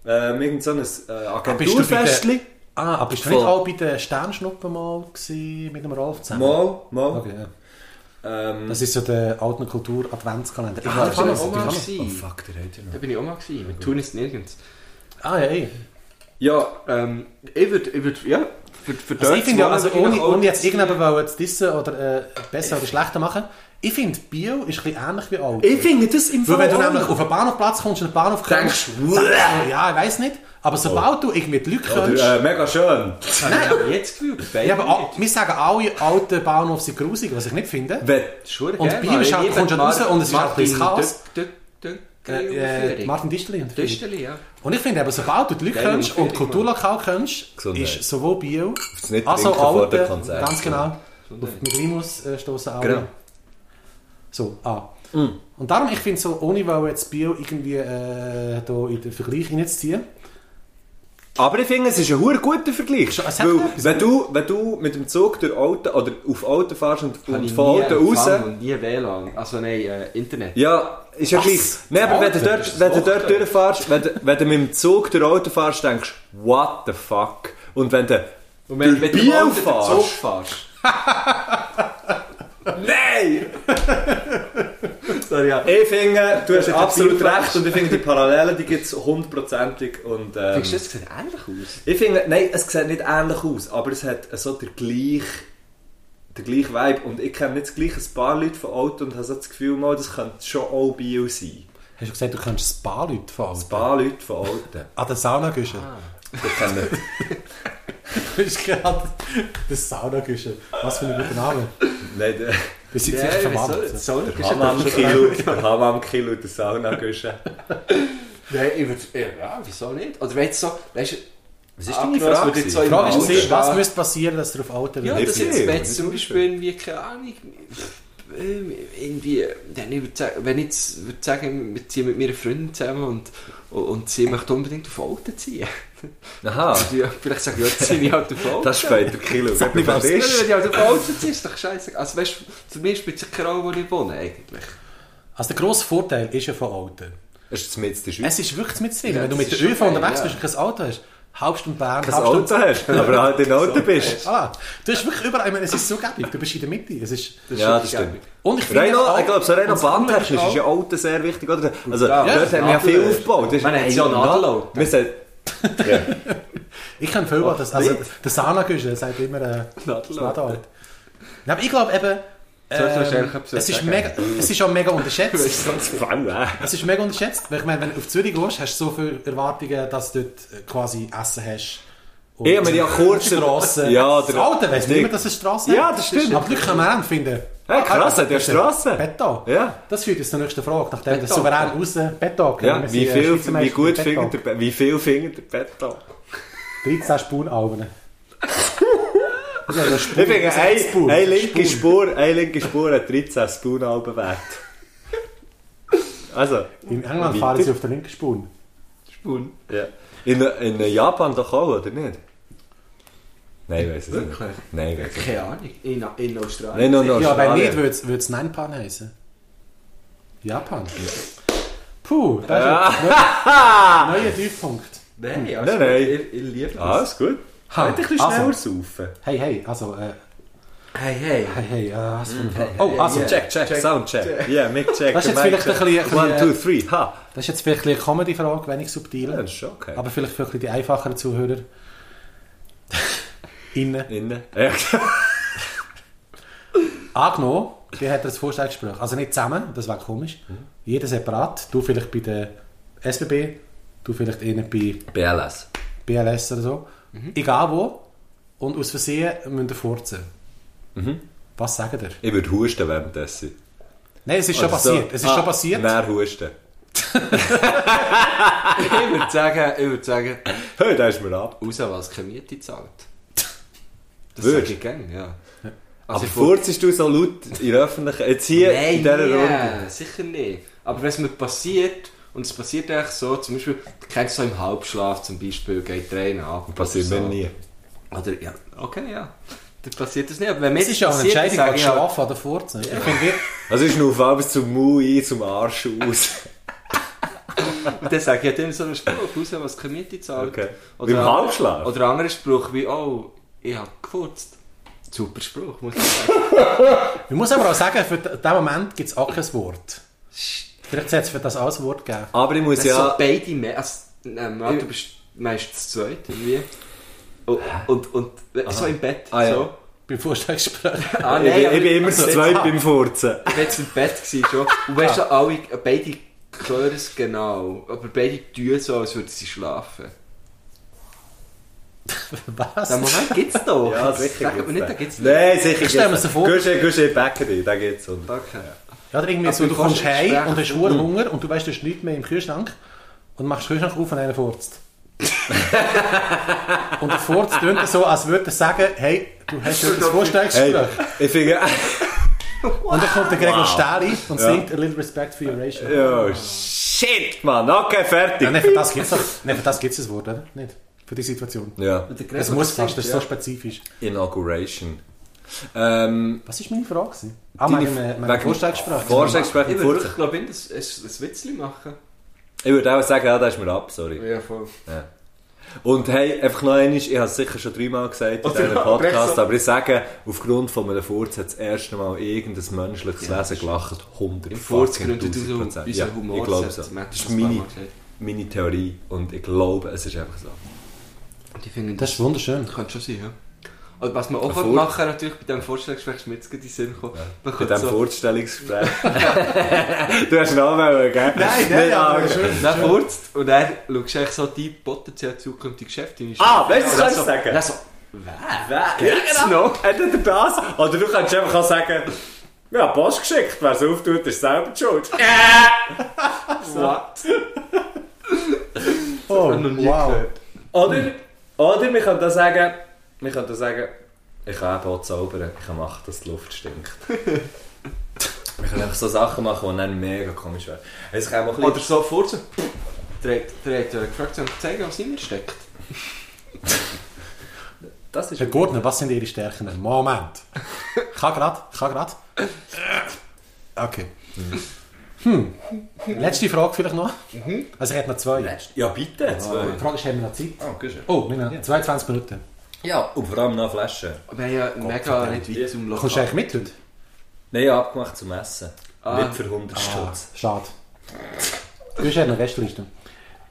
F: Ähm, irgend so ein äh,
G: Ah, bist du bei der-
F: Agenturfestli.
G: Ah, aber bist du
F: Voll.
G: nicht auch bei der Sternschnuppen mal gewesen, mit dem Rolf zusammen?
F: Mal, mal.
G: Okay, ja.
F: Ähm,
G: Das ist so der alten Kultur Adventskalender.
E: Ah, das
G: kann
E: war
G: es,
E: auch
G: kann
E: mal
G: es.
F: oh
E: gewesen.
F: fuck, der hat ja
E: Da
F: noch.
E: bin ich auch mal gewesen. Mit Tun ist nirgends.
G: Ah, ja, ey.
E: Ja, ähm, ich würde, ich würde, ja, für, für
G: Also ich finde ja, also
E: würde ich
G: ohne,
E: nach
G: ohne
E: Alten
G: jetzt
E: ziehen.
G: irgendjemanden wollen zu dissen oder äh, besser oder schlechter machen, ich finde Bio ist ein bisschen ähnlich wie Alten.
F: Ich finde das im
G: Weil wenn du
F: auch
G: nämlich
F: noch-
G: auf einen Bahnhofplatz kommst und einen Bahnhof
F: Denkst du,
G: kommst, so, ja, ich weiß nicht, aber sobald du irgendwie die Leute kennst,
F: Oder, äh, mega schön.
E: Nein, aber jetzt gefühlt.
G: ja, aber ah, a- wir sagen alle alten Bahnhof sind grusig, was ich nicht finde.
F: Wenn,
E: Schur,
G: Und Bier ist auch- kommst du halt raus und es ist auch ein bisschen Chaos. Äh, äh,
E: Martin
G: Martin Disteli und
E: Dösteli, ja.
G: Und ich finde eben, sobald du die Leute
E: Geile
G: kennst und
E: Empfehlung,
G: Kulturlokal kennst,
F: Gesundheit.
G: ist sowohl Bio
F: das nicht
G: als
F: trinken vor
G: auch
F: dem
G: Alte,
F: Konzert.
G: Also ganz genau,
E: Gesundheit.
G: auf- mit Limus äh, stoßen auch.
F: Genau.
G: So, ah.
E: Mm.
G: Und darum, ich finde so, ohne weil jetzt Bio irgendwie äh, da in den Vergleich hineinzuziehen,
F: Aber ich finde, es ist ein hure guter Vergleich.
G: Schon, es hat
F: Weil,
G: etwas.
F: wenn, du, wenn du mit dem Zug durch Alten oder auf Alten fährst und,
E: Habe
F: und
E: ich
F: von
E: nie
F: Alten raus.
E: empfangen und nie WLAN. Also nein, äh, Internet.
F: Ja, ist ja
G: Was?
F: gleich. Nein, aber wenn du
G: Alten?
F: dort, wenn du
E: Das
F: dort durchfährst, wenn du, wenn du mit dem Zug durch Alten fährst, denkst du, what the fuck. Und wenn du
E: Und wenn
F: durch
E: wenn du mal
F: Biel
E: mit dem Zug
F: fährst.
E: fährst.
F: Nein!
E: Sorry, ja.
F: Ich finde, du hast
E: Wenn du
F: absolut
E: durch Biel
F: recht und ich finde, die Parallelen, die gibt es hundertprozentig. Und, ähm,
E: Findest du, das sieht ähnlich aus?
F: Ich finde, nein, es sieht nicht ähnlich aus, aber es hat so den gleichen der gleiche Vibe. Und ich kenne nicht das gleiche ein paar Leute von Auto und habe so das Gefühl, mal, das könnte schon auch Bio sein.
G: hast du gesagt, du kennst Spa-Leute von Alten.
F: Ein paar Leute von Alten.
G: An der Saunagüsche. Ah.
F: Ich kenne
G: Das ist gerade der Saunagüsche. Was für ein guter Name.
F: nicht den
G: Wir sind
E: Ja,
G: sicher
E: ich weiß
G: verwandt.
E: auch nicht. Sonic ist
F: Hamam
E: einfach schon-
F: Kilo, den Hamam Kilo, den Sauna Guschen.
E: Nein, ich würde, ja, wieso nicht? Oder wenn jetzt so, weißt du,
F: Was
E: ist deine Frage
F: gewesen?
E: jetzt so im
G: Die Frage ist,
E: Alter.
G: jetzt, was müsste passieren, dass du auf Alten
E: Ja,
G: wirst?
E: das
F: Nicht
E: jetzt,
F: viel,
E: wenn
F: nicht
E: jetzt zum Beispiel irgendwie, keine Ahnung, ähm, irgendwie, dann ich würde sagen, wenn ich jetzt würde sagen, wir ziehen mit meiner Freundin zusammen und, und sie möchte unbedingt auf Alten ziehen. Also,
F: Aha,
E: Ja, vielleicht sage ich, ja, jetzt ziehe ich halt auf Alten.
F: das ist später Kilo. Wenn du
E: Wenn
F: bist.
E: ich halt auf Alten ziehe, ist doch scheiße. Also weißt du, für mich spielt sich keine Rolle, wo ich wohne eigentlich.
G: Also der grosse Vorteil ist ja von Alten.
F: Es ist mit der Schweiz.
G: Es ist wirklich mit drin.
E: Ja,
G: Wenn du
E: das
G: mit
E: ist
G: der ÖV
E: schon geil,
G: unterwegs
E: ja.
G: bist und kein Auto hast, Hauptstunde Bern,
F: Wenn du ein
G: Hauptstunde...
F: Auto hast, aber halt in Alten bist.
G: Ah, du bist wirklich überall, ich meine, es ist so gäbig, du bist in der Mitte. Es ist,
F: Ja, das stimmt.
G: und ich finde...
F: Reno,
G: auch-
F: ich glaube, so Reno
G: und das Coole
F: bahntechnisch
G: auch-
F: ist ja Alten sehr wichtig, oder? Also,
E: Ja, das
F: dort haben wir ja viel
E: Nadelöhr.
F: aufgebaut.
E: Man hat ja Nadelöhr.
F: Wir sind, ja.
G: Ich kenne viel, was das... Also, der Saunagüsche sagt immer... Äh,
E: Nadel.
G: Nadel. Nein, aber ich glaube eben...
E: Sollst du wahrscheinlich
G: Ähm,
E: etwas
G: es, ist
E: sagen?
G: mega, es ist auch mega unterschätzt.
F: Fang an.
G: Es ist mega unterschätzt, weil ich meine, wenn du auf Zürich gehst, hast du so viele Erwartungen, dass du dort äh, quasi Essen hast. Und
F: Ich habe mir ja kurz-
G: Straße.
F: Ja,
G: das
F: der-
G: Alte weiss
F: Nick.
G: niemand, dass es Straße
F: Ja, das stimmt.
G: Aber die Leute können wir auch finden.
F: Hey, krass,
G: Ah,
F: hat der
G: das ist
F: Strasse.
G: Beton.
F: Ja.
G: Das führt uns zur nächsten Frage. Nachdem der
E: Beton.
G: souverän raus Beton
F: Ja, wie
G: äh,
F: viel, wie gut findet
G: findet
F: der, Be- wie viel findet der Beton?
G: 13 Spurenalben. ja,
F: Ich finde, eine
G: Spur.
F: eine linke Spur, eine linke Spur hat 13 Spoon-Alben wert. Also,
G: In England
F: Weiter.
G: fahren sie auf der linken Spur.
E: Spun.
F: ja. In, in Japan doch auch, oder nicht? Nein, ich weiß es nicht.
E: Wirklich?
F: Nein, ich weiß es nicht.
E: Keine Ahnung. In, in Australien.
F: Nein, nur in
G: Ja, wenn
F: Australien.
G: nicht, würde es Nanpan heißen. Japan. Puh, das ist ein neuer, neuer Tiefpunkt.
E: Nein,
F: Hm.
E: also
F: Nein, nein.
E: Ich, ich liebe das.
F: Ah, ist gut.
G: Ha,
F: Hätte ich ein bisschen
G: also.
F: schneller saufen.
G: Hey, hey, also, äh,
E: Hey, hey.
G: hey, hey, äh, was für eine Frage.
F: Oh, also
E: yeah.
F: check, check,
E: Check,
F: Soundcheck. Yeah, Mic check.
G: Das ist jetzt
F: Mic
G: vielleicht
F: check.
G: ein bisschen- äh, ein
F: One, two,
G: bisschen-
F: three, ha.
G: Das ist jetzt vielleicht eine Comedy-Frage, wenig subtil.
F: Ja, das ist okay.
G: Aber vielleicht für ein bisschen die einfacheren Zuhörer. Innen.
F: Innen. Ja.
G: Angenommen, die hat er das Vorstellungsgespräch. Also nicht zusammen, das wäre komisch.
F: Mhm.
G: Jeder separat. Du vielleicht bei der SBB, du vielleicht eher bei
F: BLS.
G: BLS oder so.
E: Mhm.
G: Egal wo. Und aus Versehen müsst ihr furzen.
E: Mhm.
G: Was sagt ihr?
F: Ich würde husten währenddessen.
G: Nein, es ist schon
E: Also,
G: passiert. Es ist
E: ah,
G: schon passiert.
F: Mehr husten.
E: Ich würde sagen, ich würde sagen,
F: Hey, da ist mir ab.
E: raus, was keine Miete zahlt. Das
F: Würdest?
E: sage ich gerne, ja. Also
F: aber
E: ich wollte-
F: furzest du so laut in der Öffentlichkeit? Jetzt hier,
E: Nein,
F: in dieser
E: nie,
F: Runde?
E: sicher nicht. Aber wenn es mir passiert, und es passiert eigentlich so, zum Beispiel, du kennst so im Halbschlaf zum Beispiel, geht Tränen ab.
F: Passiert
E: oder
F: mir
E: so.
F: nie.
E: Oder, ja, okay, ja. Dann passiert das nicht. Aber wenn mir
G: Es ist ja auch eine
E: passiert, dann
G: Entscheidung, ob
E: sage
G: du
E: ich halt,
G: schlafen oder furzen. Ich finde, wir-
F: Also ich schnaufe abends zum Mund ein, zum Arsch aus.
E: Und dann sage ich dem so einen Spruch raus, was die Miete zahlt.
F: Okay. Beim Halbschlaf?
E: Oder ein anderer Spruch wie, oh, ich habe gefurzt. Super Spruch, muss ich sagen.
G: ich muss aber auch sagen, für d- diesen Moment gibt es auch kein Wort. Vielleicht hätte es für das auch ein Wort gegeben.
F: Aber ich muss
E: Das ja.
F: ja... Ah,
E: so beide mehr. Also, ähm, Mann, du bist meistens zu zweit irgendwie. Und, und, und so im Bett.
F: Ah, ja.
E: so.
G: Beim Vorstellungsgespräch.
E: Ah,
F: ich, bin-
E: aber-
F: ich bin Ah. immer zu
E: also,
F: zweit
E: jetzt-
F: beim Furzen.
E: Ich war jetzt im Bett gewesen, schon. Und weißt du, alle, beide hören es genau. Aber beide tun so, als würden sie schlafen.
G: Was?
E: Den Moment gibt's doch.
F: Ja, sicher
E: Sag aber nicht, da gibt's nicht.
F: Nein, sicher
G: Ich stell mir so vor-
F: Gusche, Gusche Bäckerei, da gibt's und
E: Danke.
G: Ja, oder irgendwie so,
E: Aber
G: du
E: du
G: kommst
E: kannst nicht
G: heim und hast
E: sprechen.
G: hohen Hunger und du weißt, du hast nichts mehr im Kühlschrank und machst den Kühlschrank auf und einer furzt. und der Furz tönt so, als würde er sagen, hey, du hast etwas Vorstellungsgespräch.
F: Hey, ich finde...
G: Und dann kommt der Gregor Stahli und singt A Little Respect for Your Racial. Ja.
F: Oh, shit, Mann. Okay, fertig.
E: ne.
G: nein, für das gibt's doch, nein, für das gibt's das Wort, oder? Nicht. Für die Situation.
F: Ja,
G: Es muss fast, das ist so spezifisch.
F: Inauguration. Ähm,
G: Was war meine Frage? gewesen? Ah,
F: Deine
G: meine, meine, meine
F: wegen-
G: Vorstellungsgespräch.
E: Ich
F: Vorstellungsgespräch mit
E: würde
F: Furzen.
E: wirklich, glaube ich, das, das, das Witzchen machen.
F: Ich würde auch sagen, ja, da ist mir ab, sorry.
E: Ja, voll.
F: Und hey, einfach noch einmal, ich habe es sicher schon dreimal gesagt in diesem Podcast, aber ich sage, aufgrund von einem Furz hat das erste Mal irgendein menschliches Wesen gelacht. 100
E: Im Furz
F: fucking
E: gründet unser-
F: 1000 Prozent.
E: unser
F: Ja,
E: Humor,
F: Ich glaube
E: das
F: so.
E: hat Matt
F: Das ist
E: schon ein paar
F: meine,
E: Mal gesagt.
F: meine Theorie und ich glaube, es ist einfach so.
E: Und ich finde,
G: Das ist wunderschön.
E: Das könnte schon sein, ja. Und was man auch
F: Vor-
E: könnte machen kann, natürlich bei diesem Vorstellungsgespräch, ist mir jetzt gerade in den Sinn gekommen. Man
F: Bei
E: könnte
F: diesem Vorstellungsgespräch. du hast einen Anmeldung, gell?
G: Nein, nein,
F: Nicht
G: aber
F: Anmeldung.
G: schön.
E: Dann furzt und dann schaust du eigentlich so die potenziell zukünftige Geschäftin.
F: Ah, weißt du, was
E: Und dann
F: ich
E: so-
F: sagen?
E: Dann so,
F: Wer? Gibt's noch? Hat er das? Oder du kannst einfach auch sagen, ja, Post geschickt, wer es auftut, ist selber die schuld.
E: Äh. what?
G: Oh,
E: hab ich noch nie
G: wow.
E: gehört.
F: Oder, oder wir können da sagen, wir können da sagen, ich kann eben auch zaubern, ich kann machen, dass die Luft stinkt. wir können einfach so Sachen machen, die dann mega komisch wären. Es kann auch ein
E: Oder
F: bisschen...
E: so furzen. Der hat- der hat äh, gefragt, soll ich zeigen, was in mir steckt.
F: Das ist
G: Herr Gurtner, was sind Ihre Stärken? Moment. Ich kann grad, ich kann grad. Okay. Hm. Letzte Frage vielleicht noch. Also ich hätte noch zwei.
F: Ja, bitte. Zwei.
G: Die Frage ist, haben wir noch Zeit?
F: Oh, gut.
G: Oh, wir haben 22 Minuten.
F: Ja, und vor allem noch Flaschen.
E: Wir haben ja mega nicht weit zum
G: Kommst du
E: Lokal.
G: eigentlich mit heute?
F: Nein, abgemacht zum Essen.
E: Ah.
F: Nicht für 100 Stutz.
G: Schade. Du hast ja noch Restliste.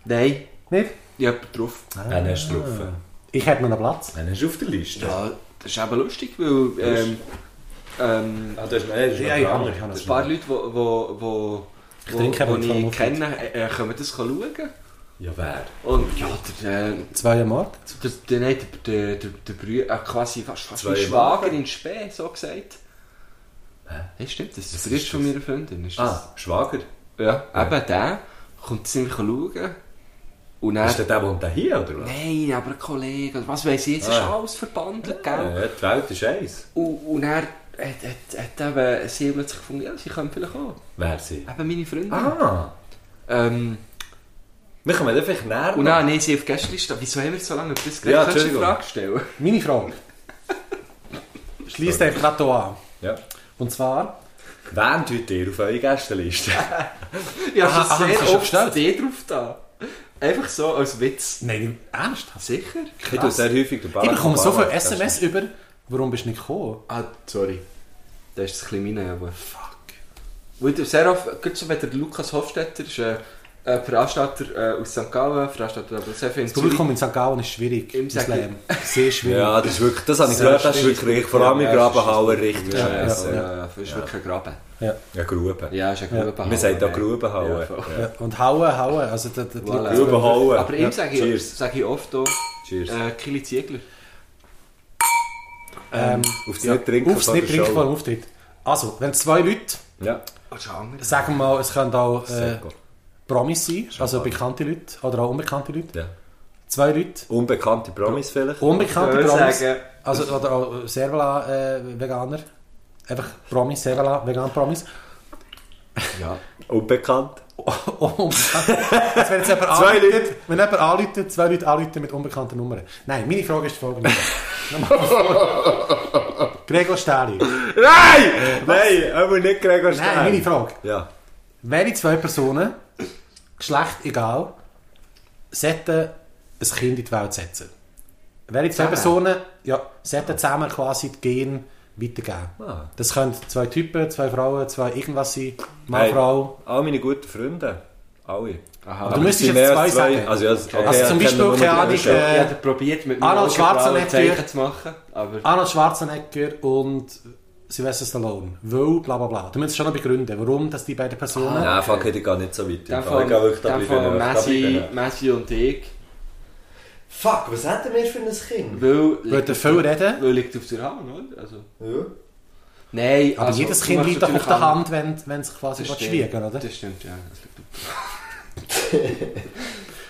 E: Nein,
G: Nicht?
E: ich hab drauf.
F: Dann hast du drauf.
G: Ich hätte noch einen Platz.
F: Dann hast du auf der Liste.
E: Ja, das ist eben lustig, weil ähm, ähm,
F: Ah, das ist, nein, das ist
G: Ja,
F: noch
G: ja,
F: dran.
G: ich habe
E: ein paar Leute, die wo, wo, wo,
G: trinke aber
E: wo
G: nicht von
E: ich
G: Muffet.
E: kenne, äh, äh, können das schauen.
F: Ja, wer?
E: Und ja, der, äh,
G: Zwei am Morgen.
E: der, der, nein, der, der, der, der Brüder, äh, quasi fast, fast mein
F: Zwei
E: Schwager in Spee, so gesagt. Hey, stimmt, das ist der Bruder von meiner Freundin. Ist das?
F: Ah, Schwager.
E: Ja, ah, eben der kommt zu mir schauen. Und
F: Ist
E: dann,
F: der der, der hier oder was?
E: nein, aber ein Kollege, oder was weiß ich, es ist
F: Ah.
E: alles verbandelt, gell?
F: Ja, die Welt ist eins.
E: Und, und er hat, hat, hat eben, sie hat plötzlich gefunden, ja, sie können vielleicht auch.
F: Wer sie?
E: Eben meine Freundin.
F: Ah,
E: Ähm,
F: wir kommen da vielleicht näher.
E: und nein, nein, sie auf Gästeliste. Wieso haben wir so lange über das geredet?
F: Ja,
E: Kannst du eine
F: Entschuldigung.
E: Frage stellen?
G: Meine Frage. Schließt den Plateau an.
F: Ja.
G: Und zwar,
F: Wen tut ihr auf eure Gästeliste?
E: Ja, das
G: Aha,
E: ist
G: haben
E: sehr
G: Sie schon
E: oft
G: bestellt?
E: die drauf da. Einfach so als Ah, Witz.
G: nein, ernsthaft?
E: Sicher?
F: Ich tue sehr häufig den Ball.
G: Ich bekomme so viele SMS über, warum bist du nicht gekommen?
E: Ah, sorry. Da ist das kleine meine, aber fuck. Weil der sehr oft, gerade so wenn der Lukas Hofstetter ist, äh, ein Veranstalter äh, aus St. Gallen, Veranstalter aber sehr viel in
G: Das Publikum in St. Gallen ist schwierig.
E: Im
G: Im
E: Sack-
G: Slam. Sehr schwierig.
F: Ja, das ist wirklich, das habe ich gehört, das ist wirklich richtig. Vor allem in Grabenhauen richtig
E: Ja, ja,
F: scheiße. Ja,
E: ja. Äh, ist wirklich ein Graben.
G: Ja.
F: Gruben.
E: Ja, ist ein Grubenhauen.
F: Wir sagen da
E: ja.
F: Grubenhauen.
E: Ja, voll.
G: Ja, Und hauen, hauen. Also, der, der,
E: Voilà.
G: der-
F: Grubenhauen.
E: Aber ihm sage ich,
F: Cheers.
E: sag ich oft auch,
F: Cheers.
E: äh, Kili Ziegler.
G: ähm,
F: Aufs
G: ja,
F: nicht trinken
G: aufs
F: vor der
G: nicht trinken
F: Show.
G: vor dem Auftritt. Also, wenn zwei Leute,
F: Ja,
E: Oh, das ist anders.
G: sagen wir mal, es können auch äh,
F: sehr gut.
G: Promis sein, also bekannte Leute oder auch unbekannte Leute,
F: Ja.
G: Zwei Leute.
F: Unbekannte Promis vielleicht.
G: Unbekannte
E: Ich würde
G: Promis.
E: sagen-
G: Also, oder auch Servala-Veganer. Einfach Promis, Servala-Vegan-Promis.
E: Ja.
F: Unbekannt.
G: das wäre jetzt jemand
F: Zwei
G: anruft,
F: Leute.
G: Wenn jemand anruft, zwei Leute anrufen mit unbekannten Nummern. Nein, meine Frage ist folgende. Gregor Stähli.
F: Nein! Nein, aber nicht Gregor Stern.
G: Nein, meine Frage.
F: Ja.
G: Welche zwei Personen, Geschlecht egal, sollten ein Kind in die Welt setzen? Welche zwei Personen ja, sollten zusammen quasi die Gene weitergeben?
F: Ah.
G: Das können zwei Typen, zwei Frauen, zwei irgendwas sein. Mann,
F: Hey,
G: Frau.
F: All meine guten Freunde. Alle. Aha.
G: Du müsstest jetzt zwei sagen.
F: Also, ja, okay,
G: Also zum
F: ich kenne
G: Beispiel,
F: nur
G: keine
F: Gregor
G: Ahnung,
F: Stern.
E: Ich
G: äh,
E: hätte probiert, mit
G: Arnold
E: meinem Augenbrauen
G: Schwarzenegger.
E: Zeichen zu machen, aber
G: Arnold Schwarzenegger und Sylvester Stallone. Weil, bla bla bla. Du musst es schon noch begründen, warum dass die beiden Personen...
F: Nein, fuck, ich gehe nicht so weit.
E: der
F: Ich gehe wirklich da
E: von, von
F: bleiben, ich gehe da
E: Messi,
F: bleiben.
E: Messi und ich,
A: Fuck, was hätten wir für ein Kind?
E: weil,
G: Wollt ihr viel reden?
E: weil liegt auf der Hand, oder? Also,
A: Ja.
E: nein,
G: Aber
E: also,
G: jedes
E: du
G: Kind
E: machst
G: liegt doch auf
E: natürlich
G: der
E: an-
G: Hand, wenn, wenn sich quasi
E: Das stimmt.
G: schwiegen, oder?
E: Das stimmt, ja. Das liegt auf der Hand.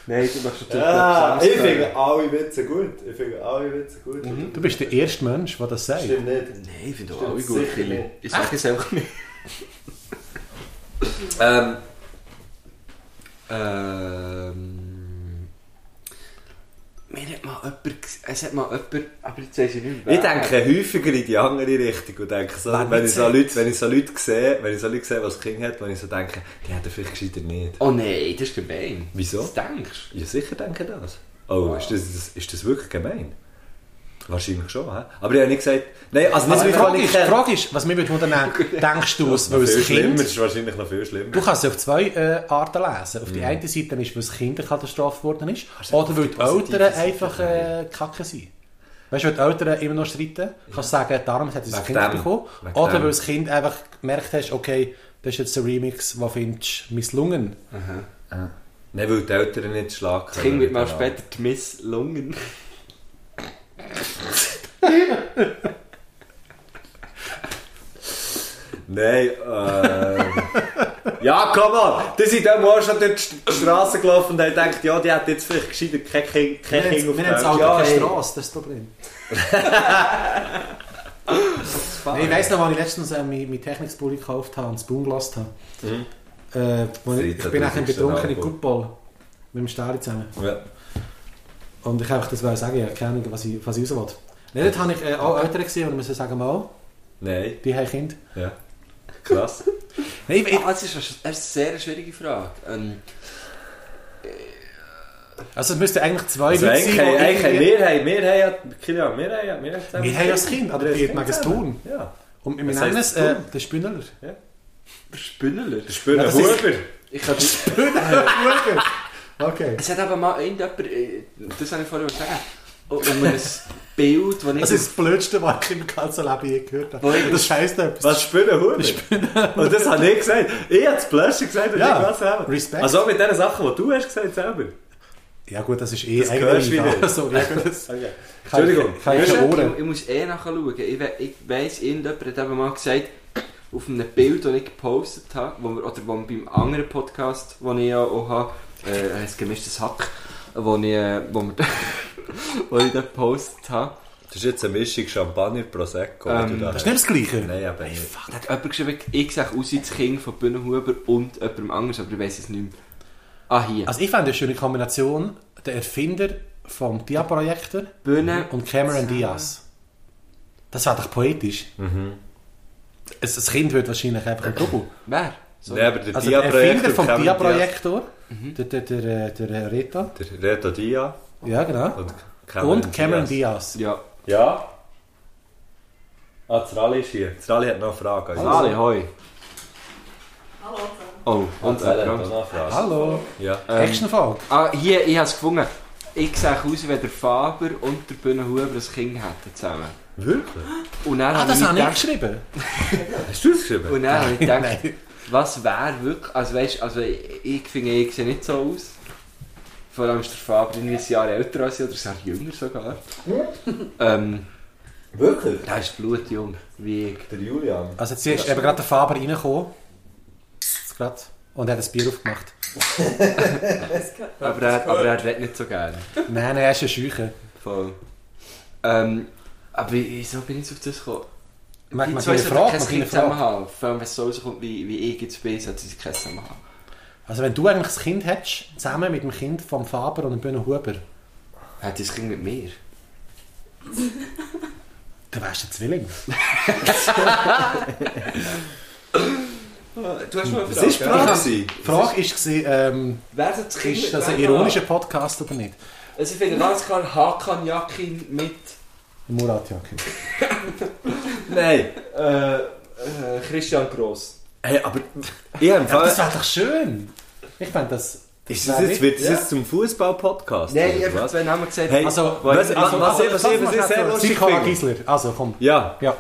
E: nein, du machst natürlich
F: Ah,
A: Ja,
E: etwas
A: ich
E: anderes.
A: finde alle Witze gut. Ich finde alle Witze gut.
G: Du bist der erste Mensch, der das sagt.
A: Stimmt nicht.
E: Nein, ich finde auch
A: Stimmt,
E: alle gut.
A: sicher
E: Kili.
A: nicht.
E: Ich sage es einfach nicht.
F: Ähm,
E: Ehm, Ähm. Mir hat mal jemand. ges- Es hat mal jemand. Aber jetzt weiß ich nicht mehr.
F: Ich denke häufiger in die andere Richtung und denke so,
G: Wer
F: wenn
G: nicht
F: ich so
G: sagt.
F: Leute, wenn ich so Leute sehe, wenn ich so Leute sehe, was das Kind hat, wenn ich so denke, die hat er vielleicht gescheiter nicht.
E: Oh nein, das ist gemein.
F: Wieso?
E: Das denkst du?
F: Ja, sicher denke ich das. Oh, ist das, das, ist das wirklich gemein? Wahrscheinlich schon, hä? Aber ich habe nicht gesagt, nein, also nicht,
G: Also die
F: weil
G: Frage
F: ich
G: ist, die Frage ist, was mich würde wundern, denkst du es, weil
F: Viel
G: es
F: schlimmer, das
G: Kind...
F: ist wahrscheinlich noch viel schlimmer.
G: Du kannst es auf zwei äh, Arten lesen.
F: Mhm.
G: Auf die eine Seite ist, weil es Kinderkatastrophe geworden ist,
F: Also
G: oder weil die Eltern einfach äh, kacke sind. Weißt du, wenn die Eltern immer noch streiten, kannst du sagen, darum hat es ein
F: Wegen
G: Kind
F: dem.
G: bekommen.
F: Wegen
G: Oder
F: dem.
G: weil das Kind einfach gemerkt hast, okay, das ist jetzt ein Remix, den findest du misslungen.
F: Nein, weil die Eltern nicht schlagen
E: Das Kind wird mal
F: Genau.
E: später die misslungen.
F: Nein, äh. ja, komm on! Die sind dann morgen schon durch die Straße gelaufen und haben gedacht, ja, die hat jetzt vielleicht gescheiter kein Kind, kein Kind auf der Welt. Ja, hey.
G: Straße, das ist das Problem.
F: Ah,
G: Nee, ich weiss noch, als ich letztens äh, mein, mein Techniksbulli gekauft habe und das Boom gelassen habe.
F: Mhm.
G: Äh, wo ich, ich
F: 13.000
G: bin nachher im betrunkenen
F: Euro.
G: Football mit dem Stari zusammen.
F: Ja.
G: Und ich einfach das wollte sagen, ich habe keine Ahnung, was ich, was ich raus will. Nein, dort habe ich äh, auch Eltern gesehen und müssen sagen, mal,
F: Nein,
G: die haben Kinder.
F: ja. Krass.
G: Nein, ich, ich,
E: Ah, das ist eine, eine sehr schwierige Frage. Ähm,
G: also es müssten eigentlich zwei
F: Also
G: Leute sein,
F: eigentlich,
G: die
F: eigentlich
G: irgendwie-
F: wir haben, wir haben ja, Kilian, wir haben ja, wir haben zusammen-
G: Wir haben ja das Kind, aber
F: Wir haben
G: die
F: das
G: mag
F: Kind
G: es
F: zusammen.
G: tun.
F: Ja.
G: Und wir
F: Was
G: nennen es
F: heisst
G: äh,
F: tun?
G: den Spinneler.
E: Spinneler.
F: Ich spüre
G: Ja, das ist-
F: Huber.
E: Ich hab,
G: Okay.
E: es hat aber mal irgendjemand. äh, Das habe ich vorher gesagt. Um ein Bild, das ich.
G: Das ist das Blödste, was ich im ganzen Leben je gehört habe.
E: Wohin?
G: Das scheißt etwas.
F: Was spüren Huber? Und das habe ich gesagt. Ich habe das Blödsinn gesagt und
G: Ja,
F: ich gelassen habe.
G: Respekt.
F: Also auch mit den Sachen, die du hast gesagt selber.
G: Ja gut, das ist eh
F: Das gehörst
G: eigentlich
F: wieder.
G: egal. so, ja, gut, das-
F: Okay. Entschuldigung.
G: Kann ich
E: Weisst
G: keine
E: du,
G: Ohren.
E: Ich, ich muss eh nachschauen. Ich, we- ich weiss, irgendjemand hat eben mal gesagt, auf einem Bild, das ich gepostet habe, wo wir, oder wo wir beim anderen Podcast, den ich ja auch habe, äh, heisst gemischtes Hack, wo ich, äh, wo wir, wo ich da gepostet habe,
F: Das ist jetzt eine Mischung Champagner Prosecco.
E: Ähm,
F: die du da
G: Das ist
F: hast.
G: nicht das Gleiche.
F: Nein, aber nicht.
E: da hat jemand geschrieben, ich sehe aus wie das Kind von Bühnenhuber und jemandem anders, aber ich weiss es nicht mehr. Ah, hier.
G: Also ich fände eine schöne Kombination, der Erfinder vom Dia-Projektor
E: Bühne und
G: und Cameron Diaz. Das wäre doch poetisch.
F: Mhm.
G: Es- Das Kind wird wahrscheinlich einfach ein Double.
E: wer? So.
F: Nein, aber der
G: Also der
F: Dia-Projektor
G: Erfinder vom
F: Cameron Diaz.
G: Dia-Projektor,
E: Mhm.
G: der, der, der, äh, der, der Reta,
F: Der Reto Dia
G: ja genau,
F: und Cameron,
G: und Cameron Diaz.
E: Ja.
F: Ja. Ah, das Rally ist hier. Das Rally hat noch eine Frage. Also,
E: Alle, hoi. Hallo. Oh, und
F: das Rally hat auch
E: äh,
F: noch eine Frage.
G: Hallo,
F: Ja.
G: Actionfrage.
E: Ah, hier, ich habe es gefunden. Ich sehe aus, wenn der Faber und der Bühnenhuber ein Kind hätten zusammen.
F: Wirklich?
E: Und dann
G: Ah,
E: habe
G: das
E: ich
G: habe ich
E: gedacht,
G: geschrieben.
F: Hast du es geschrieben?
E: und dann habe ich gedacht was wäre wirklich, also weißt, also ich, ich finde, ich sehe nicht so aus. Vor allem ist der Faber irgendwie ein Jahr älter als ich, oder ein Jahr jünger sogar. ähm,
F: Wirklich?
E: der ist blutjung, wie ich.
F: Der Julian.
G: Also jetzt ist eben gerade der Faber reingekommen. Jetzt gerade. Und er hat ein Bier aufgemacht.
E: Aber er, aber er redet nicht so gerne.
G: Nein, nein, er ist ein Scheuche.
E: Voll. Ähm, aber wieso bin ich so auf das gekommen?
G: Mag-
E: die
G: mag
E: zwei
G: ich
E: sollten
G: eine Frage?
E: kein
G: Mag ich eine
E: Kind zusammenhaben. Vor allem, wenn es so rauskommt, wie, wie ich jetzt bin, sollten sie kein zusammenhaben.
G: Also wenn du eigentlich das Kind hättest, zusammen mit dem Kind von Faber und dem Bühne Huber,
E: Hat das Kind mit mir?
G: dann wärst du ein Zwilling.
E: Du hast mal
F: Das ist die Frage. gewesen.
G: Die Frage war, ähm,
E: Wer hat das Kind
G: ist
E: mit
G: das
E: wem
G: ein ironischer Podcast oder nicht?
E: haben? Also ich finde ganz klar Hakan Yakin mit
G: Murat Jakin.
F: Nein.
E: äh, äh, Christian Gross.
F: Hey, aber ich habe im
G: Das
F: Fall...
G: wäre doch schön. Ich fände das...
F: Ist das jetzt, wird das
E: Ja.
F: jetzt zum Fußball-Podcast?
E: Nein,
F: oder
E: einfach
F: was?
E: zwei Namen gesagt.
F: Hey,
G: Also,
F: was, was, was, ich- was, ich- was ich sehr lustig
G: Sikoa
F: finde.
G: Gisler. Also, komm.
F: Ja,
G: Ja.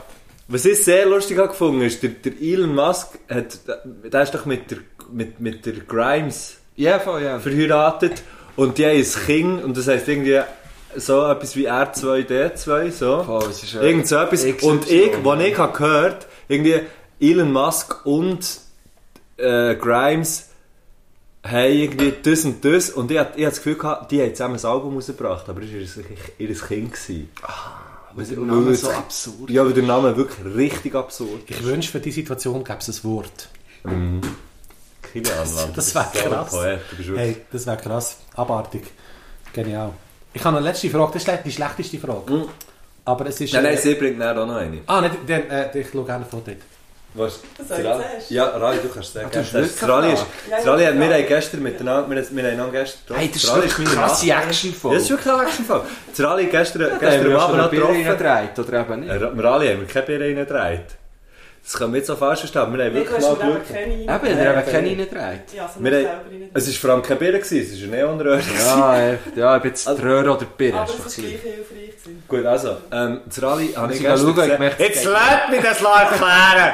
F: was ich sehr lustig habe gefunden ist, der, der Elon Musk hat, der ist doch mit der, mit, mit der Grimes
E: Ja, voll, ja.
F: verheiratet und die haben ein Kind und das heisst irgendwie so etwas wie R2D2, so.
E: Voll, es ist, äh,
F: Irgend so etwas.
E: XY.
F: Und ich, was ich habe gehört irgendwie Elon Musk und äh, Grimes haben irgendwie das und das und ich, hab- ich habe das Gefühl gehabt, die haben zusammen ein Album rausgebracht, aber es war ihr, ihr Kind. Gewesen.
E: Was ist
F: Weil
E: Name
F: das-
E: so absurd?
F: Ja, weil der Name wirklich richtig absurd ist.
G: Ich wünsche, für diese Situation gäbe es ein Wort.
F: Kilian, Mann.
G: Das wär
F: ist so ein
G: krass.
F: Poet, du bist wirklich-
G: Hey, das wäre krass. Abartig. Genial. Ich habe noch eine letzte Frage. Das ist le- die schlechteste Frage. Aber es ist...
F: Hm. Nein, nein,
G: äh,
F: sie bringt nachher auch noch eine.
G: Ah, nein, dann, äh, ich schaue gerne von dort.
F: Was?
B: Soll ich
F: Rally-
B: zuerst?
F: Ja, Rally, Ah, du kannst sagen.
E: hast
F: Das-
E: wirklich
F: das Rally ist,
B: Ja,
F: das Rally
B: ja,
F: hat, wir
B: ja.
F: haben gestern miteinander, wir, wir haben noch gestern
E: Hey, das ist
F: Rally
E: wirklich eine
F: meine
E: krasse
F: Nachbarin.
E: Action
F: Ja,
E: voll.
F: Das ist wirklich ein Actionfall. Das Rally gestern,
E: Haben
F: gestern
E: wir
F: Abend
E: schon
F: noch
E: ein Bier
F: getroffen.
E: reingedreht, oder eben nicht?
F: Äh, Im Rally haben wir keine Bier reingedreht. Das können wir jetzt so falsch verstehen. Wir haben
B: Nee, du
F: wirklich
B: hast
F: mal
B: mir eben
F: geschaut.
B: keine
E: Eben, hat er eben keine reingedreht.
B: Ja, sondern
F: Wir haben,
B: selber rein.
F: es war vor allem kein Bier, gewesen, es war eine Neonröhre.
E: Ja, echt. ja, ich bin jetzt also, Röhr oder Bier.
B: Aber
E: ist
B: es
E: doch
B: war
E: gleich.
B: gleich hilfreich. gewesen.
F: Gut, also, ähm, das Rally habe
E: Muss
F: ich
E: ich mal
F: gestern
E: schauen, ich
F: gesehen.
E: möchte-
F: Jetzt lasst mich das mal erklären!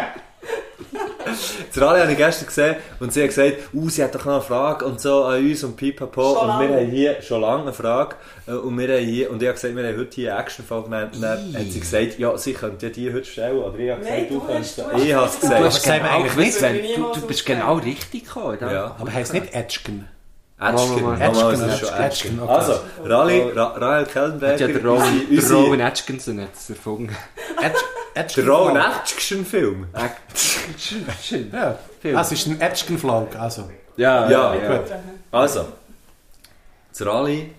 F: das Rally habe ich gestern gesehen und sie hat gesagt, uh, sie hat doch noch eine Frage und so an uns und pipapo.
B: Schon
F: und wir
B: lange.
F: haben hier schon lange eine Frage äh, und wir haben hier, und ich habe gesagt, wir haben heute hier eine Action-Folge genannt. Und Dann hat sie gesagt, ja, sie könnte ja die heute stellen. Oder ich habe gesagt,
B: Nein,
F: du,
B: du
F: kannst
B: hast- du
F: Ich
B: hast-
F: habe es
E: Du
G: Das
F: gesagt.
E: hast
G: sehen wir
E: genau
G: eigentlich
E: gewusst,
B: nicht.
E: wenn
B: Würde ich
E: du,
B: niemals
E: du bist
B: ausstellen.
E: genau richtig gekommen. oder?
F: Ja.
G: Aber heisst nicht Edgen.
E: Mal, mal,
F: Ätschgen.
E: mal.
F: Nochmal, es
G: Ätschgen,
F: ist schon
G: Ätschgen,
F: Ätschgen.
G: okay.
F: Also, Rally, Ra Rahel
E: Hat ja
F: Kellenberger,
E: der Rowan, der
F: unsere-
E: Rowan Atkinson hat es erfunden.
G: Edgen.
F: der Rowan Ätschgen-Film.
E: Atkinson.
G: Ja. Ah, es ist ein Edgen-Vlog. Also.
E: Ja,
F: Ja,
E: ja,
F: gut. Also, das Rally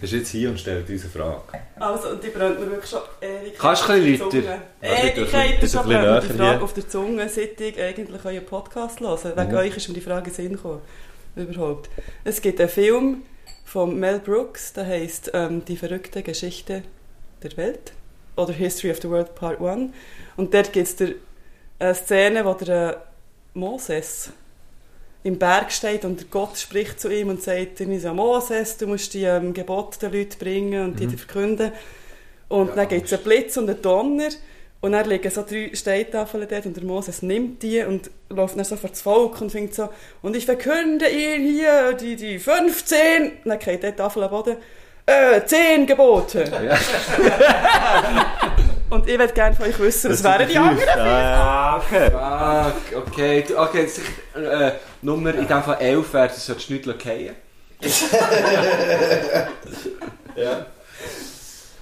F: ist jetzt hier und stellt uns eine Frage.
B: Also, und die brennt mir wirklich schon ewig.
E: Kannst du ein bisschen
B: auf die
E: lauter?
B: Zunge.
F: Ja, bitte,
B: Ewig
F: ein bisschen-
B: hat schon
F: ein bisschen
B: brennt mir die
F: näher hier. Mhm.
B: Frage auf der Zunge, seit ich eigentlich euren Podcast höre. Wegen euch ist mir die Frage in den Sinn gekommen. Überhaupt. Es gibt einen Film von Mel Brooks, der heisst ähm, «Die verrückte Geschichte der Welt» oder «History of the World Part 1». Und dort gibt es eine Szene, wo der äh, Moses im Berg steht und der Gott spricht zu ihm und sagt ihm so, Moses, du musst die ähm, Gebote den Leuten bringen und die
F: Mhm.
B: dir verkünden. Und dann gibt es einen Blitz und einen Donner und dann liegen so drei Steintafeln dort und der Moses nimmt die und läuft dann so vor das Volk und fängt so und ich verkünde ihnen hier die, die 15, und dann geht die Tafel am Boden, äh, 10 Gebote. und ich würde gerne von euch wissen, was wären die anderen?
F: Ah, okay.
E: Fuck, okay. Du- okay jetzt, äh, Nummer in dem Fall 11 wäre, du solltest nichts fallen
F: Ja.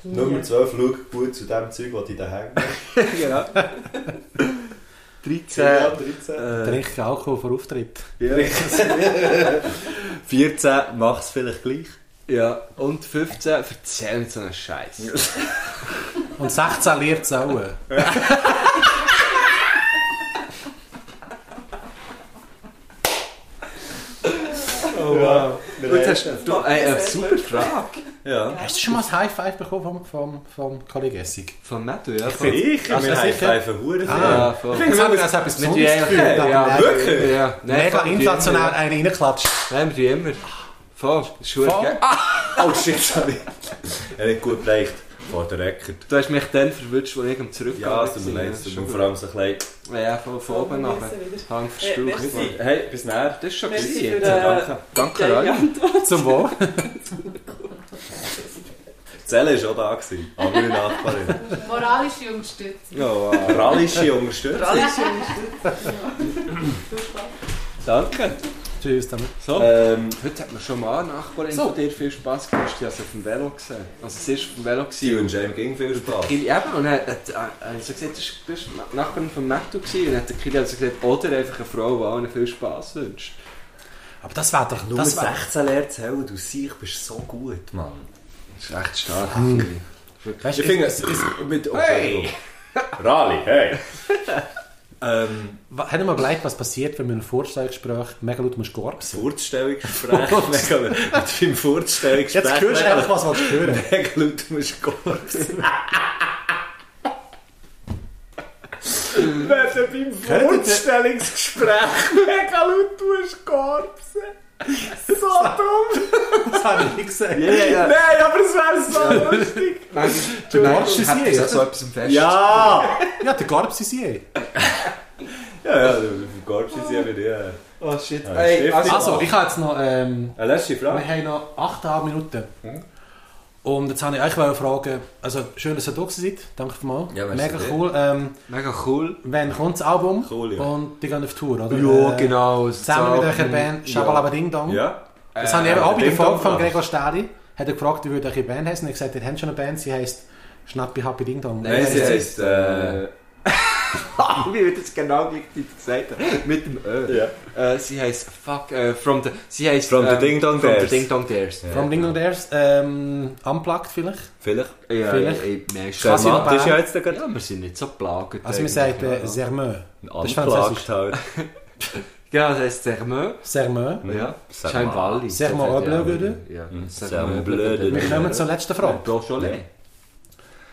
F: Nummer 12, schau gut zu dem Zeug, das dich da hängt.
E: lassen. genau. 13.
F: 13.
E: Äh,
G: Trinken Alkohol vor Auftritt.
F: 14, mach's vielleicht gleich.
E: ja, und 15, verzähl nicht so einen Scheiß.
G: Und 16 lehrt es auch.
E: Gut, hast du äh, eine super Frage.
F: Ja.
G: Hast du schon mal ein High Five bekommen vom, vom, vom Kollege Essig?
E: Von Matthew, ja. Von,
F: Ich,
G: Also
F: wir haben
G: sicher.
F: pfeifen Huren.
E: ja, von,
G: Ich habe das etwas
E: wir tun
G: Besonderes
E: eigentlich-
G: gefühlt. aber
E: ja,
G: nein.
F: Wirklich?
E: Ja, nein,
G: Mega
E: fuck, wir tun
G: inflationär
E: immer-
G: einen reinklatscht.
E: Nein, wir tun immer. Voll, ist gut,
G: Voll.
E: gell?
F: Oh shit, sorry. Er hat gut gereicht. Vor der Record.
E: Du hast mich dann verwünscht, als ich am Zurückgehen
F: Ja, es tut mir leid.
E: war.
F: es tut mir Vor allem so ein bisschen...
E: Ja, von, von oben
B: Ja, wir
E: nach.
B: müssen wieder.
E: Hang
B: Äh,
E: verstaucht.
B: merci.
F: Hey, bis näher.
E: Das ist schon
B: Merci
E: gewesen.
B: für,
E: jetzt.
B: äh,
E: Danke. Danke euch.
B: Ja,
G: Zum Wohl.
F: Zelle war auch da. Gewesen. Andere Nachbarin.
H: Moralische Unterstützung.
E: Ja, wow.
F: Rallische Unterstützung.
B: Alles schön.
F: Danke.
G: Tschüss. Tschüss zusammen.
E: So.
F: Ähm,
E: Heute hat mir schon mal Nachbarin
G: So.
E: von dir viel Spass gemacht. Ich habe sie auf dem Velo gesehen. Also sie ist auf dem Velo
F: sie
E: gewesen.
F: und Jane ging viel Spaß.
E: Kili eben, und er hat, er hat Ah, so gesagt, du bist Nachbarin von Mattu gewesen. Und hat der Kili also gesagt, oder einfach eine Frau, die allen viel Spass wünscht.
G: Aber das wäre doch...
F: Nur
G: das wär-
F: 16 Lehrer zu hell, du siehst, bist so gut, Mann. Hm.
E: Das ist echt stark, Kili.
G: Weißt,
F: Ich
G: du,
F: finde, es ist mit... Hey! Rally, hey! ähm,
G: wa- Haben wir mal überlegt, was passiert, wenn wir ein Vorstellungsgespräch mega laut musst gorpsen?
F: Vorstellungsgespräch. mega laut. Mit deinem Vorstellungsgespräch.
G: Jetzt hörst du einfach, was du willst hören.
F: Mega laut musst du gehen. Wenn du beim Vorstellungsgespräch mega laut musst gorpsen. So dumm.
G: Das habe ich nicht gesagt.
E: Ja, ja, ja.
F: Nein, aber es wäre so lustig.
G: Der Gorps ist
E: Hat er
G: hier.
E: so etwas im Fest?
F: Ja!
G: Ja, der Gorps ist hier.
F: Ja, ja, du gorpst es ja mit dir.
E: Oh shit.
F: Ja,
E: Ey,
F: Stift.
E: also,
G: Also, ich habe jetzt noch...
E: ehm,
G: Ähm,
F: Eine letzte Frage.
G: Wir haben noch 8,5 Minuten.
F: Hm?
G: Und jetzt habe ich euch wollte fragen, also schön, dass ihr da seid, danke mal.
F: Ja, merci
G: Mega
F: dir.
G: cool. Ähm,
E: mega cool.
G: wann kommt das Album?
F: Cool, ja.
G: Und die gehen auf Tour, oder? Äh,
E: genau.
G: Zusammen mit eurer Band Shabalaba Ding Dong.
F: Ja?
G: Das habe ich eben
F: äh,
G: auch bei der
F: Ding
G: Folge
F: Dong
G: von
F: gemacht.
G: Gregor Stadi. Hat er gefragt, wie würde eure Band heißen? Und ich habe gesagt, ihr habt schon eine Band, sie heisst Schnappi Happy Ding Dong.
F: Nein, sie heisst. Äh,
E: Wie wird das genau gleichzeitig gesagt? Mit dem Ö.
F: ja.
E: Äh, sie heisst fuck, äh, from the, sie heisst,
F: From the Ding Dong
E: ehm, from
F: Dares.
E: the Ding Dong Dares.
G: Vom Ding Dong Dares, ähm, unplugged vielleicht.
F: Vielleicht.
E: Ja,
G: Vielleicht.
E: ey, nein, ist
G: Quasi
E: normal.
G: noch-
F: Charmant ist ja jetzt der
E: ja, wir sind nicht so plagend.
G: Also man
E: eigentlich.
G: sagt äh, Sermeux. Das ist französisch.
F: Anklagt halt.
E: Genau, das heisst Sermeux.
G: Sermeux.
E: Ja,
F: Sermeux.
E: Schein Walli.
G: Sermeux au bleu, würde.
E: Ja,
F: Mm. Sermeux bleu,
E: bleu.
F: würde.
G: Wir kommen zur letzten Frage.
E: Beaujolais.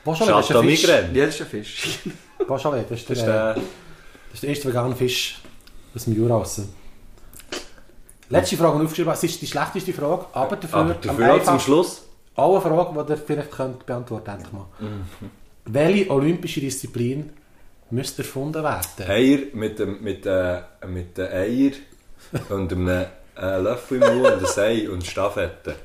G: Wo schon
F: Chateau Migraine.
E: Ja, das ist ein Fisch.
G: Beaujolais, das ist der,
F: Das ist
G: äh,
F: der.
G: das ist der erste vegane Fisch aus dem Jura raus. Letzte Frage, die aufgeschrieben habe. Es ist die schlechteste Frage, aber dafür,
F: Aber dafür auch zum
G: einfachsten-
F: Schluss.
G: auch eine Frage, die ihr vielleicht könnt beantworten könnt. Mal. Welche olympische Disziplin müsste erfunden werden?
F: Eier mit dem mit, äh, mit den Eier und einem äh, Löffel im Mund und ein Ei und Staffette.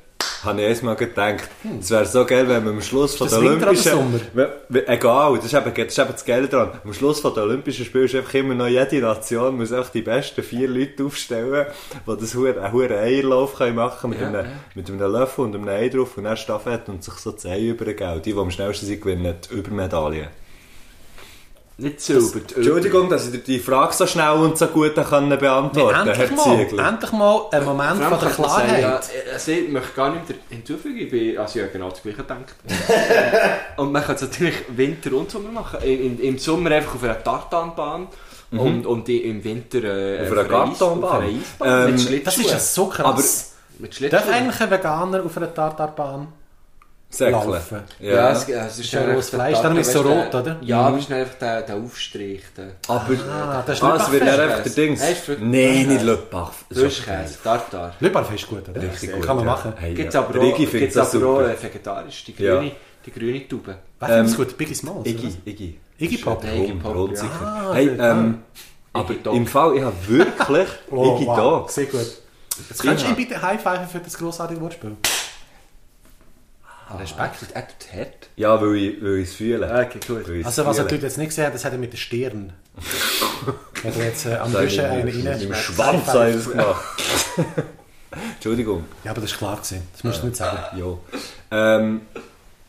F: Habe ich erst mal gedacht, es wäre so geil, wenn wir am Schluss von
G: Ist Hm. das
F: der
G: Winter oder
F: Olympischen...
G: Sommer?
F: We- we- Egal, das ist, eben, das ist eben das Geile dran. Am Schluss von der Olympischen Spiele ist einfach immer noch jede Nation muss einfach die besten vier Leute aufstellen, die das hure- einen hohen Eierlauf können machen mit, einem, mit einem Löffel und einem Ei drauf und dann Staffette und sich so das Ei übergeben. Die, die am schnellsten sind, gewinnen die Übermedaillen.
E: Nicht sauber. die Ö.
F: Entschuldigung, dass ich dir die Frage so schnell und so gut kann beantworten
G: Endlich
F: Herr
G: mal,
F: Ziegler.
G: endlich mal einen Moment
E: Vor allem
G: von der
E: kann man sagen,
G: Klarheit.
E: ja, eh, Also ich möchte gar nicht mehr hinzufügen, ich bin, also ich habe genau das gleiche gedacht. und man kann es natürlich Winter und Sommer machen. Im, im- im Sommer einfach auf einer Tartanbahn und, und i- im Winter äh,
F: Auf einer
E: Eis- auf
F: Gartanbahn.
E: einer Eisbahn mit
F: Ähm,
E: Schlittschuhen.
G: Das ist ja so krass.
E: mit
G: Darf
E: Schlittschuhen.
G: eigentlich ein Veganer auf einer Tartarbahn? Laufen.
F: Ja.
E: Ja, es, es
G: Ist
E: ist
G: ja
E: einfach
G: rohes
E: der
G: Fleisch,
E: Tag-
G: darum ist es so
E: weißt du,
G: rot,
E: der-
G: oder?
E: Ja, aber es ist einfach der, der Aufstrich. Der
F: aber
G: Ah, das ist
F: ah, es wird
G: Lübachfest.
F: dann einfach der Dings.
E: Nein, ist für-
F: Nein, nicht Löppach.
E: Löschkäse, Tartar.
G: Lübachfest ist gut, oder?
F: Richtig gut.
G: Kann man
F: ja.
G: machen.
F: Hey,
E: Gibt es
F: ja.
E: aber auch,
F: Rigi findet
E: gibt's
F: das
E: aber auch
F: super.
E: äh, vegetarisch, die
F: Ja.
E: grüne, die grüne Tube.
G: Wer findet es
F: Ähm,
G: gut? Biggie Smalls?
F: Iggy,
G: oder?
F: Iggy.
G: Iggy Pop.
E: Der
F: Iggy
E: Iggy Pop,
F: Pop,
E: ja.
F: sicher.
G: Ah,
F: hey,
G: der-
F: ähm, aber
E: Iggy Dog.
F: im Fall, ich habe wirklich
G: Oh,
F: Iggy
G: wow.
F: da.
G: Sehr gut. Jetzt kannst du ihm bitte high-fiven für das grossartige Wortspiel.
E: Ah. Respekt, er tut hart.
F: Ja, weil ich weil ich's fühle.
E: Okay, gut.
F: Weil ich's
G: Also, was
F: fühle.
G: natürlich jetzt nicht gesehen hat, das hat er mit der Stirn. Hat er jetzt äh, am
F: Sag ich
G: Büschen einen
F: nicht.
G: rein.
F: Im Schwanz habe ich das gemacht. Entschuldigung.
G: Ja, aber das ist klar gewesen. Das musst du nicht sagen.
F: Ja. Ähm,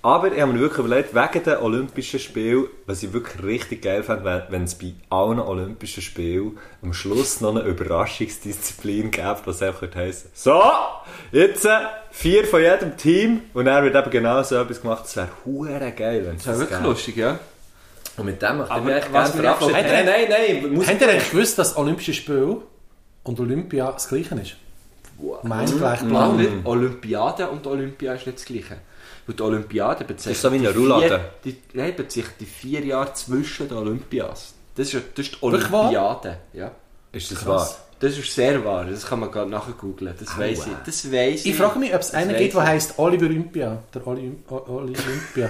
F: aber ich habe mir wirklich überlegt, wegen den Olympischen Spielen, was ich wirklich richtig geil fände, wäre, wenn es bei allen Olympischen Spielen am Schluss noch eine Überraschungsdisziplin gäbe, was einfach würde heissen. So, jetzt äh, vier von jedem Team und er wird eben genau so etwas gemacht. Das wäre hure geil, wenn es
E: Das ist wirklich
F: gäbe.
E: lustig, ja.
F: Und mit dem macht
E: Aber
F: mich echt
E: was
F: gerne
E: mir einfach-
F: verabschieden. Nein, nein, nein, Äh, muss
G: Habt ihr eigentlich gewusst, dass Olympische Spiele und Olympia das Gleiche ist? Meins gleich
F: Mhm.
G: blau.
E: Aber Olympiade und Olympia ist nicht das Gleiche. Weil die Olympiade bezeichnet...
F: Ist so wie eine
E: die
F: Roulade.
E: vier- Die, nein, bezeichnet die vier Jahre zwischen den Olympias. Das ist, ja- das ist die
G: Wirklich wahr?
E: Olympiade. Ja.
F: Ist das
G: Krass.
F: wahr?
E: Das ist sehr wahr, das kann man gerade nachher googeln. Das weiß ich. Das weiß ich.
G: Ich frage mich, ob es einen
E: weiss
G: gibt, der
E: ich.
G: heisst Oliver Olympia. Der Oli, O- Oli Olympia.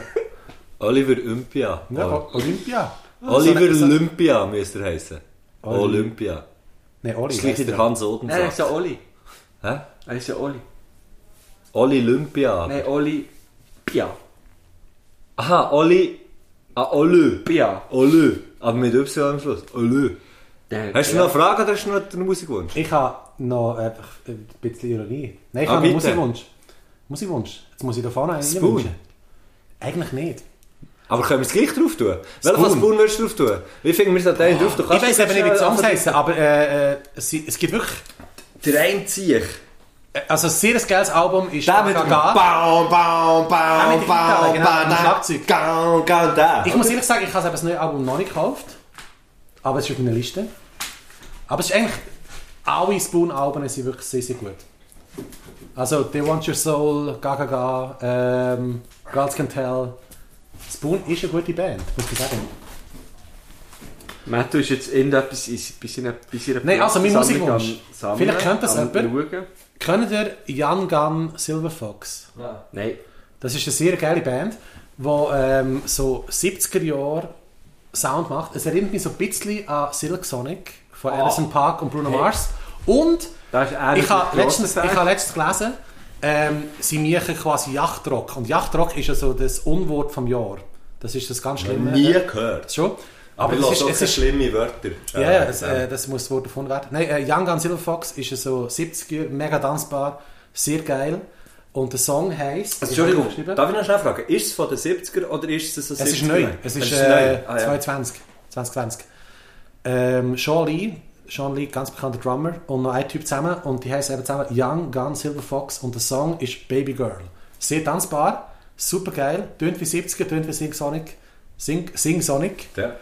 F: Oliver Olympia.
G: Ja, O- Olympia.
F: Oliver Olympia müsste er heissen.
G: Oli-
F: Olympia.
G: Nein, Oli.
F: Das ist gleich wie
G: heisst
F: der
G: er.
F: Hans Oden
E: Nein, er ist ja
F: sagt.
E: Oli.
F: Hä?
E: Er ist ja Oli.
F: Oli Olympia.
E: Nein, Oli... Pia.
F: Aha, Oli. Ah, Olü.
E: Pia.
F: Olü. Aber mit Y am Schluss. Olü.
E: Der-
F: Hast du
E: ja.
F: noch eine Frage oder hast du noch einen Musikwunsch?
G: Ich habe noch einfach ein bisschen Ironie. Nein, ich
F: Ah,
G: habe einen
F: bitte.
G: Musikwunsch. Musikwunsch. Jetzt muss ich da vorne einen
F: Spoon.
G: wünschen. Eigentlich nicht.
F: Aber können wir es gleich drauf tun?
G: Spoon.
F: Welchen Spoon würdest du drauf tun? Wie finden wir es an den drauf? Du
G: ich weiß eben nicht, wie die Songs
F: heißt.
G: heissen, aber äh, äh, es, es gibt wirklich...
F: Der eine ziehe ich.
G: äh, Also ein sehr geiles Album ist
F: Der mit dem
G: Gaga.
F: Baum, Baum,
G: Der
F: Baum,
G: mit der Gitarre,
F: Baum,
G: genau, mit dem Schlagzeug.
F: Baum, Baum, der.
G: Ich muss ehrlich sagen, ich habe eben das neue Album noch nicht gekauft. Aber es ist auf meiner Liste. Aber es ist eigentlich... Alle Spoon-Alben sind wirklich sehr, sehr gut. Also They Want Your Soul, Gaga Gaga, ähm, Girls Can Tell. Spoon ist eine gute Band, muss ich sagen.
E: Matt, du bist jetzt irgendetwas in, bei seiner, bei seiner
G: Nein, also mein
E: Sammlung
G: Musikwunsch.
E: am Sammeln,
G: Vielleicht könnte das
E: am
G: jemand.
E: schauen.
G: Kennt ihr Young Gun Silver Fox?
E: Nein.
G: Das ist eine sehr geile Band, die ähm, so 70er Jahre Sound macht. Es erinnert mich so ein bisschen an Silk Sonic von
E: Ah.
G: Anderson Park und Bruno Mars. Und
E: Da ist einer
G: ich habe
E: der grossen
G: letztens,
E: Fans.
G: ich habe letztens gelesen, ähm, sie machen quasi Yachtrock. Und Yachtrock ist ja so das Unwort vom Jahr. Das ist das ganz Schlimme. Äh,
F: Nie gehört.
G: Schon.
F: Aber
G: Aber es ist, es
F: es sind
G: ist
F: schlimme Wörter.
G: Ja, ja, das, äh, das muss das Wort erfunden werden. Nein, äh, Young Gun Silver Fox ist so 70er, mega dansbar, sehr geil. Und der Song heisst...
F: Also, Entschuldigung,
G: geschrieben?
F: darf ich noch schnell fragen? Ist es von den 70er oder ist es so 70er?
G: es ist neu. Es ist,
F: neu.
G: äh,
F: Ah, ja.
G: 22, 2020. Ähm, Sean Lee, Sean Lee, ganz bekannter Drummer, und noch ein Typ zusammen. Und die heißen eben zusammen Young Gun Silver Fox. Und der Song ist Baby Girl. Sehr dansbar, super geil, tönt wie 70er, tönt wie Sing Sonic. Sing, Sing Sonic,
F: Ja.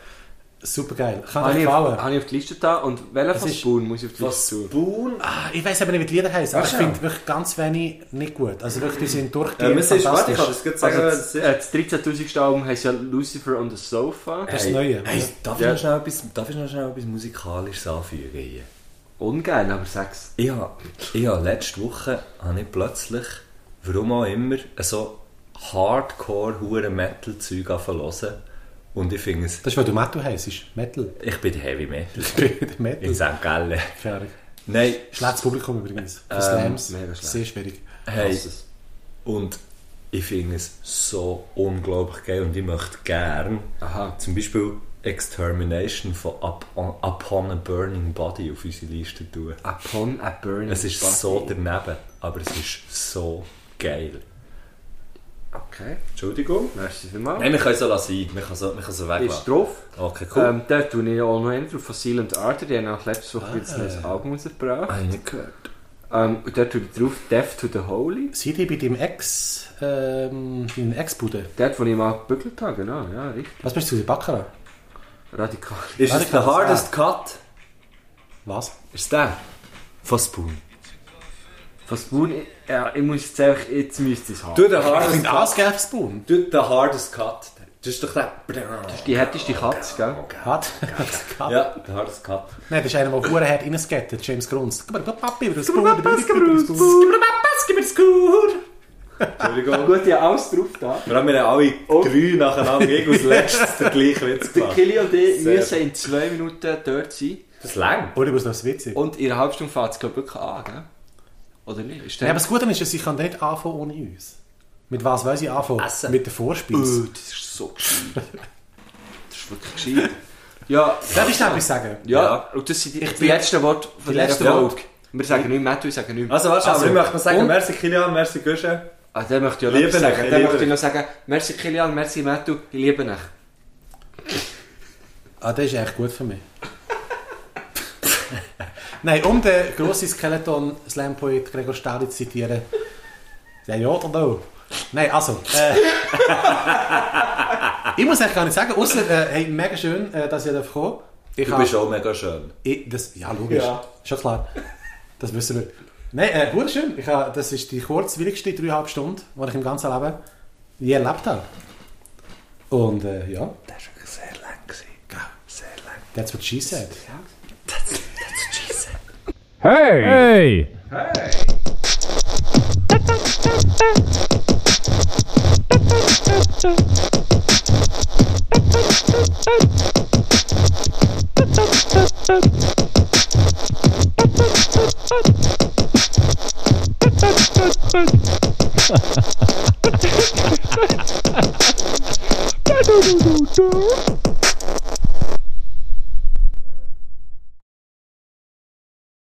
G: super geil.
F: Ah,
G: Kann
E: Habe
G: euch
E: ich, auf,
G: gefallen.
E: habe ich auf die Liste da und welcher
G: Es
E: von
G: ist-
E: Spoon muss ich auf die Liste tun?
F: Spoon.
G: Ah, Ich weiß aber nicht, wie die Lieder heißen, aber ich
F: Ach,
G: finde wirklich ganz wenig nicht gut. Also wirklich, die sind durch die
F: Äh, es ist, warte, ich kann
G: fantastisch.
F: das gerade sagen.
E: Also,
F: es
E: das,
F: ist-
E: äh, das 13.000. Album heisst ja Lucifer on the Sofa.
G: Das ist das Neue.
F: Hey,
G: ja.
F: darf,
E: Ja.
F: ich noch schnell etwas, darf ich noch schnell etwas Musikalisches anfügen? hier?
E: Ungeil, aber sechs.
F: Ich habe, ich habe letzte Woche habe ich plötzlich, warum auch immer, so hardcore hure metal zeug angefangen Und ich finde es,
G: Das ist, weil du Metal heisst. Metal.
F: ich bin Heavy Metal. In
G: Metal.
F: St. Gallen.
G: Fertig.
F: Nein,
G: Schlechtes Publikum übrigens.
F: Ähm,
G: Für Slams.
E: mega schlecht.
G: Sehr schwierig.
F: hey. Und ich finde es so unglaublich geil und ich möchte gern
E: Aha.
F: zum Beispiel Extermination von Up on, Upon a Burning Body auf unsere Liste tun.
E: Upon a Burning
F: Es ist
E: Body.
F: so daneben, aber es ist so geil.
E: Okay,
F: Entschuldigung.
E: merci vielmals.
F: Nein, wir können es so lassen. Wir können so, wir können so
E: Ist
F: weglassen.
E: drauf.
F: Okay, cool.
E: Ähm, da tue ich auch noch einen drauf von Silent Arter. Die haben auch letzte
F: Ah.
E: Woche wieder ein neues Album rausgebracht.
F: Habe ich nicht gehört.
E: Ähm, und da tue ich drauf Death to the Holy.
G: Seid ihr bei deinem Ex, ähm, deinem Ex-Bude?
E: Dort, wo ich mal gebügelt habe, genau. Ja, richtig.
G: Was bist du, der Baccarat?
E: Radikal.
F: Ist
G: Warte,
F: es der
G: ich kann
F: Hardest Cut?
G: Was?
F: Ist es der? Von Spoon.
E: Von Spoon, ja, ich muss jetzt einfach, jetzt müsste ich es haben.
F: Du, der
G: Ich
F: Hardest
G: finde
F: Cut.
G: Asgaf Spoon.
F: Du, der Hardest Cut. Das ist doch der...
E: Die härteste Katze, gell?
G: Hat. Nein,
F: Ja, der Hardest Cut.
G: das ist einer, der Huren hat reingegettet. James Grunz. Gib mir den Papi, über den Spoon. Gib mir den Spoon.
F: Entschuldigung.
E: Gut, ja, alles drauf da.
F: Wir haben ja alle drei nacheinander gegen als letztes den gleichen Witz
E: Der
F: gemacht.
E: Killy und ich
F: Sehr.
E: müssen in zwei Minuten dort sein.
F: Das lang.
G: Oder was das witzig?
E: Und in einer halben Stunde fährt es, glaube ich, wirklich an, gell? Oder nicht? Ist
G: Ja, aber das Gute ist, dass ich kann nicht anfangen ohne uns. Mit was weiß ich anfangen?
F: Essen.
G: Mit der Vorspeise.
E: das ist so gescheit. Das ist wirklich gescheit. Ja,
G: Darf ich noch etwas sagen?
E: ja, und das sind die, die
G: bin-
E: letzten Worte von
G: die
E: dieser
G: letzten
E: Folge.
G: Worte.
E: Wir sagen nicht mehr, Matthew, wir sagen nicht mehr.
F: Also, warte,
G: Also,
F: aber ich möchte noch sagen,
G: und-
F: merci Kilian, merci Guschen.
E: ah, dann möchte ich auch
F: Liebe
E: noch etwas sagen.
F: dich,
E: Dann
F: liebe
E: möchte ich noch sagen, merci Kilian, merci Matthew, ich liebe dich.
G: Ah, das ist eigentlich gut für mich. Nein, um den grossen Skeleton-Slam-Poet Gregor Stadi zu zitieren. Ja, ja oder no? Nein, also. Äh, ich muss eigentlich gar nicht sagen, außer, äh, hey, mega schön, äh, dass ihr da kommen Ich
F: Du
G: hab-
F: bist auch mega schön.
G: ich, Eh, das, ja, logisch. Schon klar. Das wissen wir. Nein, äh, gut, schön. Ich hab, das ist die kurzwilligste dreieinhalb Stunden, die ich im ganzen Leben je erlebt habe. Und äh, ja. Das war sehr lang. Gell? Sehr lang. That's what she said.
I: Hey!